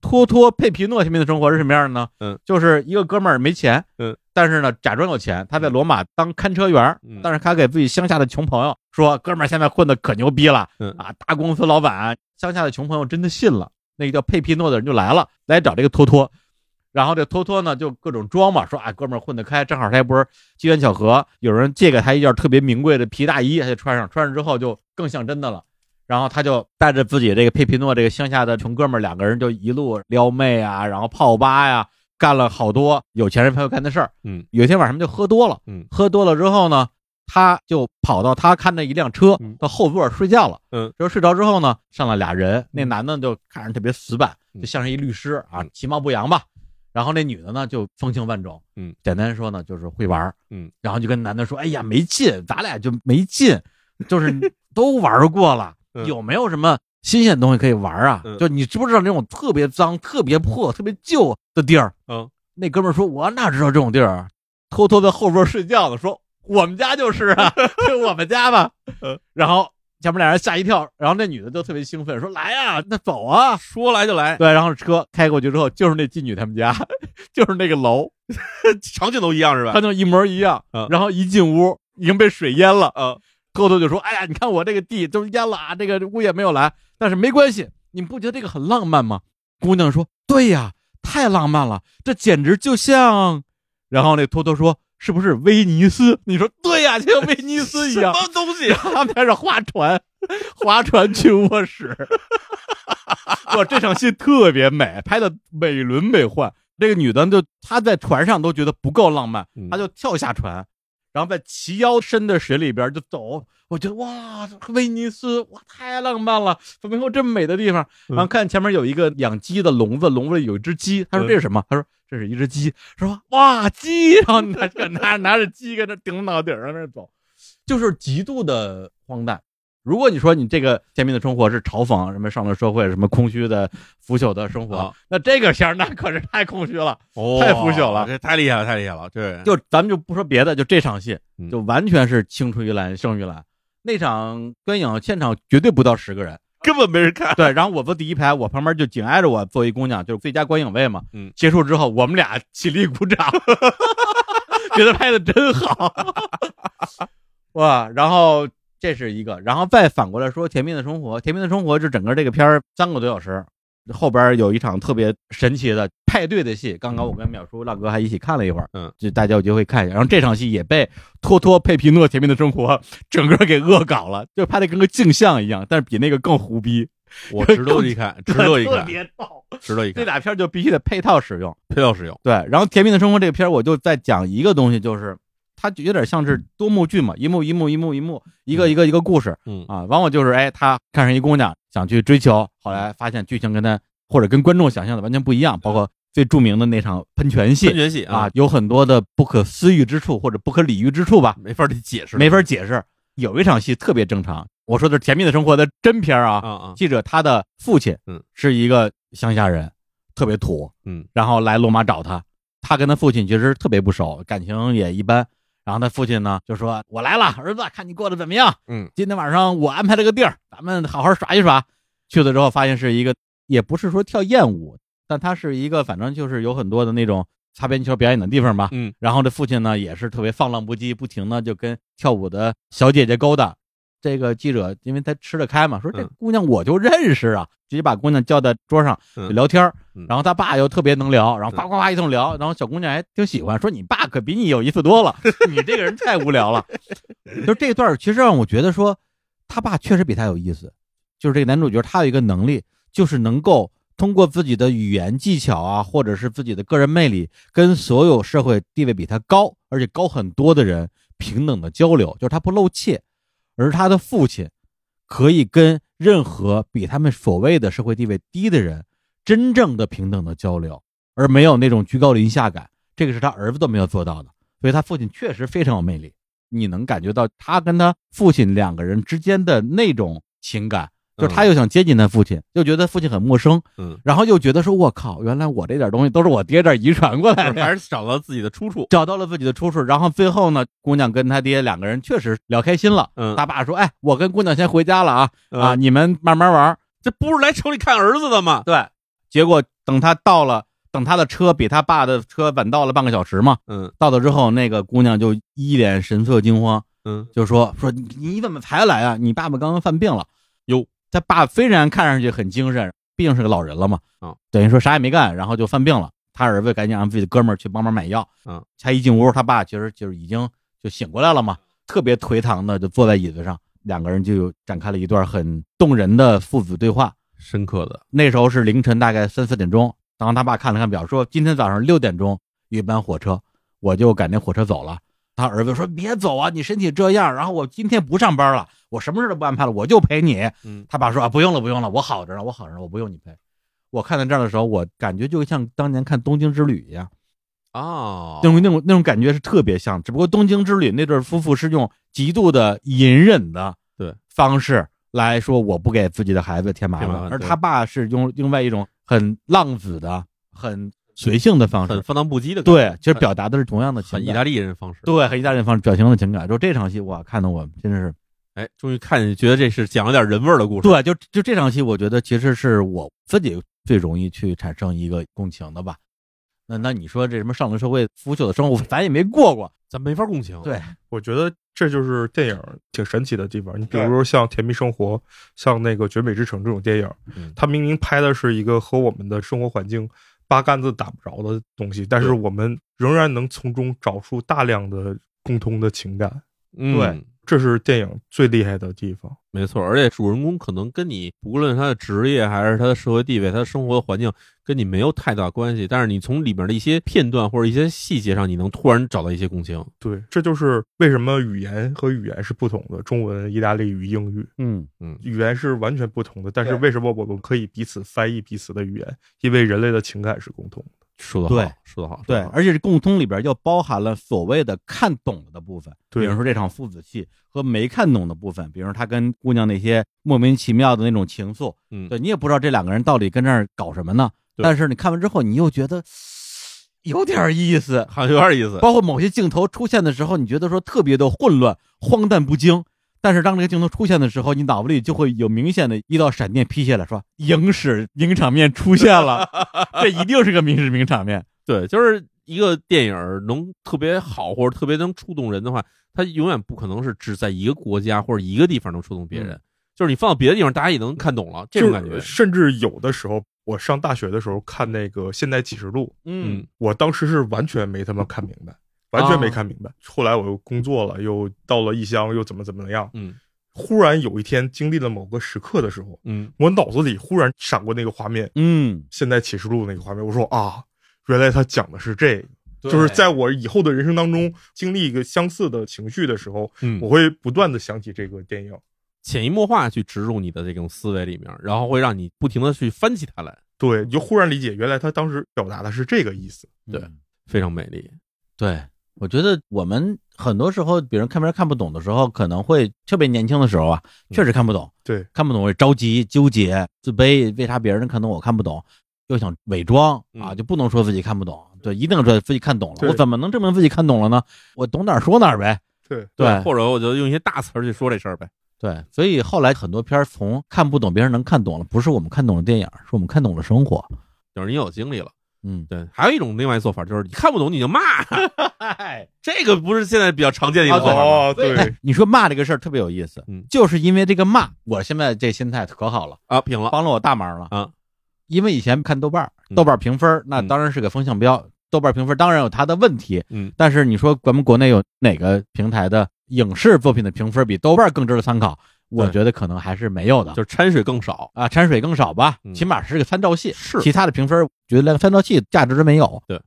Speaker 1: 托托佩皮诺他们的生活是什么样的呢？
Speaker 2: 嗯，
Speaker 1: 就是一个哥们儿没钱，
Speaker 2: 嗯，
Speaker 1: 但是呢假装有钱，他在罗马当看车员儿
Speaker 2: 嗯，
Speaker 1: 但是他给自己乡下的穷朋友说：“哥们儿现在混的可牛逼了，
Speaker 2: 嗯
Speaker 1: 啊，大公司老板。”乡下的穷朋友真的信了，那个叫佩皮诺的人就来了，来找这个托托。然后这托托呢，就各种装嘛，说啊、哎，哥们儿混得开，正好他也不是机缘巧合，有人借给他一件特别名贵的皮大衣，他就穿上，穿上之后就更像真的了。然后他就带着自己这个佩皮诺这个乡下的穷哥们儿，两个人就一路撩妹啊，然后泡吧呀、干了好多有钱人才会干的事儿。
Speaker 2: 嗯，
Speaker 1: 有一天晚上就喝多了，
Speaker 2: 嗯，
Speaker 1: 喝多了之后呢，他就跑到他看的一辆车
Speaker 2: 嗯
Speaker 1: 的后座睡觉了。
Speaker 2: 嗯，
Speaker 1: 之后睡着之后呢，上来俩人，那男的就看着特别死板，
Speaker 2: 嗯
Speaker 1: 就像是一律师啊
Speaker 2: 嗯，
Speaker 1: 其貌不扬吧。然后那女的呢就风情万种，
Speaker 2: 嗯，
Speaker 1: 简单说呢就是会玩儿，
Speaker 2: 嗯，
Speaker 1: 然后就跟男的说，哎呀没劲，咱俩就没劲，就是都玩过了，
Speaker 2: 嗯
Speaker 1: 有没有什么新鲜的东西可以玩啊？
Speaker 2: 嗯
Speaker 1: 就你知不知道那种特别脏、特别破、特别旧的地儿？
Speaker 2: 嗯，
Speaker 1: 那哥们儿说，我哪知道这种地儿啊？偷偷在后边睡觉呢，说我们家就是啊，就我们家吧。然后前面俩人吓一跳，然后那女的就特别兴奋，说来呀、那走啊。
Speaker 2: 说来就来，
Speaker 1: 对，然后车开过去之后，就是那妓女他们家， 就是那个楼，
Speaker 2: 场景都一样是吧
Speaker 1: 看？就一模一样
Speaker 2: 嗯。
Speaker 1: 然后一进屋，已经被水淹了。
Speaker 2: 嗯，
Speaker 1: 偷偷就说：“哎呀，你看我这个地都淹了啊，这个物业没有来，但是没关系，你不觉得这个很浪漫吗？”姑娘说：“对呀，太浪漫了，这简直就像……”然后那托托说：“是不是威尼斯？”你说：“对呀，就像威尼斯一
Speaker 2: 什
Speaker 1: 样。
Speaker 2: 么东”西
Speaker 1: 然？后他们开始划船，划船去卧室。 哇，这场戏特别美，拍的美轮美奂。这个女的就她在船上都觉得不够浪漫，
Speaker 2: 嗯
Speaker 1: 她就跳下船，然后在齐腰深的水里边就走。我觉得哇，威尼斯哇太浪漫了，怎么会有这么美的地方？
Speaker 2: 嗯
Speaker 1: 然后看前面有一个养鸡的笼子，笼子里有一只鸡。他说
Speaker 2: 嗯
Speaker 1: 这是什么？他说这是一只鸡。说哇鸡， 然后拿着拿拿着鸡跟那顶着脑顶上那走，就是极度的荒诞。如果你说你这个前面的生活是嘲讽什么上流社会、什么空虚的、腐朽的生活，
Speaker 2: 啊
Speaker 1: 那这个片儿那可是太空虚了。
Speaker 2: 哦
Speaker 1: 太腐朽了
Speaker 2: 这太厉害了，太厉害了，这
Speaker 1: 就咱们就不说别的，就这场戏
Speaker 2: 嗯
Speaker 1: 就完全是青出于蓝胜于蓝。那场观影现场绝对不到十个人，
Speaker 2: 根本没人 看。
Speaker 1: 对。然后我坐第一排，我旁边就紧挨着我坐一姑娘，就是最佳观影位嘛。
Speaker 2: 嗯，
Speaker 1: 结束之后我们俩起立鼓掌， 觉得拍的真好， 哇！然后这是一个，然后再反过来说《甜蜜的生活》，《甜蜜的生活》是整个这个片儿三个多小时，后边有一场特别神奇的派对的戏，刚刚我跟淼叔、浪哥还一起看了一会儿，
Speaker 2: 嗯，
Speaker 1: 就大家有机会看一下。然后这场戏也被托托佩皮诺《甜蜜的生活》整个给恶搞了，就拍的跟个镜像一样，但是比那个更胡逼，
Speaker 2: 我值得一 看，值得一
Speaker 1: 特
Speaker 2: 看，
Speaker 1: 别逗。
Speaker 2: 值得一
Speaker 1: 这
Speaker 2: 看，
Speaker 1: 俩片儿就必须得配套使用。
Speaker 2: 配套使用。
Speaker 1: 对，然后《甜蜜的生活》这个片儿，我就在讲一个东西，就是它就有点像是多幕剧嘛，一幕一幕一幕一幕，一个一个一个故事
Speaker 2: 嗯
Speaker 1: 啊。往往就是，哎，他看上一姑娘，想去追求，后来发现剧情跟他或者跟观众想象的完全不一样，包括最著名的那场喷泉
Speaker 2: 喷
Speaker 1: 戏
Speaker 2: 泉戏
Speaker 1: 啊，，有很多的不可思议之处或者不可理喻之处吧，
Speaker 2: 没法儿解释，
Speaker 1: 没法解释。有一场戏特别正常，我说的是《甜蜜的生活》的真片儿啊，
Speaker 2: 啊啊，
Speaker 1: 记者他的父亲，
Speaker 2: 嗯，
Speaker 1: 是一个乡下人，特别土，
Speaker 2: 嗯，
Speaker 1: 然后来罗马找他，他跟他父亲其实特别不熟，感情也一般。然后他父亲呢就说：“我来了，儿子，看你过得怎么样？
Speaker 2: 嗯，
Speaker 1: 今天晚上我安排了个地儿，咱们好好耍一耍。”去了之后发现是一个，也不是说跳艳舞，但他是一个反正就是有很多的那种擦边球表演的地方吧。
Speaker 2: 嗯，
Speaker 1: 然后这父亲呢也是特别放浪不羁，不停的就跟跳舞的小姐姐勾搭。这个记者因为他吃得开嘛，说这
Speaker 2: 嗯
Speaker 1: 姑娘我就认识啊，直接把姑娘叫到桌上就
Speaker 2: 嗯
Speaker 1: 聊天儿
Speaker 2: 嗯
Speaker 1: 然后他爸又特别能聊，然后呱呱呱一通聊，然后小姑娘还挺喜欢，说你爸可比你有意思多了，你这个人太无聊 了。就这段儿其实让我觉得说，他爸确实比他有意思，就是这个男主角他有一个能力，就是能够通过自己的语言技巧啊，或者是自己的个人魅力，跟所有社会地位比他高而且高很多的人平等的交流，就是他不露怯，而他的父亲可以跟任何比他们所谓的社会地位低的人真正的平等的交流，而没有那种居高临下感。这个是他儿子都没有做到的，所以他父亲确实非常有魅力。你能感觉到他跟他父亲两个人之间的那种情感，就是他又想接近他父亲，又觉得父亲很陌生，
Speaker 2: 嗯，
Speaker 1: 然后又觉得说：“我靠，原来我这点东西都是我爹这儿遗传过来
Speaker 2: 就是
Speaker 1: 的。”
Speaker 2: 还是找到自己的出处。
Speaker 1: 找到了自己的出处，然后最后呢，姑娘跟他爹两个人确实聊开心了。
Speaker 2: 嗯
Speaker 1: 他爸说：“哎，我跟姑娘先回家了啊、啊，
Speaker 2: 嗯，
Speaker 1: 你们慢慢玩。
Speaker 2: 这不是来城里看儿子的吗”？
Speaker 1: 对，结果等他到了，等他的车比他爸的车晚到了半个小时嘛，
Speaker 2: 嗯
Speaker 1: 到了之后，那个姑娘就一脸神色惊慌，
Speaker 2: 嗯，
Speaker 1: 就说：“说你你怎么才来啊？你爸爸刚刚犯病了。”
Speaker 2: 哟，
Speaker 1: 他爸虽然看上去很精神，毕竟是个老人了嘛，
Speaker 2: 啊，
Speaker 1: 等于说啥也没干，然后就犯病了。他儿子赶紧让自己的哥们儿去帮忙买药。
Speaker 2: 啊，
Speaker 1: 他一进屋，他爸其实就是已经就醒过来了
Speaker 2: 嗯
Speaker 1: 嘛，特别颓唐的就坐在椅子上，两个人就有展开了一段很动人的父子对话。
Speaker 2: 深刻的，
Speaker 1: 那时候是凌晨大概三四点钟，然后他爸看了看表，说今天早上六点钟有一班火车，我就赶那火车走了。他儿子说：“别走啊，你身体这样，然后我今天不上班了，我什么事都不安排了，我就陪你。”
Speaker 2: 嗯
Speaker 1: 他爸说：“啊，不用了，不用了，我好着呢，我好着呢，我不用你陪。”我看到这儿的时候，我感觉就像当年看《东京之旅》一样，
Speaker 2: 哦
Speaker 1: 那，种那种那种感觉是特别像，只不过《东京之旅》那对夫妇是用极度的隐忍的
Speaker 2: 对
Speaker 1: 方式来说，我不给自己的孩子添麻
Speaker 2: 添麻烦
Speaker 1: 烦，而
Speaker 2: 对
Speaker 1: 他爸是用另外一种很浪子的、很随性的方
Speaker 2: 很
Speaker 1: 式，
Speaker 2: 放荡不羁的感觉，
Speaker 1: 对，其实表达的是同样的情
Speaker 2: 很意
Speaker 1: 感，
Speaker 2: 大利人方式。
Speaker 1: 对，很意大利人方式表情的情感。就这场戏，哇，看得我真的是
Speaker 2: 哎，终于看见，觉得这是讲了点人味儿的故事。，
Speaker 1: 对，就就这场戏，我觉得其实是我自己最容易去产生一个共情的吧。那那你说这什么上流社会腐朽的生活，咱也没过过。
Speaker 2: 咱没法共情。
Speaker 1: 对
Speaker 3: 我觉得这就是电影挺神奇的地方。你比
Speaker 1: 对
Speaker 3: 如说像《甜蜜生活》、像那个《绝美之城》这种电影
Speaker 2: 嗯，
Speaker 3: 它明明拍的是一个和我们的生活环境八竿子打不着的东西，但是
Speaker 2: 对
Speaker 3: 我们仍然能从中找出大量的共通的情感，
Speaker 2: 嗯
Speaker 3: 对，这是电影最厉害的地方。
Speaker 2: 没错。而且主人公可能跟你，无论他的职业还是他的社会地位、他的生活环境，跟你没有太大关系。但是你从里面的一些片段或者一些细节上，你能突然找到一些共情。
Speaker 3: 对，这就是为什么语言和语言是不同的，中文、意大利语、英语。
Speaker 1: 嗯，
Speaker 2: 嗯，
Speaker 3: 语言是完全不同的，但是
Speaker 1: 对
Speaker 3: 为什么我们可以彼此翻译彼此的语言？因为人类的情感是共通的。
Speaker 2: 说的
Speaker 1: 对
Speaker 2: 好，说的好，
Speaker 1: 对
Speaker 2: 说，得好
Speaker 1: 而且这共通里边又包含了所谓的看懂了的部分，比
Speaker 3: 对
Speaker 1: 如说这场父子戏和没看懂的部分，比如说他跟姑娘那些莫名其妙的那种情愫，
Speaker 2: 嗯，
Speaker 1: 对你也不知道这两个人到底跟那儿搞什么呢。
Speaker 2: 对
Speaker 1: 但是你看完之后，你又觉得有点意思，
Speaker 2: 好像有点意思。
Speaker 1: 包括某些镜头出现的时候，你觉得说特别的混乱、荒诞不经。但是当这个镜头出现的时候，你脑子里就会有明显的一道闪电劈下来，说影史名场面出现了， 这一定是个名史名场面。
Speaker 2: 对，就是一个电影儿能特别好或者特别能触动人的话，它永远不可能是只在一个国家或者一个地方能触动别人。就是你放到别的地方，大家也能看懂了，这种感觉
Speaker 3: 就是。甚至有的时候，我上大学的时候看那个《现代启示录》，
Speaker 2: 嗯，
Speaker 3: 我当时是完全没他妈看明白，完全没
Speaker 2: 啊
Speaker 3: 看明白。后来我又工作了，又到了异乡，又怎么怎么样。
Speaker 2: 嗯
Speaker 3: 忽然有一天经历了某个时刻的时候，
Speaker 2: 嗯，
Speaker 3: 我脑子里忽然闪过那个画面，《
Speaker 1: 嗯，
Speaker 3: 现代启示录》那个画面，我说啊，原来他讲的是这个。
Speaker 2: 对
Speaker 3: 就是在我以后的人生当中经历一个相似的情绪的时候，
Speaker 2: 嗯
Speaker 3: 我会不断的想起这个电影。
Speaker 2: 潜移默化去植入你的这种思维里面，然后会让你不停的去翻起它来，
Speaker 3: 对，你就忽然理解，原来他当时表达的是这个意思。
Speaker 1: 嗯
Speaker 2: 对非常美丽。
Speaker 1: 对，我觉得我们很多时候，别人看片看不懂的时候，可能会特别年轻的时候啊，确实看不懂，
Speaker 3: 嗯对，
Speaker 1: 看不懂会着急、纠结、自卑，为啥别人看懂我看不懂？又想伪装啊，
Speaker 2: 嗯
Speaker 1: 就不能说自己看不懂，对，一定要说自己看懂了。
Speaker 3: 嗯对
Speaker 1: 我怎么能证明自己看懂了呢？我懂哪儿说哪儿呗。
Speaker 3: 对，
Speaker 1: 对
Speaker 2: 或者我就用一些大词儿去说这事儿呗。
Speaker 1: 对，所以后来很多片儿从看不懂别人能看懂了，不是我们看懂了电影，是我们看懂了生活。
Speaker 2: 就是你有经历了，
Speaker 1: 嗯，
Speaker 2: 对。还有一种另外一做法就是你看不懂你就骂， 这个不是现在比较常见的一个做法吗？
Speaker 3: 哦，哎对，
Speaker 1: 哎，你说骂这个事儿特别有意思，
Speaker 2: 嗯
Speaker 1: 就是因为这个骂，我现在这心态可好了，
Speaker 2: 啊，平了，
Speaker 1: 帮了我大忙了
Speaker 2: 啊。
Speaker 1: 因为以前看豆瓣儿，
Speaker 2: 嗯
Speaker 1: 豆瓣儿评分儿那
Speaker 2: 嗯
Speaker 1: 当然是个风向标，豆瓣儿评分儿当然有它的问题，
Speaker 2: 嗯，
Speaker 1: 但是你说咱们国内有哪个平台的影视作品的评分儿比豆瓣儿更值得参考？我
Speaker 2: 对
Speaker 1: 觉得可能还是没有的
Speaker 2: 就。是掺水更少。
Speaker 1: 啊，掺水更少吧，
Speaker 2: 嗯
Speaker 1: 起码是个参照系。
Speaker 2: 是
Speaker 1: 其他的评分，觉得连参照系价值都没有。
Speaker 2: 对，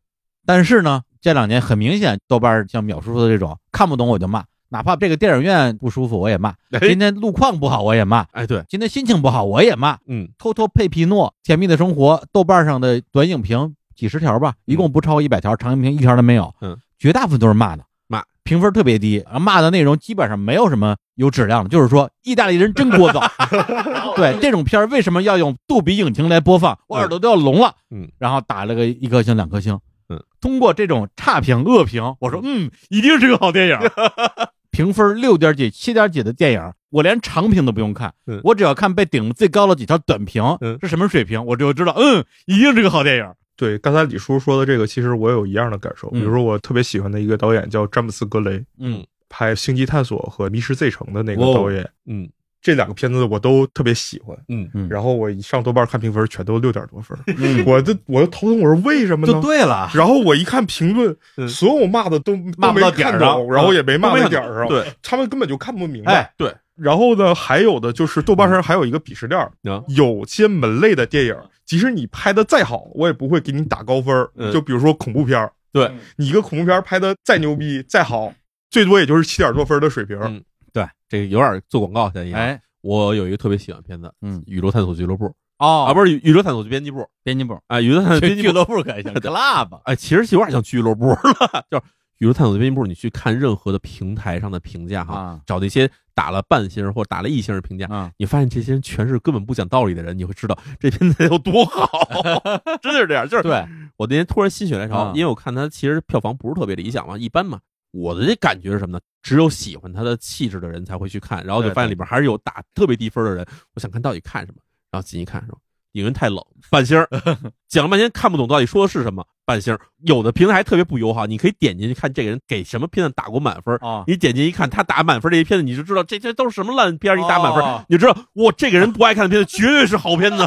Speaker 1: 但是呢，这两年很明显，豆瓣儿像淼叔说的这种，看不懂我就骂，哪怕这个电影院不舒服我也骂，
Speaker 2: 哎
Speaker 1: 今天路况不好我也骂，
Speaker 2: 哎，对，
Speaker 1: 今天心情不好我也骂。
Speaker 2: 嗯，
Speaker 1: 偷偷佩皮诺《甜蜜的生活》豆瓣上的短影评几十条吧，一共不超一百条，长影评一条都没有。
Speaker 2: 嗯，
Speaker 1: 绝大部分都是骂的，
Speaker 2: 骂
Speaker 1: 评分特别低，然后骂的内容基本上没有什么有质量的，就是说意大利人真聒噪。 对这种片儿为什么要用杜比影厅来播放？我耳朵都要聋了。
Speaker 2: 嗯，
Speaker 1: 然后打了个一颗星、两颗星。
Speaker 2: 嗯，
Speaker 1: 通过这种差评、恶评，我说嗯，一定是个好电影。 评分六点几、七点几的电影，我连长评都不用看，
Speaker 2: 嗯
Speaker 1: 我只要看被顶最高的几条短评，
Speaker 2: 嗯
Speaker 1: 是什么水平，我就知道，嗯，一定是个好电影。
Speaker 3: 对，刚才李叔说的这个，其实我有一样的感受。
Speaker 1: 嗯
Speaker 3: 比如说，我特别喜欢的一个导演叫詹姆斯·格雷，
Speaker 1: 嗯
Speaker 3: 拍《星际探索》和《迷失 Z 城》的那个
Speaker 2: 哦
Speaker 3: 导演，
Speaker 2: 嗯，
Speaker 3: 这两个片子我都特别喜欢。
Speaker 2: 嗯，
Speaker 1: 嗯
Speaker 3: 然后我一上豆瓣看评分，全都六点多分儿，
Speaker 1: 嗯，
Speaker 3: 我这我就头疼，我说为什么
Speaker 1: 就
Speaker 3: 呢？
Speaker 1: 对了，
Speaker 3: 然后我一看评论，
Speaker 2: 嗯
Speaker 3: 所有骂的都
Speaker 1: 骂不
Speaker 3: 都没
Speaker 1: 到点
Speaker 3: 看
Speaker 1: 儿
Speaker 3: 懂，
Speaker 1: 上嗯
Speaker 3: 然后也没骂
Speaker 2: 都没
Speaker 3: 到
Speaker 2: 看
Speaker 3: 点儿上，
Speaker 2: 对，
Speaker 3: 他们根本就看不明白。
Speaker 1: 哎，
Speaker 2: 对，
Speaker 3: 然后呢，还有的就是豆瓣上还有一个鄙视链儿，
Speaker 2: 啊
Speaker 3: 有些门类的电影，即使你拍的再好，我也不会给你打高分儿。
Speaker 2: 嗯
Speaker 3: 就比如说恐怖片儿，
Speaker 2: 对
Speaker 3: 你一个恐怖片儿拍的再牛逼再好，最多也就是七点多分儿的水平。
Speaker 2: 嗯对，这个有点做广告嫌疑。，
Speaker 1: 哎，
Speaker 2: 我有一个特别喜欢的片子，
Speaker 1: 嗯
Speaker 2: 宇宙探索俱乐部》
Speaker 1: 哦，
Speaker 2: 啊，不是宇宇宙探索编辑部，
Speaker 1: 编辑部，
Speaker 2: 啊，宇宙探索编辑
Speaker 1: 俱
Speaker 2: 部，
Speaker 1: 乐部可 行，club，
Speaker 2: 哎，其实有点像俱乐部了， 就是宇宙探索编辑部，你去看任何的平台上的评价哈，
Speaker 1: 啊
Speaker 2: 找那些打了半星儿或者打了一星儿的评价。
Speaker 1: 啊，
Speaker 2: 你发现这些人全是根本不讲道理的人，你会知道这片子有多好， 真的是这样。就是
Speaker 1: 对，
Speaker 2: 我那天突然心血来潮
Speaker 1: 啊，
Speaker 2: 因为我看他其实票房不是特别理想嘛，一般嘛。我的这感觉是什么呢？只有喜欢他的气质的人才会去看，然后就
Speaker 1: 对
Speaker 2: 发现
Speaker 1: 对
Speaker 2: 里边还是有打特别低分的人。我想看到底看什么，然后进去看说影院太冷，半星儿，讲了半天看不懂到底说的是什么，半星儿。有的平台还特别不友好，你可以点进去看这个人给什么片子打过满分，
Speaker 1: 哦，
Speaker 2: 你点进一看，他打满分这些片子，你就知道这些都是什么烂片儿，一打满分，
Speaker 1: 哦
Speaker 2: 你就知道哇，这个人不爱看的片子绝对是好片子，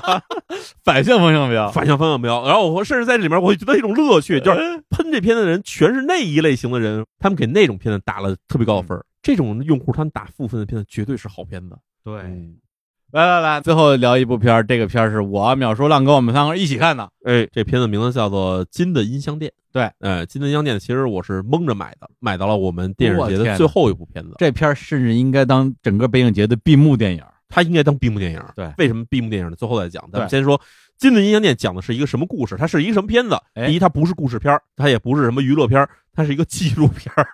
Speaker 1: 反向风向 标，
Speaker 2: 反向方向标。然后我甚至在里面，我会觉得一种乐趣，
Speaker 1: 嗯
Speaker 2: 就是喷这片的人全是那一类型的人，他们给那种片子打了特别高的分
Speaker 1: 嗯
Speaker 2: 儿。这种用户他们打负分的片子绝对是好片子。
Speaker 1: 对
Speaker 2: 嗯
Speaker 1: 来来来，最后聊一部片儿，这个片儿是我淼叔浪哥我们三个人一起看的，
Speaker 2: 哎，这片子名字叫做《金的音箱店》。
Speaker 1: 对，
Speaker 2: 呃，《金的音箱店》其实我是蒙着买的，买到了我们电影节
Speaker 1: 我天
Speaker 2: 的
Speaker 1: 哪
Speaker 2: 最后一部片子。
Speaker 1: 这片儿甚至应该当整个北影节的闭幕电影。
Speaker 2: 它应该当闭幕电影。
Speaker 1: 对
Speaker 2: 为什么闭幕电影呢？最后再讲。咱们
Speaker 1: 对
Speaker 2: 先说《金的音像店》讲的是一个什么故事？它是一个什么片子？
Speaker 1: 哎
Speaker 2: 第一，它不是故事片儿，它也不是什么娱乐片儿，它是一个纪录片儿，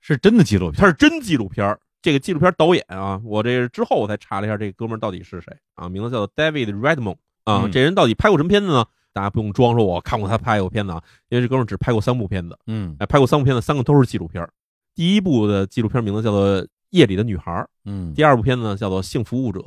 Speaker 1: 是真的纪录片
Speaker 2: 它是真纪录片儿。这个纪录片导演啊，我这之后我才查了一下，这个哥们儿到底是谁啊？名字叫做 David Redmond 啊，
Speaker 1: 嗯
Speaker 2: 这人到底拍过什么片子呢？大家不用装说我看过他拍过片子啊，因为这哥们儿只拍过三部片子，
Speaker 1: 嗯
Speaker 2: 哎，拍过三部片子，三个都是纪录片儿。第一部的纪录片名字叫做《夜里的女孩》，
Speaker 1: 嗯
Speaker 2: 第二部片子呢叫做《性服务者》，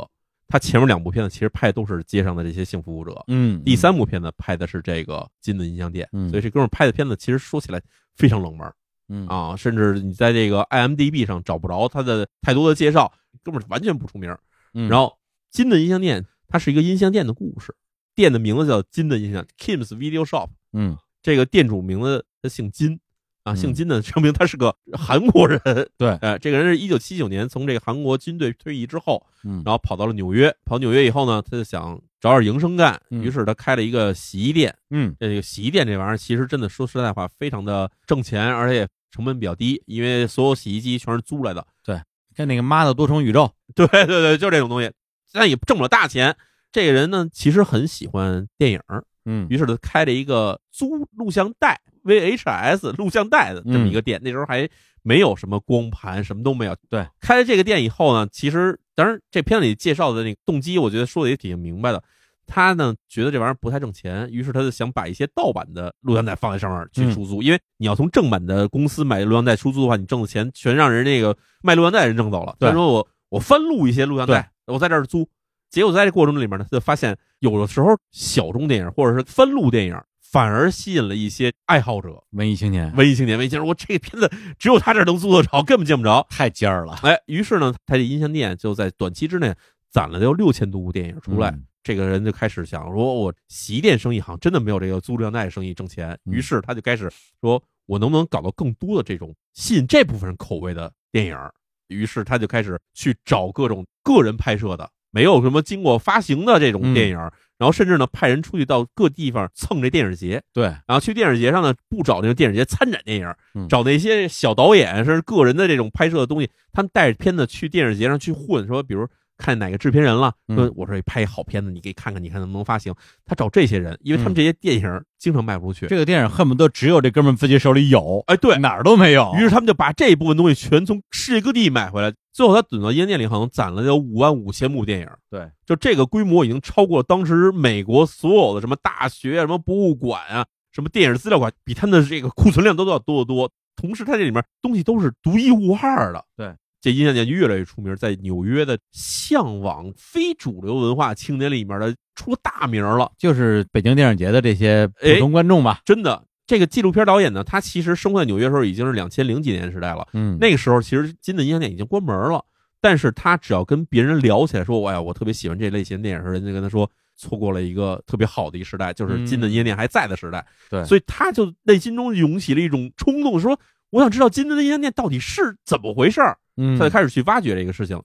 Speaker 2: 他前面两部片子其实拍的都是街上的这些性服务者。
Speaker 1: 嗯，
Speaker 2: 第三部片子拍的是这个金的音像店，
Speaker 1: 嗯
Speaker 2: 所以这哥们儿拍的片子其实说起来非常冷门儿
Speaker 1: 嗯
Speaker 2: 啊，甚至你在这个 IMDB 上找不着他的太多的介绍，哥们儿完全不出名儿。
Speaker 1: 嗯
Speaker 2: 然后金的音像店，它是一个音像店的故事，店的名字叫金的音像 Kim's Video Shop，
Speaker 1: 嗯
Speaker 2: 这个店主名字他姓金啊，
Speaker 1: 嗯
Speaker 2: 姓金呢，证明他是个韩国人。
Speaker 1: 对
Speaker 2: 呃，这个人是一九七九年从这个韩国军队退役之后，
Speaker 1: 嗯，
Speaker 2: 然后跑到了纽约。跑纽约以后呢，他就想找点营生干，
Speaker 1: 嗯
Speaker 2: 于是他开了一个洗衣店。
Speaker 1: 嗯
Speaker 2: 这个洗衣店这玩意儿，其实真的说实在话，非常的挣钱，而且成本比较低，因为所有洗衣机全是租来的。
Speaker 1: 跟那个妈的多重宇宙，
Speaker 2: 对对对，就这种东西，但也挣不了大钱。这个人呢，其实很喜欢电影儿，
Speaker 1: 嗯
Speaker 2: 于是他开了一个租录像带 VHS 录像带的这么一个
Speaker 1: 嗯
Speaker 2: 店，那时候还没有什么光盘，什么都没有。
Speaker 1: 对，
Speaker 2: 开了这个店以后呢，其实当然这片子里介绍的那个动机，我觉得说的也挺明白的。他呢觉得这玩意儿不太挣钱，于是他就想把一些盗版的录像带放在上面
Speaker 1: 嗯
Speaker 2: 去出租，因为你要从正版的公司买录像带出租的话，你挣的钱全让人那个卖录像带的人挣走了。
Speaker 1: 对
Speaker 2: 他说我我翻录一些录像带，我在这儿租，结果在这过程里面呢，他就发现有的时候小众电影或者是翻录电影，反而吸引了一些爱好者、
Speaker 1: 文艺青 年
Speaker 2: 文艺青年、文艺青年。我这个片子只有他这儿能租得着，根本见不着。
Speaker 1: 太尖儿了，
Speaker 2: 哎，于是呢，他这音像店就在短期之内攒了得有六千多部电影出来。
Speaker 1: 嗯
Speaker 2: 这个人就开始想说，我洗衣店生意好像真的没有这个租录像带生意挣钱。
Speaker 1: 嗯
Speaker 2: 于是他就开始说，我能不能搞到更多的这种吸引这部分人口味的电影儿？于是他就开始去找各种个人拍摄的没有什么经过发行的
Speaker 1: 嗯
Speaker 2: 这种电影儿，然后甚至呢派人出去到各地方蹭这电影节，
Speaker 1: 对，
Speaker 2: 然后去电影节上呢，不找那个电影节参展电影
Speaker 1: 嗯，
Speaker 2: 找那些小导演甚至个人的这种拍摄的东西，他们带着片子去电影节上去混，说比如看哪个制片人了，
Speaker 1: 嗯
Speaker 2: 说我说拍一好片子，你给看看，你看能不能发行。他找这些人，因为
Speaker 1: 嗯
Speaker 2: 他们这些电影经常卖不出去。
Speaker 1: 这个电影恨不得只有这哥们儿自己手里有，
Speaker 2: 哎，对，
Speaker 1: 哪儿都没有。
Speaker 2: 于是他们就把这一部分东西全从世界各地买回来，最后他等到烟店里好像攒了有五万五千部电影。
Speaker 1: 对，
Speaker 2: 就这个规模已经超过当时美国所有的什么大学、什么博物馆啊、什么电影资料馆，比他们的这个库存量都要多得多。同时，它这里面东西都是独一无二的。
Speaker 1: 对，
Speaker 2: 这音像店越来越出名，在纽约的向往非主流文化青年里面的出大名了。
Speaker 1: 就是北京电影节的这些
Speaker 2: 哎
Speaker 1: 普通观众吧，
Speaker 2: 真的，这个纪录片导演呢，他其实生活在纽约的时候已经是两千零几年时代了。
Speaker 1: 嗯，
Speaker 2: 哎那个时候其实金的音像店已经关门了，但是他只要跟别人聊起来说，哎呀，我特别喜欢这类型电影，人家跟他说错过了一个特别好的一个时代，就是金的音像店还在的时代。
Speaker 1: 嗯对
Speaker 2: 所以他就内心中涌起了一种冲动，说我想知道金的音像店到底是怎么回事儿。
Speaker 1: 嗯，
Speaker 2: 他就开始去挖掘这个事情。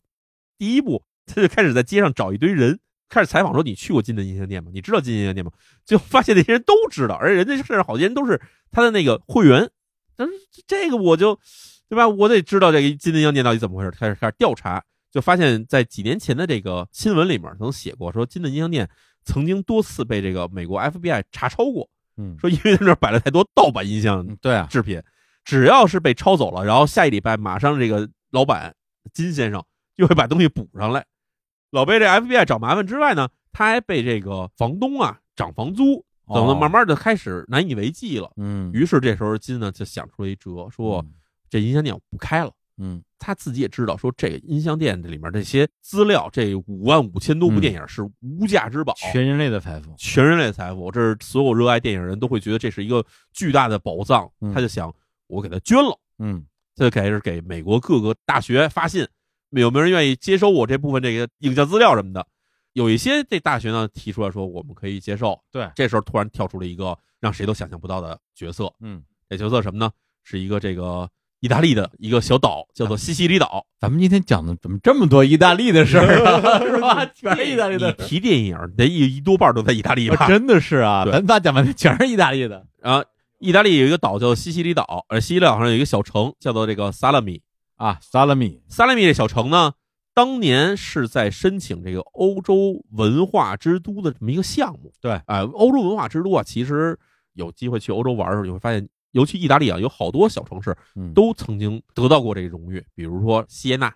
Speaker 2: 第一步，他就开始在街上找一堆人，开始采访说：“你去过金的音像店吗？你知道金的音像店吗？”最后发现那些人都知道，而且人家甚至好些人都是他的那个会员。但是这个我就，对吧？我得知道这个金的音像店到底怎么回事。开始开始调查，就发现，在几年前的这个新闻里面曾写过，说金的音像店曾经多次被这个美国 FBI 查抄过，
Speaker 1: 嗯
Speaker 2: 说因为他们那儿摆了太多盗版音像
Speaker 1: 嗯对啊，
Speaker 2: 制品，只要是被抄走了，然后下一礼拜马上这个老板金先生就会把东西补上来。老被这 FBI 找麻烦之外呢，他还被这个房东啊涨房租，
Speaker 1: 哦
Speaker 2: 等等，慢，慢的开始难以为继了。
Speaker 1: 嗯，
Speaker 2: 于是这时候金呢就想出了一辙，说
Speaker 1: 嗯，
Speaker 2: 这音像店我不开了。
Speaker 1: 嗯，
Speaker 2: 他自己也知道，说这个音像店这里面这些资料，这五万五千
Speaker 1: 嗯
Speaker 2: 多部电影是无价之宝，
Speaker 1: 全人类的财富，
Speaker 2: 全人类的财富，这是所有热爱电影人都会觉得这是一个巨大的宝藏
Speaker 1: 嗯。
Speaker 2: 他就想，我给他捐了。
Speaker 1: 嗯
Speaker 2: 他就开始给美国各个大学发信，有没有人愿意接收我这部分这个影像资料什么的？有一些这大学呢提出来说我们可以接受，
Speaker 1: 对
Speaker 2: 这时候突然跳出了一个让谁都想象不到的角色，
Speaker 1: 嗯，
Speaker 2: 这角色什么呢？是一个这个意大利的一个小岛，叫做西西里岛。
Speaker 1: 咱们今天讲的怎么这么多意大利的事儿 啊，是吧？全是意大利
Speaker 2: 你
Speaker 1: 的事儿。
Speaker 2: 提电影，得一一多半都在意大利吧？
Speaker 1: 啊真的是啊，
Speaker 2: 对
Speaker 1: 咱仨讲半天全是意大利的，
Speaker 2: 啊，意大利有一个岛叫做西西里岛，而西西里岛上有一个小城叫做这个萨拉米，
Speaker 1: 啊，萨拉米，
Speaker 2: 萨拉米这小城呢，当年是在申请这个欧洲文化之都的这么一个项目。
Speaker 1: 对
Speaker 2: 哎、欧洲文化之都啊，其实有机会去欧洲玩的时候，你会发现，尤其意大利啊，有好多小城市
Speaker 1: 嗯
Speaker 2: 都曾经得到过这个荣誉，比如说锡耶纳啊、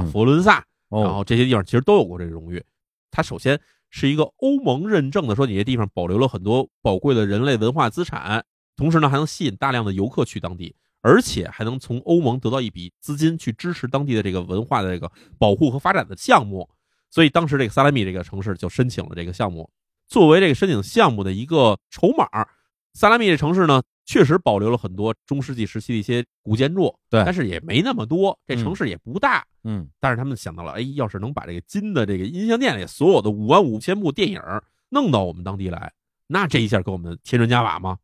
Speaker 1: 嗯
Speaker 2: 佛罗伦萨，然
Speaker 1: 哦，
Speaker 2: 后这些地方其实都有过这个荣誉。它首先是一个欧盟认证的，说你这地方保留了很多宝贵的人类文化资产，同时呢还能吸引大量的游客去当地，而且还能从欧盟得到一笔资金去支持当地的这个文化的这个保护和发展的项目。所以当时这个萨拉米这个城市就申请了这个项目，作为这个申请项目的一个筹码儿，萨拉米这城市呢确实保留了很多中世纪时期的一些古建筑，
Speaker 1: 对
Speaker 2: 但是也没那么多，这城市也不大。
Speaker 1: 嗯
Speaker 2: 但是他们想到了，哎，要是能把这个金的这个音像店里所有的五万五千部电影儿弄到我们当地来，那这一下给我们添砖加瓦吗？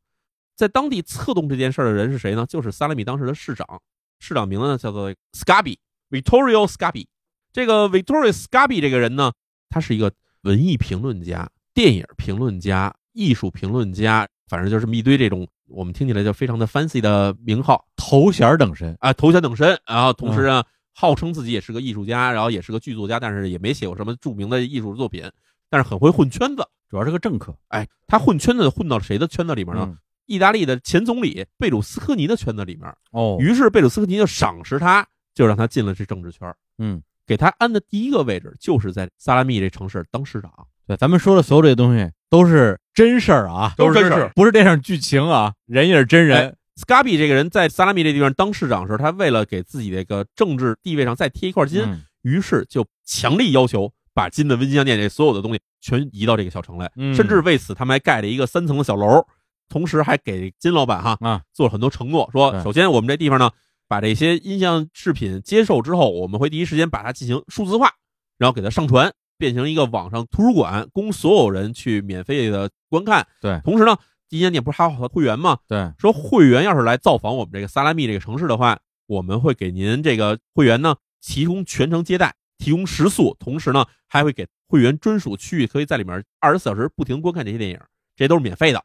Speaker 2: 在当地策动这件事儿的人是谁呢？就是萨拉米当时的市长，市长名字呢叫做 Scabi Vittorio Scabi。这个 Vittorio Scabi 这个人呢，他是一个文艺评论家、电影评论家、艺术评论家，反正就是这么一堆这种我们听起来就非常的 fancy 的名号。
Speaker 1: 头衔儿等身，
Speaker 2: 啊，头衔等身，然后
Speaker 1: 嗯
Speaker 2: 同时呢，号称自己也是个艺术家，然后也是个剧作家，但是也没写过什么著名的艺术作品，但是很会混圈子。
Speaker 1: 主要是个政客，
Speaker 2: 哎，他混圈子混到谁的圈子里面呢？
Speaker 1: 嗯
Speaker 2: 意大利的前总理贝鲁斯科尼的圈子里面。
Speaker 1: 哦，
Speaker 2: 于是贝鲁斯科尼就赏识他，就让他进了这政治圈儿，
Speaker 1: 嗯，
Speaker 2: 给他安的第一个位置就是在萨拉米这城市当市长。
Speaker 1: 对，咱们说的所有这些东西都是真事儿啊，
Speaker 3: 都是真
Speaker 2: 真
Speaker 3: 事
Speaker 2: 事
Speaker 3: 儿
Speaker 2: 儿。
Speaker 1: 不是电影剧情啊，人也是真人，
Speaker 2: 斯卡比这个人在萨拉米这地方当市长的时候，他为了给自己这个政治地位上再贴一块金，
Speaker 1: 嗯
Speaker 2: 于是就强力要求把金的温馨店这所有的东西全移到这个小城来，
Speaker 1: 嗯
Speaker 2: 甚至为此他们还盖了一个三层的小楼，同时还给金老板哈
Speaker 1: 啊
Speaker 2: 做了很多承诺，说
Speaker 1: 对
Speaker 2: 首先我们这地方呢，把这些音像制品接受之后，我们会第一时间把它进行数字化，然后给它上传，变成一个网上图书馆，供所有人去免费的观看。
Speaker 1: 对
Speaker 2: 同时呢，金家店不是还有会员吗？
Speaker 1: 对，
Speaker 2: 说会员要是来造访我们这个萨拉密这个城市的话，我们会给您这个会员呢提供全程接待，提供食宿，同时呢还会给会员专属区域，可以在里面二十四小时不停观看这些电影，这些都是免费的。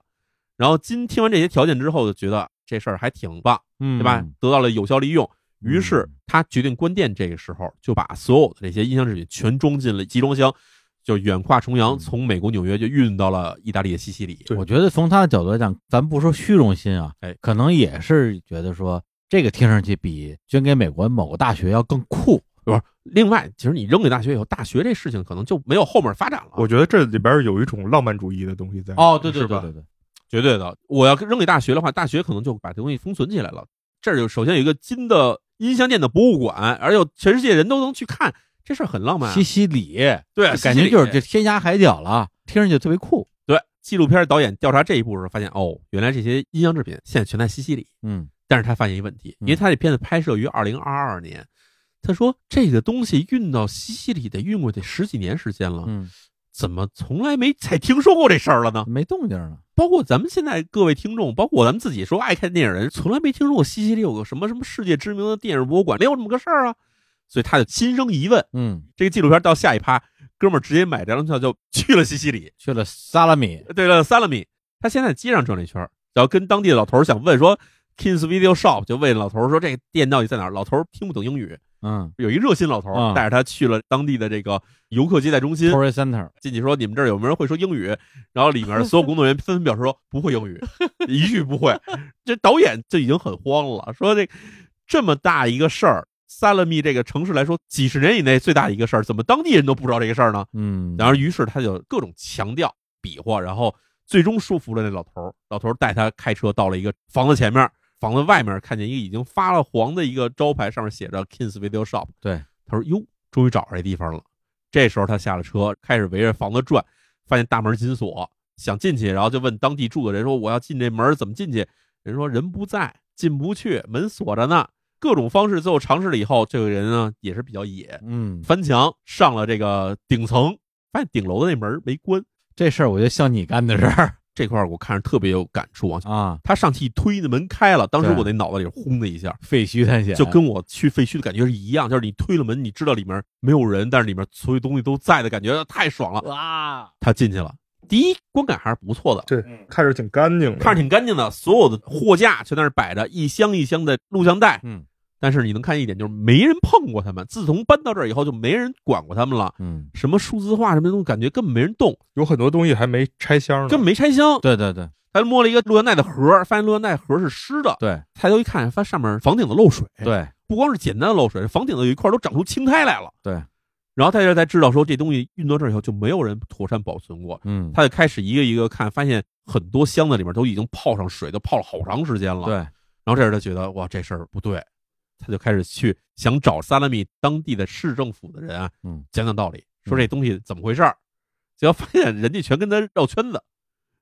Speaker 2: 然后今听完这些条件之后，就觉得这事儿还挺棒，
Speaker 1: 嗯
Speaker 2: 对吧？得到了有效利用。于是他决定关店，这个时候就把所有的这些音像制品全装进了集装箱，就远跨重洋，
Speaker 1: 嗯
Speaker 2: 从美国纽约就运到了意大利的西西里。
Speaker 3: 对
Speaker 1: 我觉得从他的角度来讲，咱不说虚荣心啊，
Speaker 2: 哎
Speaker 1: 可能也是觉得说这个听上去比捐给美国某个大学要更酷。
Speaker 2: 不是，另外，其实你扔给大学以后，大学这事情可能就没有后面发展了。
Speaker 3: 我觉得这里边有一种浪漫主义的东西在。
Speaker 1: 哦，对
Speaker 3: 对
Speaker 1: 对
Speaker 3: 对
Speaker 1: 对
Speaker 3: 对
Speaker 1: 对对，
Speaker 2: 绝对的，我要扔给大学的话，大学可能就把这东西封存起来了。这儿有首先有一个金的音像店的博物馆，而且全世界人都能去看，这事儿很浪漫啊、
Speaker 1: 西西里，
Speaker 2: 对，啊
Speaker 1: 就感觉就是这
Speaker 2: 这。
Speaker 1: 天涯海角了，听上去特别酷。
Speaker 2: 对，纪录片导演调查这一步的时候发现，哦，原来这些音像制品现在全在西西里。
Speaker 1: 嗯
Speaker 2: 但是他发现一个问题，
Speaker 1: 嗯
Speaker 2: 因为他这片子拍摄于二零二二年，他说这个东西运到西西里得运过去十几年时间了，
Speaker 1: 嗯，
Speaker 2: 怎么从来没再听说过这事儿了呢？
Speaker 1: 没动静了。
Speaker 2: 包括咱们现在各位听众，包括咱们自己说爱看电影人，从来没听说过西西里有个什么什么世界知名的电影博物馆，没有这么个事儿啊。所以他就心生疑问。
Speaker 1: 嗯，
Speaker 2: 这个纪录片到下一趴，哥们儿直接买张票就去了西西里。
Speaker 1: 去了萨拉米，
Speaker 2: 对了，萨拉米，他先在街上转了一圈儿，然后跟当地的老头儿想问说，Kings Video Shop 就问老头儿说这个店到底在哪儿？老头儿听不懂英语，
Speaker 1: 嗯
Speaker 2: 有一热心老头
Speaker 1: 啊
Speaker 2: 儿带着他去了当地的这个游客接待中心。
Speaker 1: ，Tourist Center，
Speaker 2: 进去说你们这儿有没有人会说英语？然后里面所有工作人员纷纷表示说不会英语，一句不会。 这导演就已经很慌了，说这这么大一个事儿，萨勒密这个城市来说，几十年以内最大的一个事儿，怎么当地人都不知道这个事儿呢？
Speaker 1: 嗯，
Speaker 2: 然后于是他就各种强调比划，然后最终说服了那老头儿。老头儿带他开车到了一个房子前面，房子外面看见一个已经发了黄的一个招牌，上面写着 Kings Video Shop。
Speaker 1: 对，
Speaker 2: 他说：“哟，终于找着这地方了。”这时候他下了车，开始围着房子转，发现大门紧锁，想进去，然后就问当地住的人说：“我要进这门儿怎么进去？”人说：“人不在，进不去，门锁着呢。”各种方式最后尝试了以后，这个人呢也是比较野，
Speaker 1: 嗯，
Speaker 2: 翻墙上了这个顶层，发现顶楼的那门没关。
Speaker 1: 这事儿我就像你干的事儿
Speaker 2: 这块儿我看着特别有感触啊！
Speaker 1: 啊，
Speaker 2: 他上去一推，那门开了，当时
Speaker 1: 对
Speaker 2: 我那脑子里轰的一下，
Speaker 1: 废墟探险
Speaker 2: 就跟我去废墟的感觉是一样，就是你推了门，你知道里面没有人，但是里面所有东西都在的感觉，太爽了。
Speaker 1: 哇，
Speaker 2: 他进去了，第一观感还是不错的，
Speaker 3: 对，看着挺干净的，
Speaker 2: 看着挺干净的，所有的货架全在那儿摆着，一箱一箱的录像带。
Speaker 1: 嗯
Speaker 2: 但是你能看一点，就是没人碰过他们。自从搬到这儿以后，就没人管过他们了。
Speaker 1: 嗯，
Speaker 2: 什么数字化什么东西，感觉根本没人动。
Speaker 3: 有很多东西还没拆箱呢。
Speaker 2: 根本没拆箱，
Speaker 1: 嗯对对对
Speaker 2: 他摸了一个录像带的盒儿，发现录像带盒儿是湿的，
Speaker 1: 对
Speaker 2: 抬头一看，发现上面房顶子漏水，，
Speaker 1: 对，
Speaker 2: 不光是简单的漏水，房顶子有一块都长出青苔来了，
Speaker 1: 对。
Speaker 2: 然后他这才知道说这东西运到这儿以后就没有人妥善保存过，
Speaker 1: 嗯，
Speaker 2: 他就开始一个一个看，发现很多箱子里面都已经泡上水，都泡了好长时间了。
Speaker 1: 对，
Speaker 2: 然后这时候他觉得哇这事儿不对，他就开始去想找萨拉米当地的市政府的人啊，
Speaker 1: 嗯，
Speaker 2: 讲讲道理，说这东西怎么回事儿。结果发现人家全跟他绕圈子，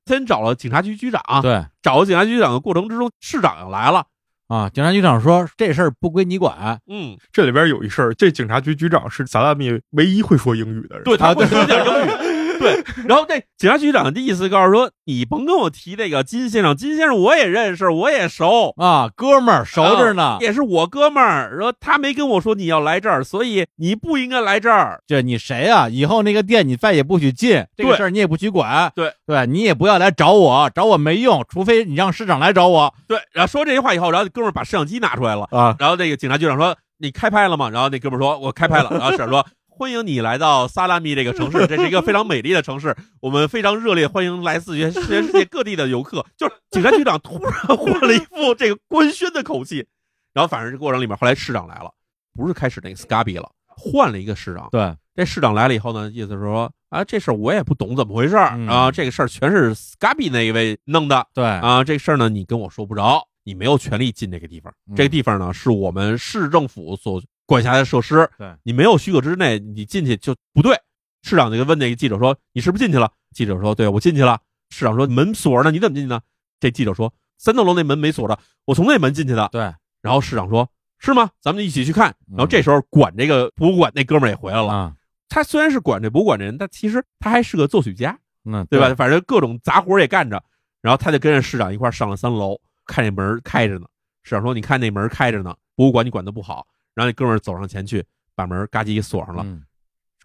Speaker 2: 先找了警察局局长，啊
Speaker 1: 对
Speaker 2: 找了警察局局长的过程之中，市长又来了，
Speaker 1: 啊，警察局长说这事儿不归你管，
Speaker 2: 嗯，
Speaker 3: 这里边有一事儿，这警察局局长是萨拉米唯一会说英语的人。
Speaker 2: 对，他会
Speaker 1: 对
Speaker 2: 说点英 语，对。然后这警察局局长的意思告诉说，你甭跟我提这个金先生，金先生我也认识，我也熟，
Speaker 1: 啊，哥们儿熟着呢
Speaker 2: 啊，也是我哥们儿。说他没跟我说你要来这儿，所以你不应该来这儿。
Speaker 1: 这你谁啊？以后那个店你再也不许进，这个
Speaker 2: 对
Speaker 1: 事儿你也不许管，
Speaker 2: 对
Speaker 1: 对，你也不要来找我，找我没用，除非你让市长来找我
Speaker 2: 对，然后说这些话以后，然后哥们儿把摄像机拿出来了，
Speaker 1: 啊，
Speaker 2: 然后这个警察局长说：“你开拍了吗？”然后那哥们儿说：“我开拍了。”然后市长说：“欢迎你来到萨拉米这个城市，这是一个非常美丽的城市，我们非常热烈欢迎来自全全世界各地的游客。”就是警察局长突然换了一副这个官宣的口气，然后反正这过程里面，后来市长来了，不是开始那个 Scabi 了，换了一个市长。
Speaker 1: 对，
Speaker 2: 这市长来了以后呢，意思是说啊，这事儿我也不懂怎么回事儿
Speaker 1: 嗯
Speaker 2: 啊，这个事儿全是 Scabi 那一位弄的。
Speaker 1: 对
Speaker 2: 啊，这事儿呢，你跟我说不着，你没有权利进这个地方。
Speaker 1: 嗯
Speaker 2: 这个地方呢，是我们市政府所管辖的设施，
Speaker 1: 对
Speaker 2: 你没有许可之内，你进去就不对。市长就问那个记者说：“你是不是进去了？”记者说：“对，我进去了。”市长说：“门锁着呢，你怎么进去呢？”这记者说：“三栋楼那门没锁着，我从那门进去的。
Speaker 1: 对，”
Speaker 2: 然后市长说：“是吗？咱们一起去看。”然
Speaker 1: 嗯
Speaker 2: 后这时候管这个博物馆那哥们儿也回来了。
Speaker 1: 啊，
Speaker 2: 他虽然是管这博物馆的人，但其实他还是个作曲家。
Speaker 1: 那
Speaker 2: 对吧？？反正各种杂活儿也干着。然后他就跟着市长一块儿上了三楼，看那门儿开着呢。市长说：“你看那门儿开着呢，博物馆你管得不好。”然后那哥们儿走上前去，把门嘎叽给锁上了。
Speaker 1: 嗯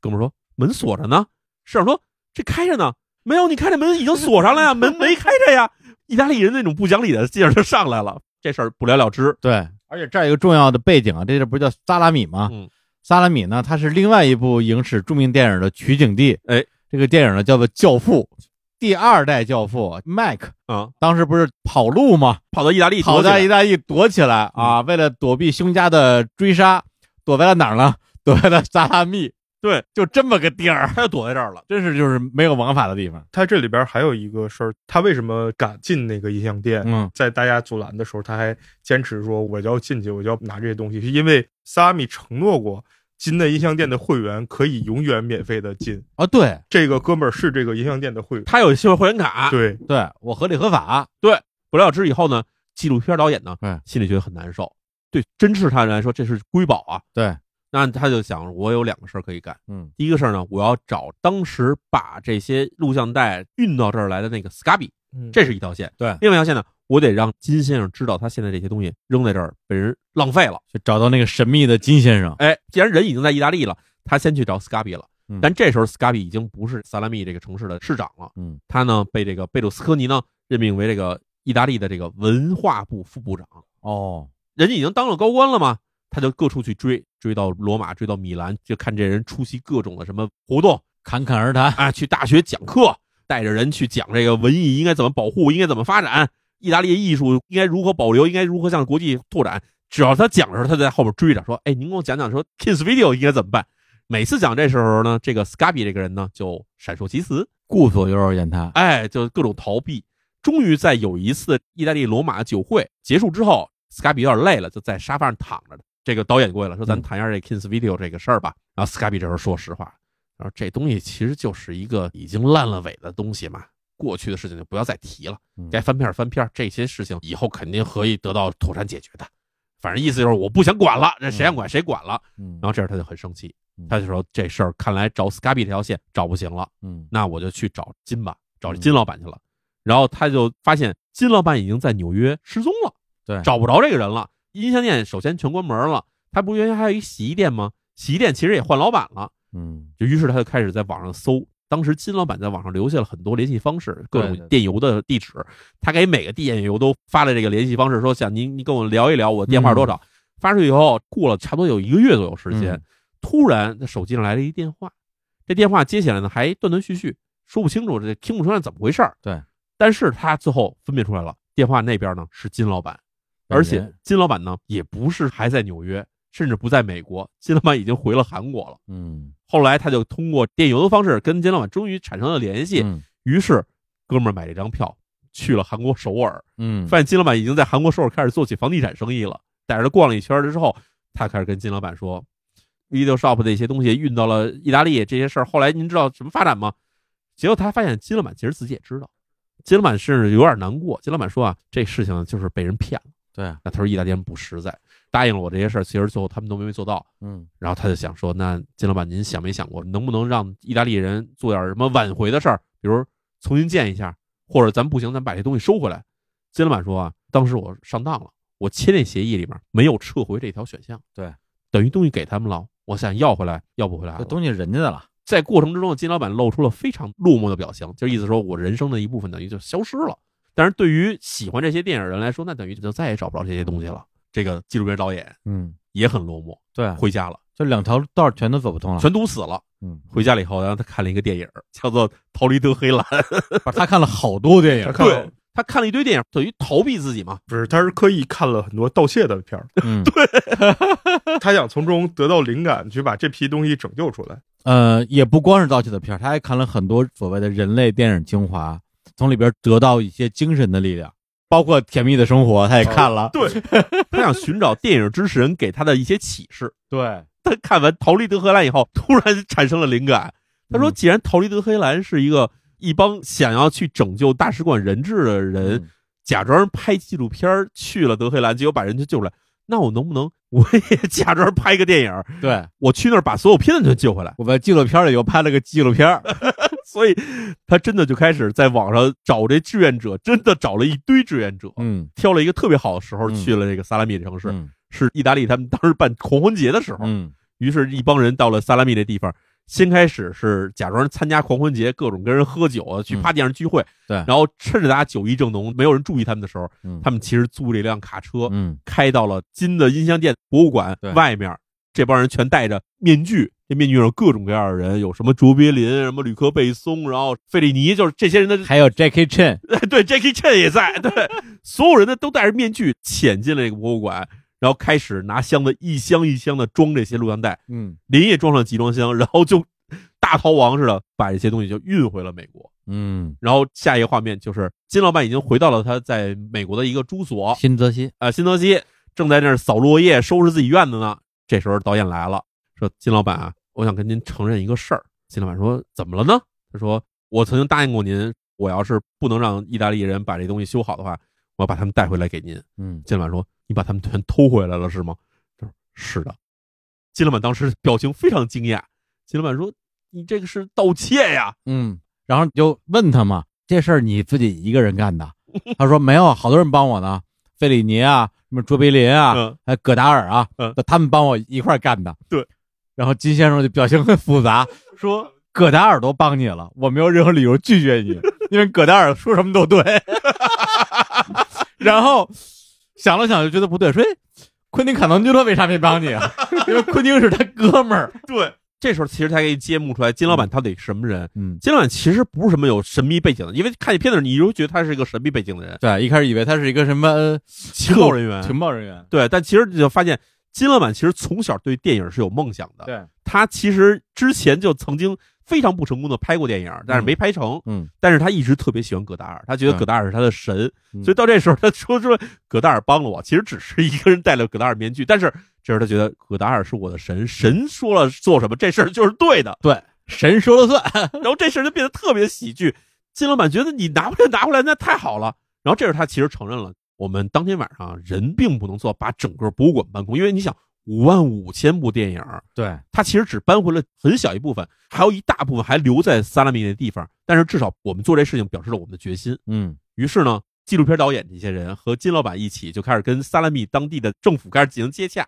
Speaker 2: 哥们儿说门锁着呢，市长说这开着呢，没有，你看这门已经锁上了呀，门没开着呀。意大利人那种不讲理的劲儿就上来了，这事儿不了了之。
Speaker 1: 对，而且这儿有一个重要的背景啊，这地儿不是叫萨拉米吗？
Speaker 2: 嗯
Speaker 1: 萨拉米呢，它是另外一部影史著名电影的取景地。
Speaker 2: 哎，
Speaker 1: 这个电影呢叫做《教父》，第二代教父麦克
Speaker 2: 啊、
Speaker 1: 当时不是跑路吗？
Speaker 2: 跑到意大利躲
Speaker 1: 跑
Speaker 2: 起来，嗯
Speaker 1: 到意大利躲起来啊，为了躲避凶家的追杀，躲在了哪儿呢？ 躲在了萨拉密。
Speaker 2: 对，
Speaker 1: 就这么个地儿，
Speaker 2: 他就躲在这儿了。
Speaker 1: 真是就是没有王法的地方。
Speaker 3: 他这里边还有一个事儿，他为什么敢进那个音像店？
Speaker 1: 嗯
Speaker 3: 在大家阻拦的时候，他还坚持说我就要进去，我就要拿这些东西，是因为萨米承诺过，金的音像店的会员可以永远免费的进。
Speaker 1: 啊，对
Speaker 3: 这个哥们儿是这个音像店的会员，
Speaker 2: 他有新会员卡，
Speaker 3: 对，
Speaker 1: 对，我合理合法。
Speaker 2: 不了了之以后呢，纪录片导演呢，
Speaker 1: 嗯
Speaker 2: 心里觉得很难受。对，真是他人来说，这是瑰宝啊。
Speaker 1: 对，
Speaker 2: 那他就想，我有两个事儿可以干。
Speaker 1: 嗯
Speaker 2: 第一个事儿呢，我要找当时把这些录像带运到这儿来的那个 Scabi，这
Speaker 3: 嗯
Speaker 2: 是一条线。
Speaker 1: 对
Speaker 2: 另外一条线呢，我得让金先生知道他现在这些东西扔在这儿被人浪费了。
Speaker 1: 就找到那个神秘的金先生。
Speaker 2: 哎，既然人已经在意大利了，他先去找 Scabi 了
Speaker 1: 嗯。
Speaker 2: 但这时候 Scabi 已经不是萨拉米这个城市的市长了，
Speaker 1: 嗯，
Speaker 2: 他呢被这个贝鲁斯科尼呢任命为这个意大利的这个文化部副部长。
Speaker 1: 哦，
Speaker 2: 人家已经当了高官了嘛，他就各处去追，追到罗马，追到米兰，就看这人出席各种的什么活动
Speaker 1: 侃侃而谈。
Speaker 2: 啊，去大学讲课，带着人去讲这个文艺应该怎么保护，应该怎么发展，意大利艺术应该如何保留，应该如何向国际拓展。只要他讲的时候，他在后面追着说：“哎，您给我讲讲说 Kiss Video 应该怎么办。”每次讲这时候呢，这个 Scabi 这个人呢就闪烁其词，
Speaker 1: 顾左右而言他。
Speaker 2: 哎，就各种逃避。终于在有一次意大利罗马酒会结束之后，斯卡比有点累了，就在沙发上躺着。这个导演过来了，说：“咱谈一下这 Kings Video 这个事儿吧。”然后斯卡比这时候说实话，然后这东西其实就是一个已经烂了尾的东西嘛，过去的事情就不要再提了
Speaker 1: 嗯，
Speaker 2: 该翻篇儿翻篇儿，这些事情以后肯定可以得到妥善解决的。反正意思就是我不想管了，这谁想管谁管了。
Speaker 1: 嗯
Speaker 2: 然后这样他就很生气
Speaker 1: 嗯，
Speaker 2: 他就说：“这事儿看来找斯卡比这条线找不行了。”
Speaker 1: 嗯
Speaker 2: 那我就去找金吧，找金老板去了。然后他就发现金老板已经在纽约失踪了，
Speaker 1: 对
Speaker 2: 找不着这个人了。音像店首先全关门了，他不原先还有一洗衣店吗？洗衣店其实也换老板了，
Speaker 1: 嗯
Speaker 2: 就于是他就开始在网上搜。当时金老板在网上留下了很多联系方式，各
Speaker 1: 对
Speaker 2: 种
Speaker 1: 对
Speaker 2: 电邮的地址，他给每个电邮都发了这个联系方式，说想您您跟我聊一聊，我电话是多少。发出去以后，过了差不多有一个月左右时间，
Speaker 1: 嗯
Speaker 2: 突然他手机上来了一电话，这电话接起来呢还断断续续，说不清楚，这听不出来怎么回事儿。
Speaker 1: 对，
Speaker 2: 但是他最后分辨出来了，电话那边呢是金老板，
Speaker 1: 本
Speaker 2: 而
Speaker 1: 人
Speaker 2: 且金老板呢也不是还在纽约，甚至不在美国，金老板已经回了韩国了。
Speaker 1: 嗯，
Speaker 2: 后来他就通过电邮的方式跟金老板终于产生了联系，
Speaker 1: 嗯
Speaker 2: 于是哥们儿买这张票去了韩国首尔，
Speaker 1: 嗯，
Speaker 2: 发现金老板已经在韩国首尔开始做起房地产生意了。带着他逛了一圈儿之后，他开始跟金老板说，video shop 的一些东西运到了意大利这些事儿。后来您知道什么发展吗？结果他发现金老板其实自己也知道，金老板甚至有点难过。金老板说啊，这事情就是被人骗了。
Speaker 1: 对，啊
Speaker 2: 那他说意大利人不实在，答应了我这些事儿，其实最后他们都没做到。
Speaker 1: 嗯
Speaker 2: 然后他就想说，那金老板，您想没想过，能不能让意大利人做点什么挽回的事儿，比如重新建一下，或者咱不行，咱把这东西收回来。金老板说啊，当时我上当了，我签那协议里面没有撤回这条选项，
Speaker 1: 对，
Speaker 2: 等于东西给他们了，我想要回来要不回来
Speaker 1: 这
Speaker 2: 了。
Speaker 1: 东西人家的了。
Speaker 2: 在过程之中，金老板露出了非常落寞的表情，就意思说我人生的一部分等于就消失了。但是对于喜欢这些电影人来说，那等于就再也找不着这些东西了。这个纪录片导演
Speaker 1: 嗯，
Speaker 2: 也很落寞，
Speaker 1: 对，啊
Speaker 2: 回家了，
Speaker 1: 就两条道儿全都走不通了。
Speaker 2: 全堵死了。
Speaker 1: 啊嗯，
Speaker 2: 回家了以后，然后他看了一个电影，叫做《逃离德黑兰》。
Speaker 1: 不是他看了好多电影。
Speaker 3: 他看了
Speaker 2: 对他看了一堆电影，等于逃避自己嘛。
Speaker 3: 不是，他是刻意看了很多盗窃的片儿，
Speaker 1: 嗯，
Speaker 3: 他想从中得到灵感，去把这批东西拯救出来。
Speaker 1: 呃，也不光是盗窃的片儿，他还看了很多所谓的人类电影精华，从里边得到一些精神的力量，包括《甜蜜的生活》，他也看了。
Speaker 3: 对，
Speaker 2: 他想寻找电影之神给他的一些启示。
Speaker 1: 对，
Speaker 2: 他看完《逃离德黑兰》以后，突然产生了灵感。他
Speaker 1: 嗯
Speaker 2: 说：“既然《逃离德黑兰》是一个一帮想要去拯救大使馆人质的人，
Speaker 1: 嗯
Speaker 2: 假装拍纪录片儿去了德黑兰，结果把人家救出来，那我能不能我也 假装拍个电影？
Speaker 1: 对，
Speaker 2: 我去那儿把所有片子全救回来？”
Speaker 1: 我在纪录片里又拍了个纪录片儿。
Speaker 2: 所以他真的就开始在网上找这志愿者，真的找了一堆志愿者，
Speaker 1: 嗯，
Speaker 2: 挑了一个特别好的时候
Speaker 1: 嗯
Speaker 2: 去了这个萨拉米这城市，
Speaker 1: 嗯
Speaker 2: 是意大利他们当时办狂欢节的时候，
Speaker 1: 嗯
Speaker 2: 于是，一帮人到了萨拉米这地方，先开始是假装参加狂欢节，各种跟人喝酒啊，去
Speaker 1: 嗯
Speaker 2: 趴地上聚会。
Speaker 1: 对
Speaker 2: 然后趁着大家酒意正浓，没有人注意他们的时候，
Speaker 1: 嗯
Speaker 2: 他们其实租了一辆卡车，
Speaker 1: 嗯
Speaker 2: 开到了金的音像店博物馆
Speaker 1: 对
Speaker 2: 外面。这帮人全戴着面具，这面具上有各种各样的人，有什么卓别林、什么吕克贝松，然后费里尼，就是这些人的
Speaker 5: 还有 Jackie Chan，
Speaker 2: 对，Jackie Chan 也在，对，所有人呢都戴着面具潜进了这个博物馆，然后开始拿箱子一箱一箱的装这些录像带，
Speaker 1: 嗯
Speaker 2: 连夜装上集装箱，然 后就大逃亡似的把这些东西就运回了美国。
Speaker 1: 嗯，
Speaker 2: 然后下一个画面就是金老板已经回到了他在美国的一个住所，
Speaker 1: 新泽西，
Speaker 2: 啊，新泽西正在那儿扫落叶、收拾自己院子呢。这时候导演来了，说：“金老板啊，我想跟您承认一个事儿。”金老板说：“怎么了呢？”他说：“我曾经答应过您，我要是不能让意大利人把这东西修好的话，我要把他们带回来给您。”
Speaker 1: 嗯
Speaker 2: 金老板说：“你把他们全偷回来了是吗？”他说：“是的。”金老板当时表情非常惊讶。金老板说：“你这个是盗窃呀
Speaker 1: 嗯，然后就问他嘛，这事儿你自己一个人干的？ 他说没有，好多人帮我呢，费里尼啊，什么卓别林！”啊，
Speaker 2: 嗯，
Speaker 1: 还有葛达尔啊，
Speaker 2: 嗯
Speaker 1: 他们帮我一块儿干的。
Speaker 2: 对，
Speaker 1: 然后金先生就表情很复杂，
Speaker 2: 说
Speaker 1: 葛达尔都帮你了，我没有任何理由拒绝 你，因为葛达尔说什么都对。然后想了想就觉得不对，说哎昆汀·卡农居勒为啥没帮你啊？ 因为昆汀是他哥们儿。
Speaker 2: 对。这时候其实才可以揭幕出来金老板他得什么人。
Speaker 1: 嗯，
Speaker 2: 金老板其实不是什么有神秘背景的，因为看这片子，你就觉得他是一个神秘背景的人，
Speaker 1: 对，一开始以为他是一个什么呃
Speaker 2: 情报人员。
Speaker 1: 情报人员。
Speaker 2: 对，但其实你就发现，金老板其实从小对电影是有梦想的。
Speaker 1: 对，
Speaker 2: 他其实之前就曾经非常不成功的拍过电影，但是没拍成。
Speaker 1: 嗯
Speaker 2: 但是他一直特别喜欢葛达尔，他觉
Speaker 1: 嗯
Speaker 2: 得葛达尔是他的神，
Speaker 1: 嗯
Speaker 2: 所以到这时候他说说葛达尔帮了我，其实只是一个人戴了葛达尔面具，但是这时候他觉得葛达尔是我的神，神说了做什么，这事儿就是对的。
Speaker 1: 对，神说了算。
Speaker 2: 然后这事儿就变得特别喜剧。金老板觉得你拿回来拿回来那太好了，然后这时候他其实承认了，我们当天晚上啊人并不能做把整个博物馆搬空，因为你想五万五千部电影，
Speaker 1: 对，
Speaker 2: 他其实只搬回了很小一部分，还有一大部分还留在萨拉米那地方。但是至少我们做这事情表示了我们的决心。
Speaker 1: 嗯
Speaker 2: 于是呢，纪录片导演这些人和金老板一起就开始跟萨拉米当地的政府开始进行接洽。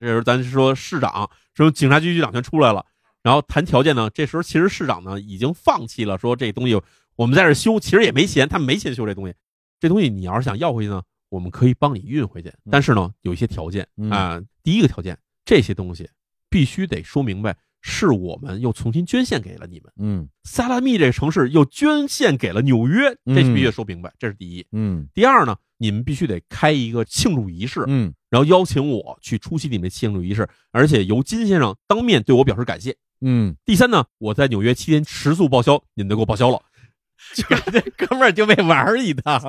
Speaker 2: 这时候咱说市长、说警察局局长全出来了，然后谈条件呢。这时候其实市长呢已经放弃了，说这东西我们在这儿修，其实也没钱，他们没钱修这东西。这东西你要是想要回去呢，我们可以帮你运回去，但是呢有一些条件
Speaker 1: 嗯
Speaker 2: 啊、第一个条件，这些东西必须得说明白，是我们又重新捐献给了你们。
Speaker 1: 嗯
Speaker 2: 萨拉密这个城市又捐献给了纽约，这必须得说明白，这是第一。
Speaker 1: 嗯
Speaker 2: 第二呢，你们必须得开一个庆祝仪式，
Speaker 1: 嗯
Speaker 2: 然后邀请我去出席你们的庆祝仪式，而且由金先生当面对我表示感谢。
Speaker 1: 嗯，
Speaker 2: 第三呢，我在纽约七天食宿报销，你们都给我报销了。
Speaker 1: 这哥们儿就被玩儿一 趟。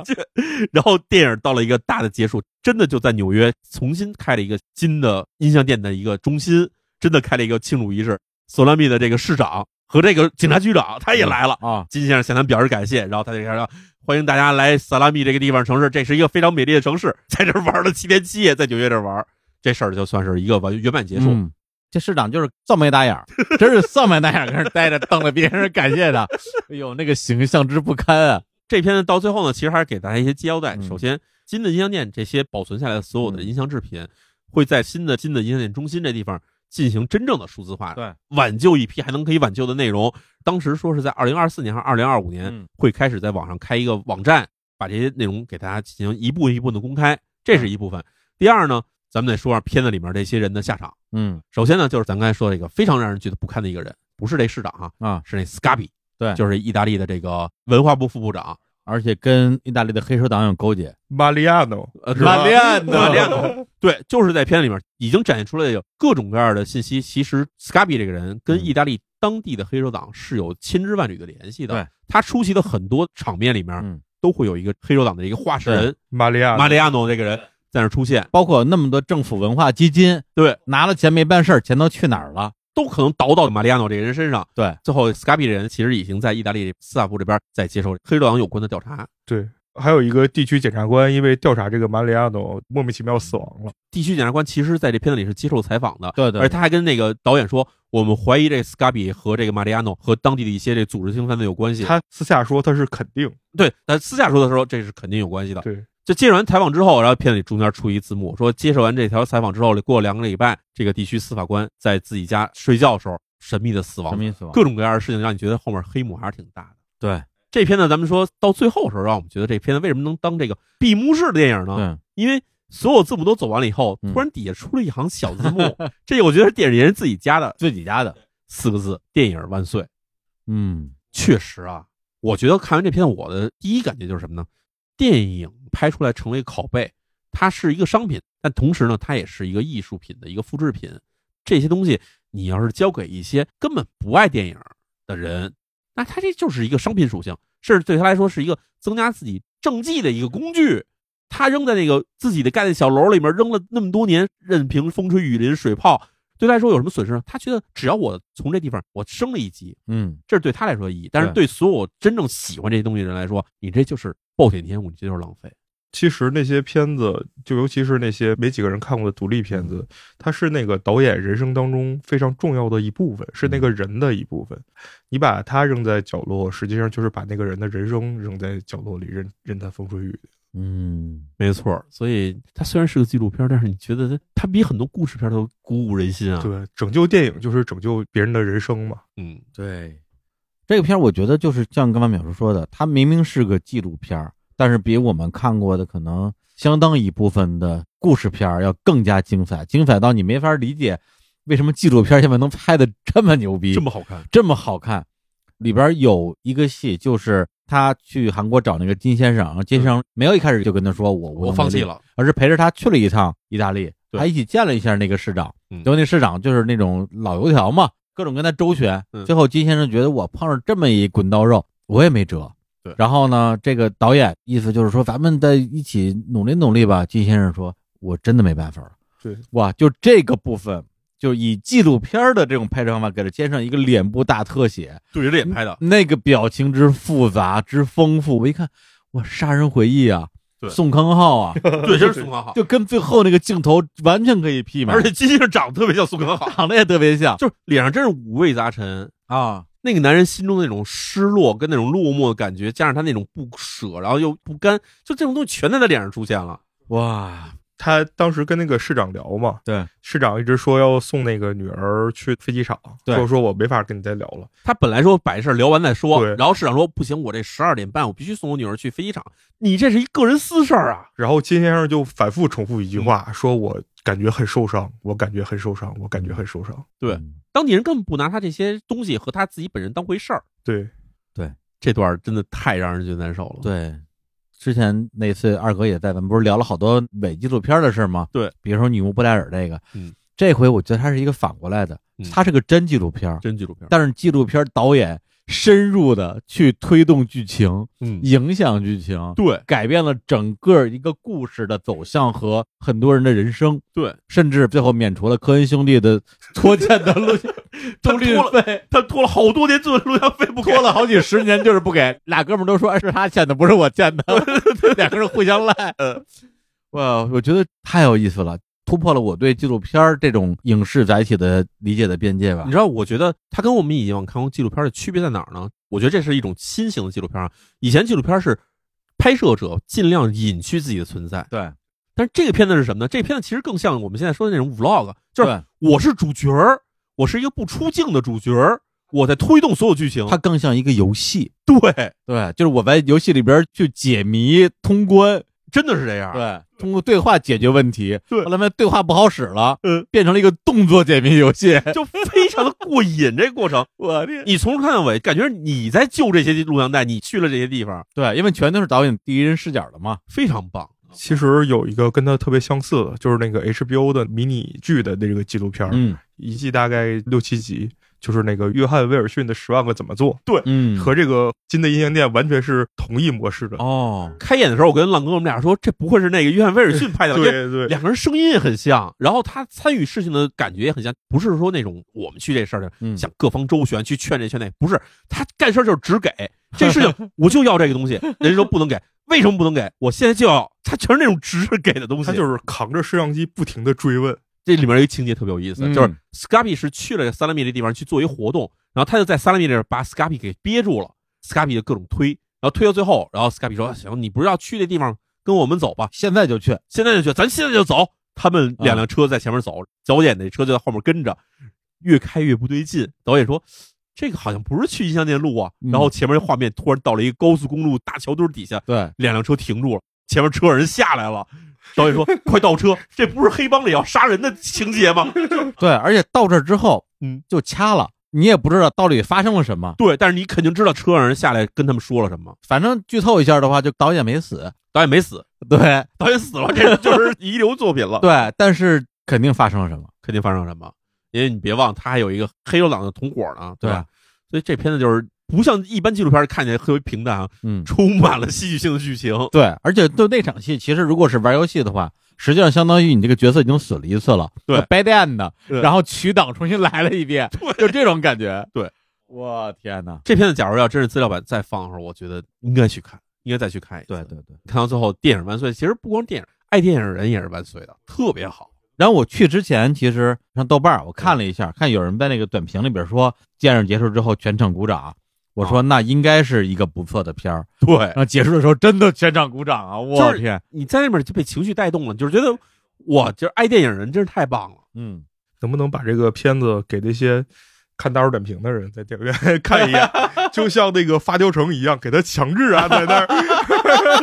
Speaker 2: 然后电影到了一个大的结束，真的就在纽约重新开了一个新的音像店的一个中心，真的开了一个庆祝仪式。索拉密的这个市长和这个警察局长他也来了，
Speaker 1: 啊，
Speaker 2: 金先生向他们表示感谢，然后他就开始欢迎大家来萨拉密这个地方城市，这是一个非常美丽的城市，在这儿玩了七天七夜，在纽约这儿玩，这事儿就算是一个完圆满结束。
Speaker 1: 嗯这市长就是丧眉打眼儿，真是丧眉打眼儿，跟那儿待着，瞪着别人 感谢他。哎呦，那个形象之不堪啊！
Speaker 2: 这片子到最后呢，其实还是给大家一些交代。
Speaker 1: 嗯
Speaker 2: 首先，金的音像店这些保存下来的所有的音像制品，会在新的金的音像店中心这地方进行真正的数字化，
Speaker 1: 对，
Speaker 2: 挽救一批还能可以挽救的内容。当时说是在二零二四年还是二零二五
Speaker 1: 嗯
Speaker 2: 年会开始在网上开一个网站，把这些内容给大家进行一步一步的公开，这
Speaker 1: 嗯
Speaker 2: 是一部分。第二呢，咱们得说说片子里面这些人的下场。
Speaker 1: 嗯
Speaker 2: 首先呢，就是咱刚才说的一个非常让人觉得不堪的一个人，不是这市长啊，
Speaker 1: 啊，
Speaker 2: 是那 Scabi，
Speaker 1: 对
Speaker 2: 就是意大利的这个文化部副部长。
Speaker 1: 而且跟意大利的黑手党有勾结。
Speaker 3: 马里亚 诺，
Speaker 2: 呃，是吧
Speaker 1: 马里 安
Speaker 2: 马里亚 诺，对，就是在片子里面已经展现出来有各种各样的信息。其实 Scabi 这个人
Speaker 1: 嗯
Speaker 2: 跟意大利当地的黑手党是有千丝万缕的联系的。
Speaker 1: 对，
Speaker 2: 他出席的很多场面里面
Speaker 1: 嗯，
Speaker 2: 都会有一个黑手党的一个化石人
Speaker 3: 马里
Speaker 1: 啊
Speaker 3: 亚诺
Speaker 2: 马里亚诺这个人在那儿出现，
Speaker 1: 包括那么多政府文化基金，
Speaker 2: 对，
Speaker 1: 拿了钱没办事儿，钱都去哪儿了？
Speaker 2: 都可能倒到马里亚诺这个人身上。
Speaker 1: 对，
Speaker 2: 最后 Scabi 这人其实已经在意大利司法部这边在接受黑手党有关的调查。
Speaker 3: 对，还有一个地区检察官因为调查这个马里亚诺莫名其妙死亡了。
Speaker 2: 地区检察官其实在这片子里是接受采访的，
Speaker 1: 对对
Speaker 2: 而他还跟那个导演说，我们怀疑这 Scabi 和这个马里亚诺和当地的一些这组织性犯罪有关系。
Speaker 3: 他私下说他是肯定，
Speaker 2: 对，他私下说的时候，这是肯定有关系的。
Speaker 3: 对，
Speaker 2: 就接受完采访之后，然后片子里中间出一字幕说，接受完这条采访之后，过两个礼拜，这个地区司法官在自己家睡觉的时候，神秘的死亡
Speaker 1: 什，么意思吧？
Speaker 2: 各种各样的事情，让你觉得后面黑幕还是挺大的。
Speaker 1: 对
Speaker 2: 这片子咱们说到最后的时候，让我们觉得这片子为什么能当这个闭幕式的电影呢？
Speaker 1: 对，
Speaker 2: 因为所有字幕都走完了以后，
Speaker 1: 嗯
Speaker 2: 突然底下出了一行小字幕， 这我觉得是电影人自己加的
Speaker 1: 自己家的，
Speaker 2: 四个字：“电影万岁。”
Speaker 1: 嗯，
Speaker 2: 确实啊，我觉得看完这片，我的第一感觉就是什么呢？电影拍出来成为拷贝，它是一个商品，但同时呢，它也是一个艺术品的一个复制品。这些东西，你要是交给一些根本不爱电影的人，那他这就是一个商品属性，甚至对他来说是一个增加自己政绩的一个工具。他扔在那个自己的盖的小楼里面扔了那么多年，任凭风吹雨淋、水泡，对他来说有什么损失呢？他觉得只要我从这地方我升了一级，
Speaker 1: 嗯，
Speaker 2: 这是对他来说的意义。但是
Speaker 1: 对
Speaker 2: 对所有真正喜欢这些东西的人来说，你这就是暴殄天物，你这就是浪费。
Speaker 3: 其实那些片子，就尤其是那些没几个人看过的独立片子，它是那个导演人生当中非常重要的一部分，是那
Speaker 2: 嗯
Speaker 3: 个人的一部分。你把他扔在角落，实际上就是把那个人的人生扔在角落里，任任他风吹雨淋。
Speaker 1: 嗯，
Speaker 2: 没错，所以它虽然是个纪录片，但是你觉得它它比很多故事片都鼓舞人心啊。，
Speaker 3: 对，拯救电影就是拯救别人的人生嘛。
Speaker 2: 嗯，
Speaker 1: 对，这个片儿我觉得就是像刚才淼叔说的，它明明是个纪录片儿，但是比我们看过的可能相当一部分的故事片儿要更加精彩，精彩到你没法理解为什么纪录片儿现在能拍的 这么牛逼，
Speaker 2: 这么好看，
Speaker 1: 这么好看。里边儿有一个戏，就是他去韩国找那个金先生，然后金先生没有一开始就跟他说我
Speaker 2: 我
Speaker 1: 我
Speaker 2: 放弃，了。
Speaker 1: 而是陪着他去了一趟意大利，
Speaker 2: 对
Speaker 1: 还一起见了一下那个市长。
Speaker 2: 嗯
Speaker 1: 结果那市长就是那种老油条嘛，各种跟他周旋。
Speaker 2: 嗯
Speaker 1: 最后金先生觉得我碰上这么一滚刀肉，我也没辙。
Speaker 2: 对
Speaker 1: 然后呢，这个导演意思就是说咱们再一起努力努力吧。金先生说，我真的没办法了。
Speaker 3: 对，
Speaker 1: 哇，就这个部分。就以纪录片儿的这种拍摄方法，给了金先生一个脸部大特写，
Speaker 2: 对着脸拍 的，
Speaker 1: 那个表情之复杂之丰富，我一看，哇，杀人回忆啊，
Speaker 2: 对
Speaker 1: 宋康昊啊，
Speaker 2: 对，真是宋康昊，
Speaker 1: 就跟最后那个镜头完全可以媲美，
Speaker 2: 而且金先生长得特别像宋 康昊，
Speaker 1: 长得也特别像
Speaker 2: 就是脸上真是五味杂陈。
Speaker 1: 啊，
Speaker 2: 那个男人心中的那种失落跟那种落寞的感觉，加上他那种不舍，然后又不甘，就这种东西全在他脸上出现了。
Speaker 1: 哇，
Speaker 3: 他当时跟那个市长聊嘛，
Speaker 1: 对，
Speaker 3: 市长一直说要送那个女儿去飞机场，
Speaker 1: 对
Speaker 3: 说说我没法跟你再聊了。
Speaker 2: 他本来说把这事儿聊完再说
Speaker 3: 对，
Speaker 2: 然后市长说不行，我这十二点半我必须送我女儿去飞机场，你这是一个人私事儿啊。
Speaker 3: 然后金先生就反复重复一句话，说我感觉很受伤，我感觉很受伤，我感觉很受伤。
Speaker 2: 对
Speaker 1: 嗯
Speaker 2: 当地人根本不拿他这些东西和他自己本人当回事儿，
Speaker 3: 对，
Speaker 2: 这段儿真的太让人觉得难受了。，
Speaker 1: 对，之前那次二哥也在，咱们不是聊了好多伪纪录片的事吗？
Speaker 2: 对，
Speaker 1: 比如说《女巫布莱尔》这个，
Speaker 2: 嗯，
Speaker 1: 这回我觉得它是一个反过来的
Speaker 2: 嗯，
Speaker 1: 它是个真纪录片儿，
Speaker 2: 真纪录片儿。
Speaker 1: 但是纪录片导演深入的去推动剧情，
Speaker 2: 嗯，
Speaker 1: 影响剧情，
Speaker 2: 对
Speaker 1: 改变了整个一个故事的走向和很多人的人生。
Speaker 2: 对，
Speaker 1: 甚至最后免除了科恩兄弟的拖欠的录
Speaker 2: 他
Speaker 1: 租赁
Speaker 2: 拖
Speaker 1: 费，
Speaker 2: 他拖了好多年做录像费不
Speaker 1: 拖了好几十年就是不给。俩哥们儿都说哎是他欠的，不是我欠 的，两个人互相赖。哇，我觉得太有意思了，突破了我对纪录片儿这种影视载体的理解的边界吧
Speaker 2: 你。知道，我觉得它跟我们以往看过纪录片的区别在哪儿呢？我觉得这是一种新型的纪录片啊。以前纪录片是拍摄者尽量隐去自己的存在，
Speaker 1: 对，
Speaker 2: 但是这个片子是什么呢？这片子其实更像我们现在说的那种 vlog，就是
Speaker 1: 对，
Speaker 2: 我是主角儿，我是一个不出镜的主角儿，我在推动所有剧情。
Speaker 1: 它更像一个游戏。
Speaker 2: 对，
Speaker 1: 对，就是我在游戏里边儿去解谜通关，
Speaker 2: 真的是这样。，
Speaker 1: 对，通过对话解决问题。
Speaker 2: 对
Speaker 1: 后来呢，对话不好使了，
Speaker 2: 嗯，
Speaker 1: 变成了一个动作解谜游戏。
Speaker 2: 就非常的过瘾。这个过程，
Speaker 1: 我的
Speaker 2: 你从头看到尾，感觉你在救这些录像带，你去了这些地方，
Speaker 1: 对，因为全都是导演第一人视角的嘛。
Speaker 2: 非常棒。
Speaker 3: 其实有一个跟他特别相似的，就是那个 HBO 的迷你剧的那个纪录片儿，
Speaker 1: 嗯
Speaker 3: 一季大概六七集，就是那个约翰·威尔逊的《十万个怎么做》。对，
Speaker 1: 嗯
Speaker 3: 和这个《金的音像店》完全是同一模式的。
Speaker 1: 哦，
Speaker 2: 开演的时候，我跟浪哥我们俩说，这不会是那个约翰威尔逊 拍的吧？因为
Speaker 3: 对对，
Speaker 2: 两个人声音也很像，然后他参与事情的感觉也很像，不是说那种我们去这事儿的
Speaker 1: 嗯
Speaker 2: 想各方周旋去劝这劝那，不是他干事儿就是只给这事 情，我就要这个东西，人家说不能给，为什么不能给？我现在就要，他全是那种直着给的东西。
Speaker 3: 他就是扛着摄像机不停的追问。
Speaker 2: 这里面有一个情节特别有意思，
Speaker 1: 嗯
Speaker 2: 就是 Scarpy 是去了萨拉米这地方去做一活动，然后他就在萨拉米这儿把啊 Scarpy 给憋住了，Scarpy 就各种推，然后推到最后，然后 Scarpy 说：“行，你不是要去那地方跟我们走吧，
Speaker 1: 现在就去，
Speaker 2: 现在就去，咱现在就走。”他们两辆车在前面走，导演那车就在后面跟着，越开越不对劲。导演说：“这个好像不是去印象店路啊。
Speaker 1: 嗯
Speaker 2: 然后前面画面突然到了一个高速公路大桥墩底下，
Speaker 1: 对，
Speaker 2: 两辆车停住了，前面车有人下来了。导演说：“快倒车！这不是黑帮里要杀人的情节吗
Speaker 1: 对，而且到这儿之后，
Speaker 2: 嗯，
Speaker 1: 就掐了，你也不知道到底发生了什么？”。
Speaker 2: 对，但是你肯定知道车上人下来跟他们说了什么。
Speaker 1: 反正剧透一下的话，就导演没死，
Speaker 2: 导演没死，
Speaker 1: 对
Speaker 2: 导演死了，这就是遗留作品了。
Speaker 1: 对，但是肯定发生了什么，
Speaker 2: 肯定发生了什么，因为你别忘，他还有一个黑手党的同伙呢，
Speaker 1: 对
Speaker 2: 吧？所以这片子就是不像一般纪录片看起来特别平淡啊，
Speaker 1: 嗯，
Speaker 2: 充满了戏剧性的剧情。
Speaker 1: 对，而且就那场戏，其实如果是玩游戏的话，实际上相当于你这个角色已经死了一次了，
Speaker 2: 对
Speaker 1: 掰蛋的，
Speaker 2: 对
Speaker 1: 然后取档重新来了一遍，就这种感觉，
Speaker 2: 对，
Speaker 1: 我天哪，
Speaker 2: 这片子假如要真是资料版再放的时候，我觉得应该去看，应该再去看一次。
Speaker 1: 对，对对。
Speaker 2: 看到最后，电影万岁！其实不光电影，爱电影的人也是万岁的，特别好。
Speaker 1: 然后我去之前，其实上豆瓣儿我看了一下，看有人在那个短评里边说，电影结束之后全场鼓掌。我说那应该是一个不错的片儿，
Speaker 2: 对
Speaker 1: 然，后哦哎结束的时候真的全场鼓掌啊！我
Speaker 2: 就是
Speaker 1: 天，
Speaker 2: 呃你在那边就被情绪带动了，你就是觉得哇，就是爱电影人真是太棒了。
Speaker 1: 嗯，
Speaker 3: 能不能把这个片子给那些看大众点评的人在电影院 看一眼，就像那个发条城一样，给他强制安在那儿，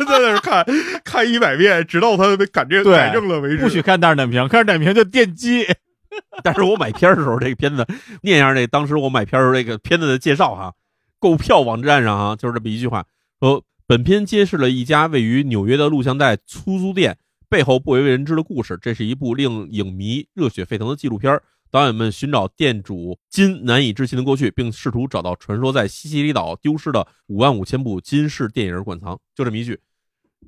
Speaker 3: 在那儿 看看一百遍，直到他被改正
Speaker 1: 对
Speaker 3: 改正了为止。
Speaker 1: 不许看大众点评，看大众点评就电击。
Speaker 2: 但是我买片儿的时候，这个片子念一下这当时我买片儿时候这个片子的介绍哈，购票网站上啊，就是这么一句话说，本片揭示了一家位于纽约的录像带出租店背后不为人知的故事，这是一部令影迷热血沸腾的纪录片儿。导演们寻找店主金难以置信的过去，并试图找到传说在西西里岛丢失的五万五千部金氏电影馆藏。就这么一句，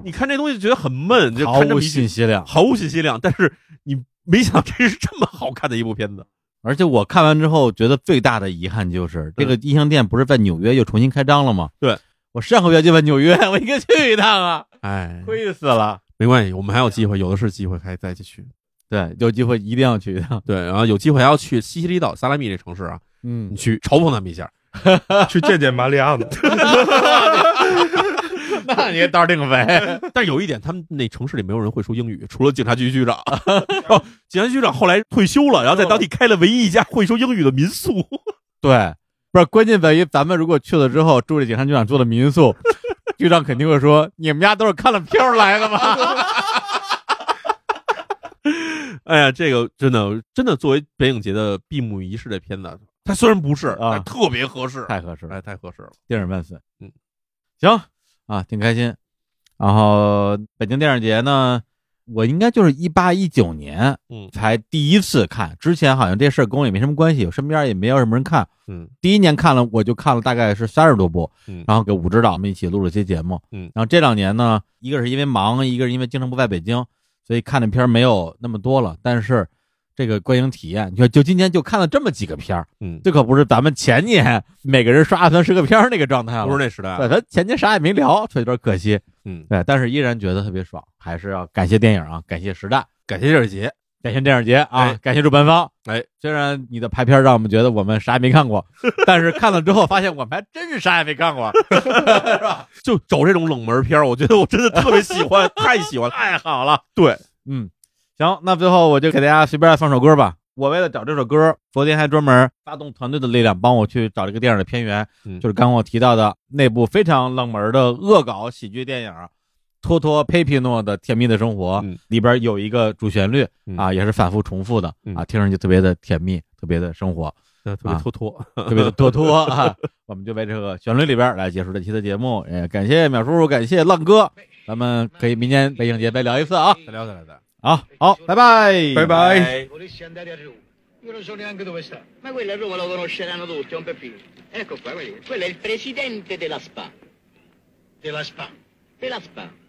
Speaker 2: 你看这东西就觉得很闷，就
Speaker 1: 毫
Speaker 2: 看这
Speaker 1: 无
Speaker 2: 么一
Speaker 1: 信
Speaker 2: 句
Speaker 1: 息量。
Speaker 2: 毫无信息量，但是你没想到这是这么好看的一部片子。
Speaker 1: 而且我看完之后，觉得最大的遗憾就是这个音像店不是在纽约又重新开张了吗？
Speaker 2: 对，
Speaker 1: 我上个月就在纽约，我应该去一趟啊，
Speaker 2: 哎，
Speaker 1: 亏死了。
Speaker 2: 没关系，我们还有机会，有的是机会，还再继续。
Speaker 1: 对，有机会一定要去一趟。
Speaker 2: 对，然后有机会还要去西西里岛萨拉米这城市啊，
Speaker 1: 嗯
Speaker 2: 你，去嘲讽他们一下。
Speaker 3: 去见见马里亚诺，
Speaker 1: 那你倒定肥。
Speaker 2: 但是有一点，他们那城市里没有人会说英语，除了警察局局 长。哦，警察局局长后来退休了，然后在当地开了唯一一家会说英语的民宿。
Speaker 1: 对，不是关键在于咱们如果去了之后住这警察局长住的民宿， 局长肯定会说你们家都是看了片儿来的吗？
Speaker 2: 哎呀，这个真的真的作为北影节的闭幕仪式的片子，它虽然不是，
Speaker 1: 啊
Speaker 2: 但特别合适，
Speaker 1: 太合适了，
Speaker 2: 哎太合适了。
Speaker 1: 电影万岁。
Speaker 2: 嗯，
Speaker 1: 行啊，挺开心。然后北京电影节呢，我应该就是一八一九年
Speaker 2: 嗯
Speaker 1: 才第一次看，之前好像这事儿跟我也没什么关系，我身边也没有什么人看。
Speaker 2: 嗯
Speaker 1: 第一年看了，我就看了大概是三十多部，
Speaker 2: 嗯
Speaker 1: 然后给武指导们一起录了些节目，
Speaker 2: 嗯
Speaker 1: 然后这两年呢，一个是因为忙，一个是因为经常不在北京，所以看的片儿没有那么多了，但是这个观影体验，你看就今天就看了这么几个片儿，
Speaker 2: 嗯，
Speaker 1: 这可不是咱们前年每个人刷二三十个片儿那个状态了，
Speaker 2: 不是那时代啊，
Speaker 1: 对，咱前年啥也没聊，所以有点可惜，
Speaker 2: 嗯，
Speaker 1: 对，但是依然觉得特别爽，还是要感谢电影啊，感谢时代。
Speaker 2: 感谢电影节，
Speaker 1: 感谢电影节啊，
Speaker 2: 哎
Speaker 1: 感谢主办方。
Speaker 2: 哎，
Speaker 1: 虽然你的排片让我们觉得我们啥也没看 过，但是看了之后发现我们还真是啥也没看过，是吧？
Speaker 2: 就找这种冷门片儿，我觉得我真的特别喜 欢，太喜欢，太好了。对，
Speaker 1: 嗯，行，那最后我就给大家随便放首歌吧。我为了找这首歌，昨天还专门发动团队的力量帮我去找这个电影的片源，
Speaker 2: 嗯
Speaker 1: 就是刚刚我提到的那部非常冷门的恶搞喜剧电影《托托佩皮诺的甜蜜的生活》
Speaker 2: 嗯
Speaker 1: 里边有一个主旋律
Speaker 2: 嗯
Speaker 1: 啊，也是反复重复的
Speaker 2: 嗯
Speaker 1: 啊，听上去特别的甜蜜，特别的生活。
Speaker 2: 特
Speaker 1: 啊
Speaker 2: 别脱脱，
Speaker 1: 特别的多多啊！我们就为这个旋律里边儿来结束这期的节目，也感谢淼叔叔，感谢浪哥，咱们可以明年北影节再聊一次啊！
Speaker 2: 再聊再聊再聊。
Speaker 1: 好，好，拜拜，
Speaker 3: 拜拜。
Speaker 5: Volessi andare a Roma. Io non so neanche dove sta. Ma quella a Roma lo conosceranno tutti, è un peppino. Ecco qua, quello, quello è il presidente della SPA. Della SPA? Della SPA.